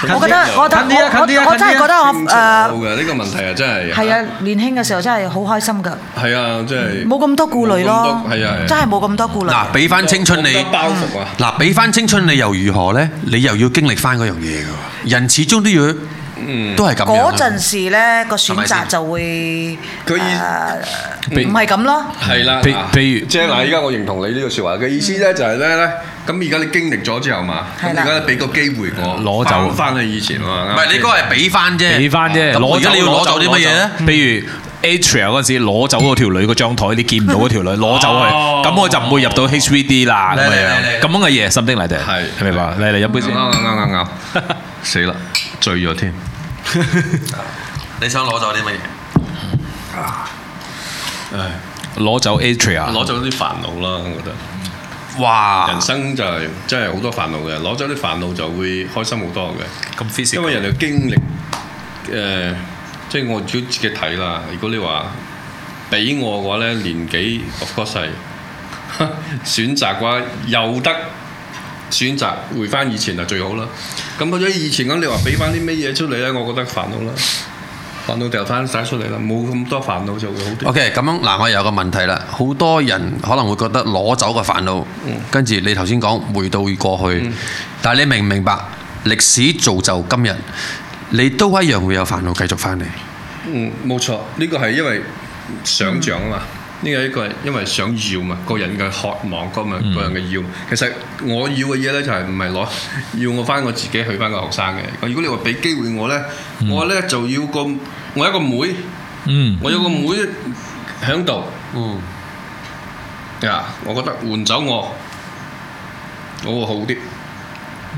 我覺得我覺得
近啲啊
我
近啲啊
我我真係覺得我
好
誒
嘅呢個問題啊，真係
係啊，年輕嘅時候真係好開心㗎，
係啊，真係
冇咁多顧慮咯
冇咁，多係啊係啊
真係冇咁多顧慮。
嗱，俾翻青春你
冇得包袱啊！
嗱，俾翻青春你又如何呢？你又要經歷翻嗰樣嘢㗎喎，人始終都要，都係咁樣啊。
嗰陣時咧個選
係咪
擇
先
就會
佢意
誒
譬
唔係咁咯，
係啦，
譬
嗱
譬如
即係嗱，依家我認同你呢個説話嘅意思咧，就係咧咧，咁而家你經歷咗之後嘛，咁
係啦
而家俾個機會我
攞走
翻去以前啊，
唔係，你嗰個係俾翻啫，
俾翻啫，
咁
攞
而家
走
你要攞走啲乜嘢咧？
譬如 Atria 嗰陣時攞走嗰條女嗰張台，你見唔到嗰條女攞走佢，咁我就唔會入到 HVD 啦咁
嚟嚟
樣，
嚟嚟
咁樣嘅嘢，something like that，
係
你明白嗎？嚟嚟飲杯
啱
先。
啱啱啱啱，死啦，醉咗添。
你想攞走啲乜嘢？
攞走 Atria，
攞走啲煩惱啦，我覺得
哇
人！生就係真係好多煩惱嘅，攞走啲煩惱就會開心好多嘅，
咁 physical，
因為人哋經歷誒、呃即係我主自己睇啦。如果你話俾我嘅話咧，年紀 of course 係 選擇嘅話，有得選擇回翻以前就最好啦。咁去咗以前咁，你話俾翻啲咩嘢出嚟咧？我覺得煩惱啦，煩惱掉翻晒出嚟啦，冇咁多煩惱就會好啲。
OK，咁樣嗱，我有個問題啦。好多人可能會覺得攞走個煩惱，跟住你頭先講回到過去，但係你明唔明白歷史造就今日，你都一樣會有煩惱繼續翻嚟。
嗯，冇錯，呢個係因為想像啊嘛，呢個一個係因為想要嘛，個人嘅渴望，個人個人嘅要。其實我要嘅嘢咧就係唔係攞， 要我翻我自己去翻個學生嘅。如果你話俾機會我咧，我咧就要個我有一個妹，
嗯，
我有個妹喺度。
嗯，
呀，我覺得換走我，我會好啲。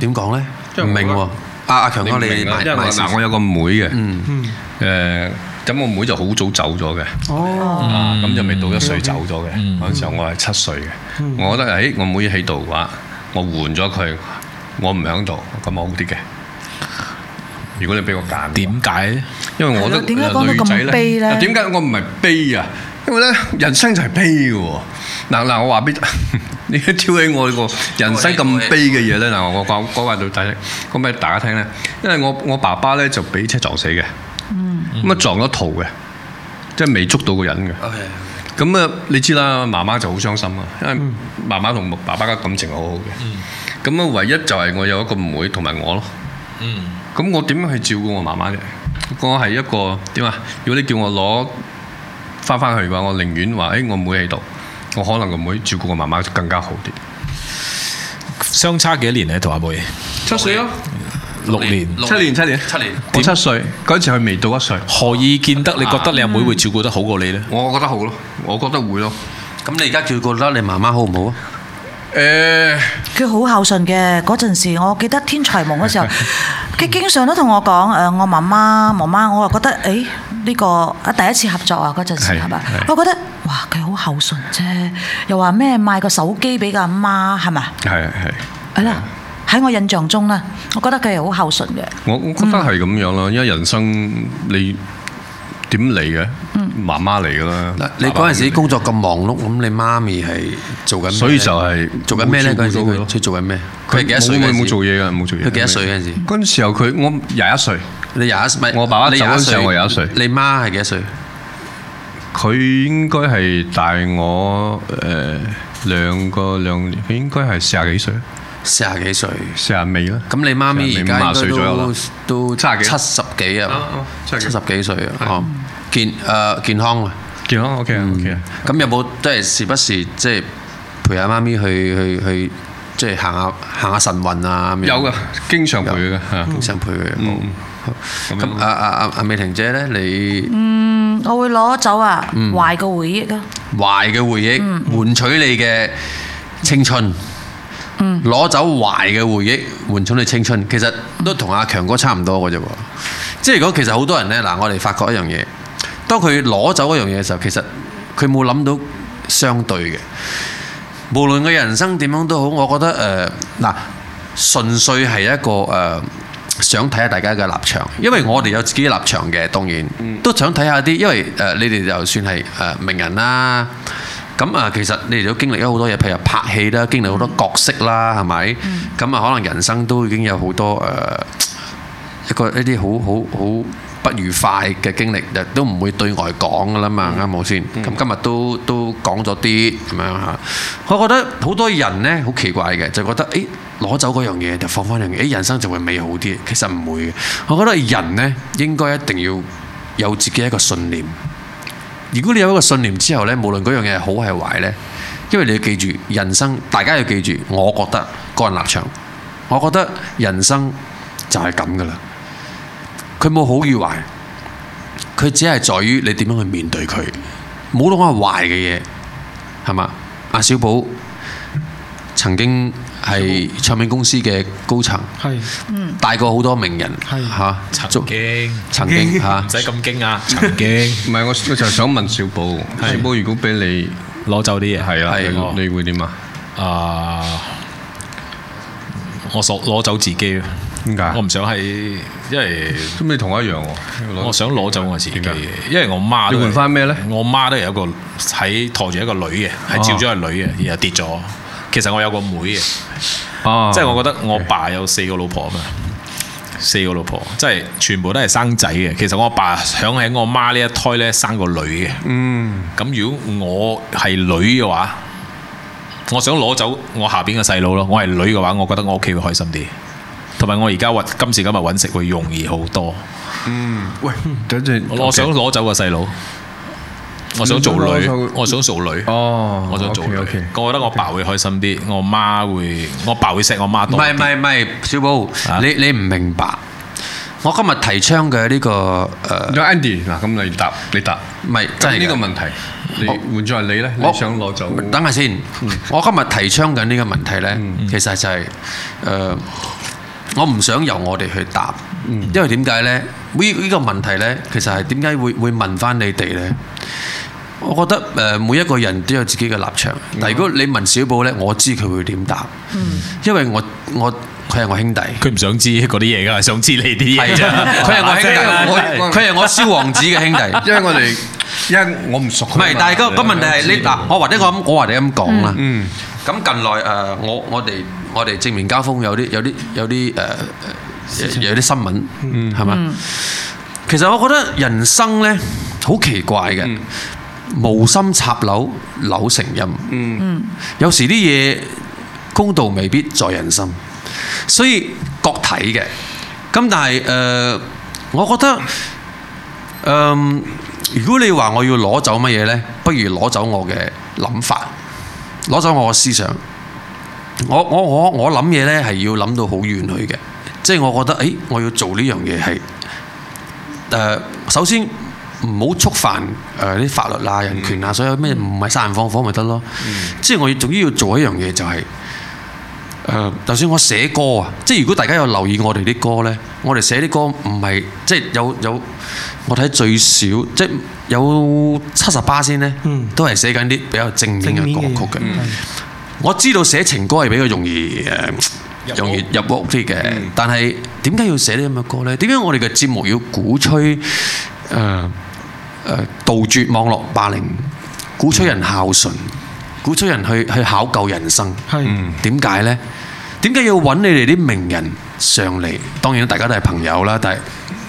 點講呢？
即係
唔
我覺
明
得
喎。阿阿強
你
哥，
唔
你
明啊
埋
因為我
埋
嗱，
先
我。有個妹嘅，
嗯。
誒，咁我妹就好早走咗嘅。
哦，
啊，
嗯
咁就未到一歲走咗嘅。嗰陣時候我係七歲嘅，
嗯
我覺得誒我妹喺度嘅話，我換咗佢，我唔喺度，咁好啲嘅。如果你俾我揀，
點解咧？
因為我覺
係咯
得
點解講到咁
女仔呢
悲呢
嗱點解我唔係悲啊？因為咧，人生就係悲嘅喎。嗱嗱，我話俾 你挑起我個人生咁悲嘅嘢咧，嗱，我講講話到大家，講俾大家聽咧。因為我我爸爸咧就俾車撞死嘅，
嗯
咁啊撞咗圖嘅，即係未捉到個人嘅。
OK。
咁啊，你知啦，媽媽就好傷心啊，因為媽媽同爸爸嘅感情好好嘅。咁啊，唯一就係我有一個妹同埋我咯。
嗯，
咁我點樣去照顧我媽媽啫？我係一個點啊？如果你叫我攞翻翻去嘅話，我寧願話：，誒、我妹喺度，我可能個妹照顧我媽媽更加好啲。
相差幾多年咧？同阿妹
七歲咯，
六年，
七年，七年，
七年。
我七歲嗰陣時，佢未到一歲，
何以見得？你覺得你阿妹會照顧得好過你咧？
我覺得好咯，我覺得會咯。
咁你而家照顧得你媽媽好唔好啊？
誒、
佢好孝順嘅嗰陣時，我記得天才夢嗰時候，佢經常都同我講誒、我媽媽媽媽，我又啊覺得誒呢、個啊第一次合作啊嗰陣時
係
係嘛
係，
我覺得哇佢好孝順啫，又話咩買個手機俾個阿媽係咪？
係係。
係啦，喺我印象中啦，我覺得佢係好孝順嘅。
我我覺得係咁樣咯，因為人生你點嚟嘅？媽媽嚟噶啦
嗱，，你嗰陣時工作咁忙碌，咁你媽咪係做緊咩呢？
所以就係
做緊咩咧？嗰陣時
冇照顧到
佢
咯
佢做緊咩？佢係幾多歲
冇
嗰陣時
冇做嘢㗎，冇做嘢。
佢幾多歲嗰陣時？
嗰陣時候佢我廿一歲，
你廿一唔係
我爸爸
你
走
廿一
嗰陣時
歲，
候我廿一歲
你媽係幾多歲？
佢應該係大我誒兩個兩年，佢應該係四廿幾歲。
四廿幾歲，
四廿尾啦。
咁你媽咪而家
五
應
十
該
歲左右啦
都都
七十幾
七十幾啊
哦哦，
七十幾歲啊，哦健誒健康啊，
健康 OK 啊 OK 啊。
咁有冇即係時不時即係陪下媽咪去去去即係行下行下晨運啊？咁樣
有噶，經常陪佢噶，
經常陪佢。
嗯，
咁啊啊啊啊美婷姐咧，你
嗯，我會攞走啊
嗯
壞嘅回憶啊。
壞嘅回憶換取你嘅青春。
嗯
攞走壞嘅回憶，換取你青春，其實都同阿強哥差唔多嘅啫喎。即係如果其實好多人呢，嗱，我哋發覺一樣嘢，當佢攞走嗰樣嘢嘅時候，其實佢冇諗到相對嘅。無論佢人生點樣都好，我覺得誒嗱、純粹係一個誒、呃想睇下大家嘅立場，因為我哋有自己嘅立場嘅，當然、都想睇下啲，因為誒、呃你哋就算係誒、呃名人啦。咁啊，其實你哋都經歷咗好多嘢，譬如拍戲啦，經歷好多角色啦，係咪？咁啊、可能人生都已經有好多誒、呃一個一啲好好好不愉快嘅經歷，亦都唔會對外講噶啦嘛，啱冇先？咁今日都都講咗啲咁樣嚇，我覺得好多人呢，好奇怪嘅，就覺得誒攞走嗰樣嘢就放翻樣嘢，誒人生就會美好啲。其實唔會嘅，我覺得人呢，應該一定要有自己一個信念。如果你有一個信念之後呢，無論嗰樣嘢係好係壞呢，因為你要記住人生，大家要記住，我覺得個人立場，我覺得人生就係咁噶啦。佢冇好與壞，佢只係在於你點樣去面對佢。冇得講係壞嘅嘢，係嘛？阿小寶曾經係唱片公司嘅高層，
係
嗯
大過好多名人
係
嚇，曾
經
曾經嚇
唔。使咁驚啊！曾經
唔係我我就係想問小寶，小寶如果俾你
攞走啲嘢，
係啦，
係
你你會點啊？
啊！我所攞走自己啊！
點解？
我唔想係，因為
咁你同我一樣喎，
我想攞走我自己嘅嘢，因為我媽都
你
係
換翻咩咧？
我媽都係有一個喺托住一個女嘅，係照咗個女嘅，然後跌咗。其實我有個妹嘅，
哦，
即係我覺得我爸有四個老婆啊嘛，四個老婆，即係全部都係生仔嘅。其實我阿爸想喺我媽呢一胎咧生個女嘅。
嗯
咁如果我係女嘅話，我想攞走我下邊嘅細佬咯。我係女嘅話，我覺得我屋企會開心啲，同埋我而家揾今時今日揾食會容易好多。
嗯，喂，等陣，
我我想攞走個細佬，我想做
你
女
想攞走，
我想做女，
哦，
我想做女。我
OK，OK
覺得我爸會開心啲，我媽會，我爸會錫我媽
唔
多
係
啲。
唔係唔係，小寶，你你唔明白。我今日提倡嘅呢個誒，
有 Andy 嗱，咁你答你答，
唔係真
咁
係
呢
嘅
個問題，你
我
換咗係你咧，
我
你想攞走？嗯
等下先，我今日提倡緊呢個問題呢，其實就係、呃我唔想由我哋去答，
嗯
因為點解呢？呢、呢個問題呢，其實係點解會會問翻你哋呢？我覺得誒、呃每一個人都有自己嘅立場。
嗯
但如果你問小寶呢，我知佢會點答，因為我我佢係我 兄弟。
佢唔想知嗰啲嘢㗎，想知你啲
係
嘢啫。
佢係我 兄弟，我
我
佢係我蕭王子嘅兄弟。
因為我哋，因為我唔熟佢
唔
啊嘛。
係，但係個個問題係你嗱，我或者我咁，我或者咁講啦。
嗯
咁近來誒、呃我我哋我哋正面交鋒有啲有啲有啲誒、呃有有啲新聞，
嗯
係嘛、其實我覺得人生咧好奇怪嘅，無心插柳柳成蔭。
嗯
有時啲嘢公道未必在人心，所以各睇嘅。咁但係誒、呃我覺得誒、嗯如果你話我要攞走乜嘢呢？不如攞走我嘅諗法，攞走我嘅思想。我我我我諗嘢呢係要諗到好遠去嘅，即係我覺得，誒、我要做呢樣嘢係誒，首先唔好觸犯誒啲、法律啊、人權啊，所有咩唔係殺人放火咪得咯。即係我要總之要做一樣嘢就係、誒、就算我寫歌啊，即係如果大家有留意我哋啲歌呢，我哋寫啲歌唔係即係有有，我睇最少即係有七十巴先呢，
嗯
都係寫緊啲比較正面嘅歌曲嘅。我知道寫情歌係比較容易誒、容易入屋啲嘅，但係點解要寫啲咁嘅歌呢？點解我哋嘅節目要鼓吹誒誒、呃杜絕網絡霸凌，鼓吹人孝順，鼓吹人去去考究人生？嗯
係
點解呢？點解要揾你哋啲名人上嚟？當然大家都係朋友啦，但係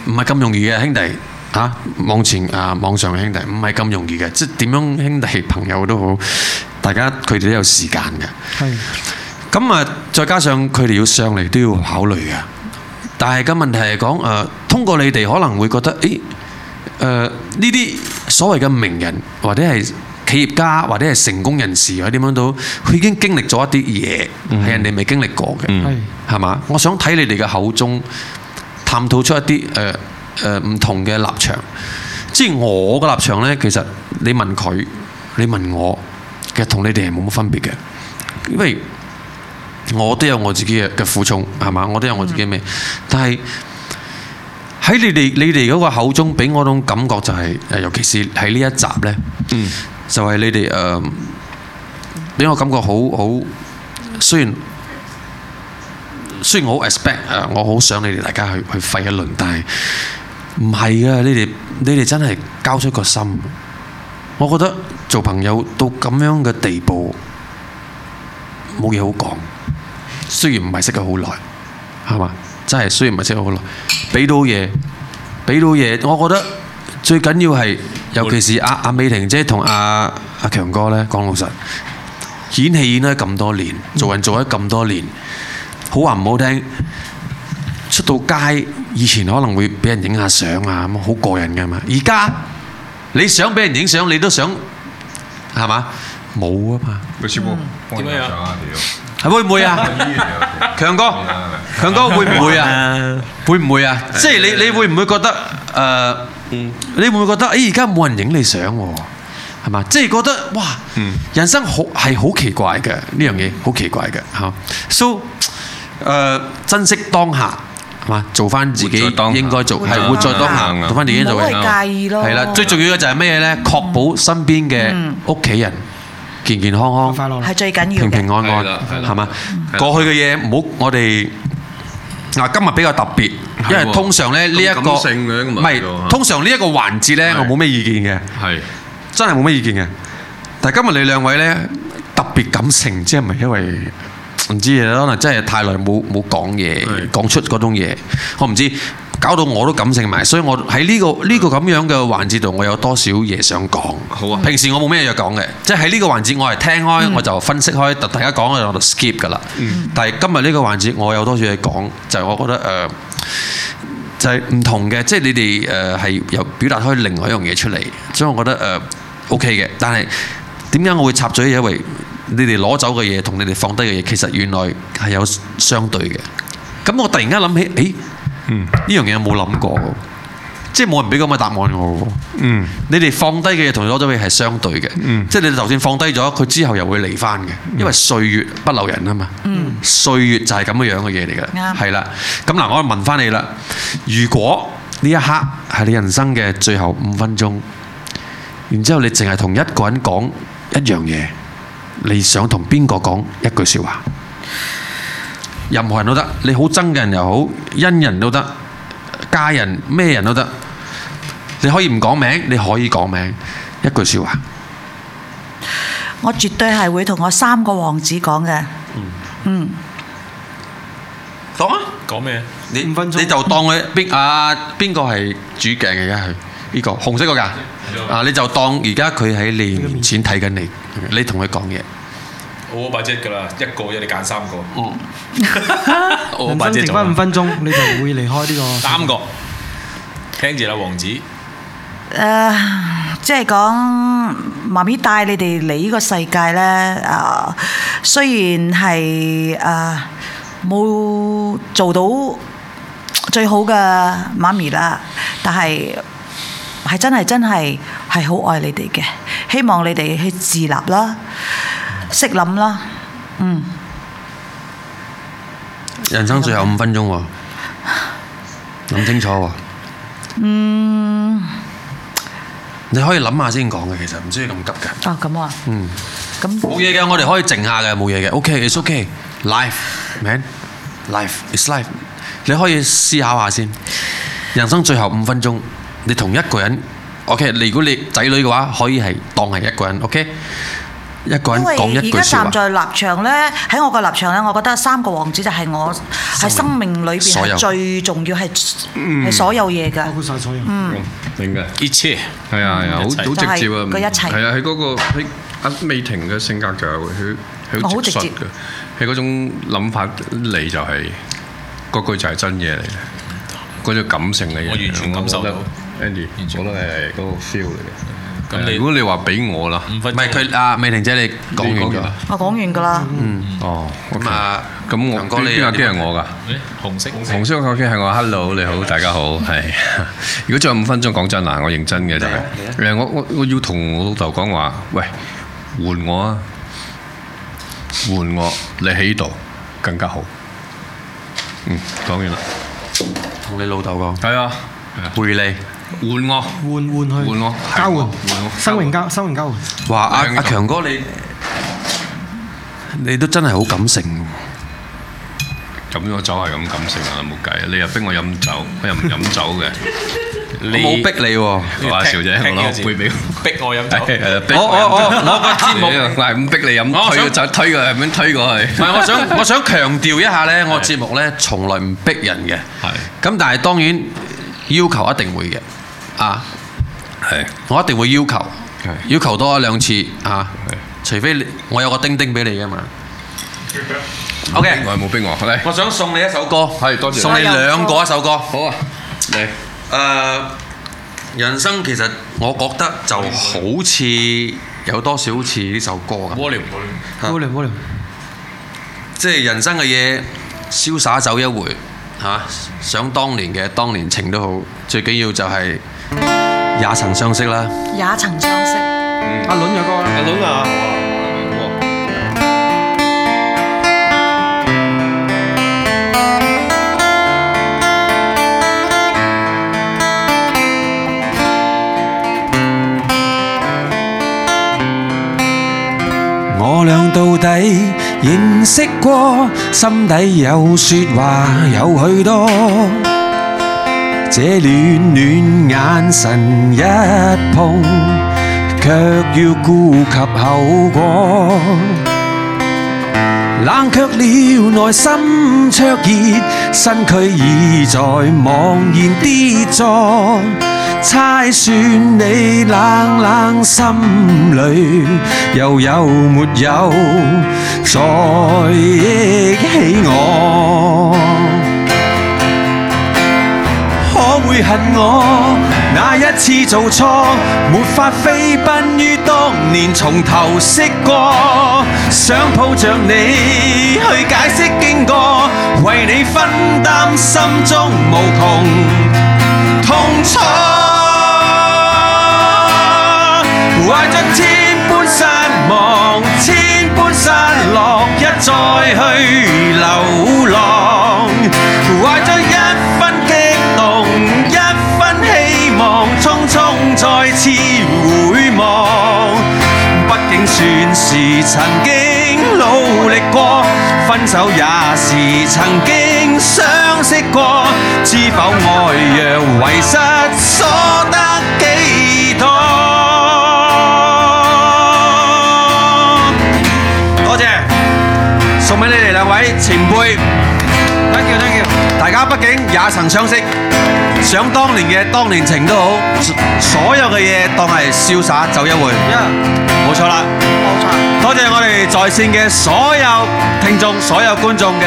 唔係咁容易嘅兄弟嚇、啊。網前啊，網上嘅兄弟唔係咁容易嘅，即係點樣兄弟朋友都好，大家佢哋都有時間嘅。
係
咁啊，再加上佢哋要上嚟都要考慮嘅。但係個問題係講誒，通過你哋可能會覺得，誒誒呢啲所謂嘅名人或者係企業家或者係成功人士，佢點樣到佢已經經歷咗一啲嘢，係、人哋未經歷過嘅，係
係
嘛、我想睇你哋嘅口中探討出一啲誒誒唔同嘅立場。即係我嘅立場呢，其實你問佢，你問我，其實同你哋係冇乜分別嘅，因為。我都有我自己嘅嘅苦衷，係嘛？我都有我自己嘅咩？但係喺你哋你哋嗰個口中，俾我種感覺就係、誒，尤其是喺呢一集呢，嗯、就係你哋誒，俾、我感覺好好，雖然。雖然我好 expect 誒，我好想你哋大家去去廢一輪，但係唔係嘅，你哋你哋真係交出個心。我覺得做朋友到咁樣嘅地步，冇嘢好講。雖然唔係識咗好耐，係嘛？真係雖然唔係識咗好耐，俾到嘢，俾到嘢。我覺得最緊要係，尤其是阿阿美婷姐同阿阿強哥呢，講老實，演戲演咗咁多年，做人做咗咁多年，好話唔好聽。出到街以前可能會俾人影下相啊，咁好過癮噶嘛。而家你想俾人影相，你都想係嘛？冇啊嘛。
咪師傅，
點樣樣
啊？屌！
會唔會啊？ 強哥，強 哥會唔會啊？會唔會啊？即係你你會唔會覺得誒？呃你會唔會覺得哎誒而家冇人影你相喎？係嘛？即係覺得哇，人生好係好奇怪嘅呢樣嘢，好奇怪嘅嚇。So 誒，珍惜當下係嘛？做翻自己
活在當下
應該做，
活在
係活在當
當
下，
下
做翻自己做嘅
唔好去介意咯嗯
係啦，最重要嘅就係咩咧？確保身邊嘅屋企人健健康康、
快樂啦
係最緊要嘅
平平。安安
係啦係，啦
係嘛
係？啦
過去嘅嘢唔好，我哋嗱今日比較特別，因為
係喎
通常咧呢一
咁
個
感性嘅一個問題
唔係
喎
通常呢一個環節咧，
係
我冇咩意見嘅，
係
真係冇咩意見嘅。但係今日你兩位咧特別感性，即係咪因為唔知啊？可能真係太耐冇冇講嘢，
係
講出嗰種嘢，我唔知。搞到我都感性埋，所以我喺呢、個呢、個咁樣嘅環節度，我有多少嘢想講。
好啊嗯
平時我冇咩嘢講嘅，即係喺呢個環節我係聽開，我就分析開，但大家講我就 skip 㗎啦。但係今日呢個環節我有多少嘢講，就係、我覺得誒。呃就係唔同嘅，即係你哋誒係又表達開另外一樣嘢出嚟，所以我覺得誒、呃 OK 嘅。但係點解我會插嘴嘢？因為你哋攞走嘅嘢同你哋放低嘅嘢，其實原來係有相對嘅。咁我突然間諗起，誒，呢樣嘢我冇諗過喎，即係冇人俾咁嘅答案我喎。
嗯，
你哋放低嘅嘢同攞咗嘅嘢係相對嘅，即係你哋就算放低咗，佢之後又會嚟翻嘅，因為歲月不留人啊嘛，歲月就係咁嘅樣嘅嘢嚟㗎，
啱
係啦。咁嗱，我問翻你啦，如果呢一刻係你人生嘅最後五分鐘，然之後你淨係同一個人講一樣嘢，你想同邊個講一句説話？任何人都得，你好憎嘅人又好，恩人都得，家人咩人都得。你可以唔講名，你可以講名，一句説話。
我絕對係會同我三個王子講嘅。嗯，
講啊！
講咩？
你
五分鐘
你就當佢邊啊邊個係主鏡嘅而家係呢個紅色嗰架啊，你就當而家佢喺你面前睇緊你，你同佢講嘢。
我把姐㗎啦，一個啫，你揀三個，
嗯，
我
人
把
生
姐
剩
就
翻五分鐘，你就會離開呢個。
三個，聽住啦，王子，
誒，即係講媽咪帶你哋嚟呢個世界咧，誒，雖然係誒冇做到最好嘅媽咪啦，但係。係真係真係係好愛你哋嘅，希望你哋去自立啦，識諗啦，嗯。
人生最後五分鐘喎，諗清楚喎。
嗯，
你可以諗下先講嘅，其實唔需要咁急㗎。
啊咁啊，
嗯，
咁
冇嘢嘅，我哋可以靜下嘅，冇嘢嘅。OK，it's OK。Life man, life is life。你可以思考下先，人生最後五分鐘，你同一個人，OK，你如果你仔女嘅話，可以係當係一個人，OK，一個人
因
講一
為
句
而家
説
站
話，
在立場咧，喺我個立場咧，我覺得三個王子就係我喺生命裏邊
所有
係最重要，係係所有嘢㗎
包。括晒所有。
明嘅。
一切，
係啊係啊，好
一齊
好直接啊，
就係佢一齊
係啊，佢嗰個佢阿美婷嘅性格就係佢佢
我好
好
直
直
接
率嘅，你嗰種諗法嚟就係嗰句就係真嘢嚟嘅，嗰種感性嚟嘅。
我完全感受到
，Andy，我都係嗰個 feel 嚟嘅。
咁你
如果你話俾我啦，唔係佢啊，美婷姐你講完咗啦。
我講完㗎啦。
嗯，哦，咁啊，咁我
強哥你
邊架機係我㗎？
紅色，
紅色嗰架機係我，hello，你好，大家好，係。如果仲有五分鐘講真嗱，我認真
啊
嘅就係，誒，我我我要同我老豆講話，喂，換我啊，換我，你喺度更加好。嗯，講完啦。
同你老豆講。
係啊，
陪
你換我，
換換去，
換我，
交換，
我
生榮交，生榮交換。
哇！阿阿強哥你你都真係好感性喎。
咁我酒係咁感性啊，冇計。你又逼我飲酒，我又唔飲酒 嘅。
我冇逼你喎，
話笑啫，我攞個杯俾我。
逼我飲
係 係啊係逼
我我我我個節目
我係咁逼你
我
飲，推
哦想
就推過，係咁樣推過去。
唔 係，我想我想強調一下咧，我節目咧從來唔逼人嘅。係。咁但係當然要求一定會嘅，啊，
係。
我一定會要求，
係
要求多一兩次啊，除非你我有個叮叮俾你嘅 嘛。OK，
我冇逼我，嚟。
我想送你一首歌，
係多謝。
送你兩個一首歌。
好啊，嚟。
誒，人生其實我覺得就好似有多少好似呢首歌咁。
冇聊冇聊，
即係人生嘅嘢，瀟灑走一回嚇、啊想當年嘅當年情都好，最緊要就係也曾相識啦。
也曾相識，
阿倫嘅歌啦。
阿倫啊，
我俩到底認識過，心底有説話有許多。這暖暖眼神一碰，卻要顧及後果。冷卻了內心灼熱，身軀已在茫然跌坐。猜算你冷冷心裏又有沒有再憶起我？可會恨我？那一次做錯，沒法飛奔於當年從頭識過，想抱着你去解釋經過，為你分擔心中無窮痛楚。懷着千般失望，千般失落，一再去流浪。懷着一分激動，一分希望，匆匆再次回望。畢竟算是曾經努力過，分手也是曾經相識過。知否愛若遺失，所得幾多？
多謝，送俾你哋兩位前輩。
Thank you，thank you。
大家畢竟也曾相識，想當年嘅當年情都好，所所有嘅嘢當係瀟灑走一回。冇錯啦，多謝我哋在線嘅所有聽眾、所有觀眾嘅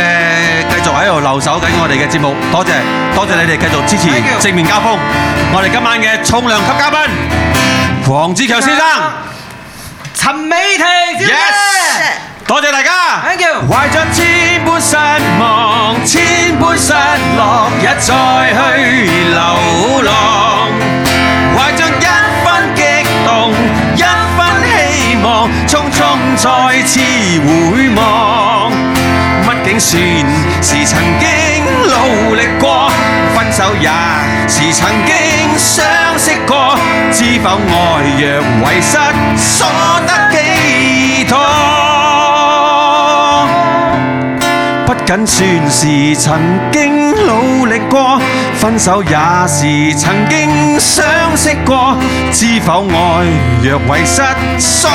繼續喺度留守緊我哋嘅節目，多謝多謝你哋繼續支持
Thank you
正面交鋒。我哋今晚嘅重量級嘉賓黃志強先生，
陳美婷小姐
Yes 多謝大家。
，thank you。
懷着千般失望，千般失落，一再去流浪。懷着一分激動，一分希望，匆匆再次回望。畢竟算是曾經努力過，分手也是曾經相識過。知否愛若遺失，所得幾多？不僅算是曾經努力過，分手也是曾經相識過。知否愛若遺失，所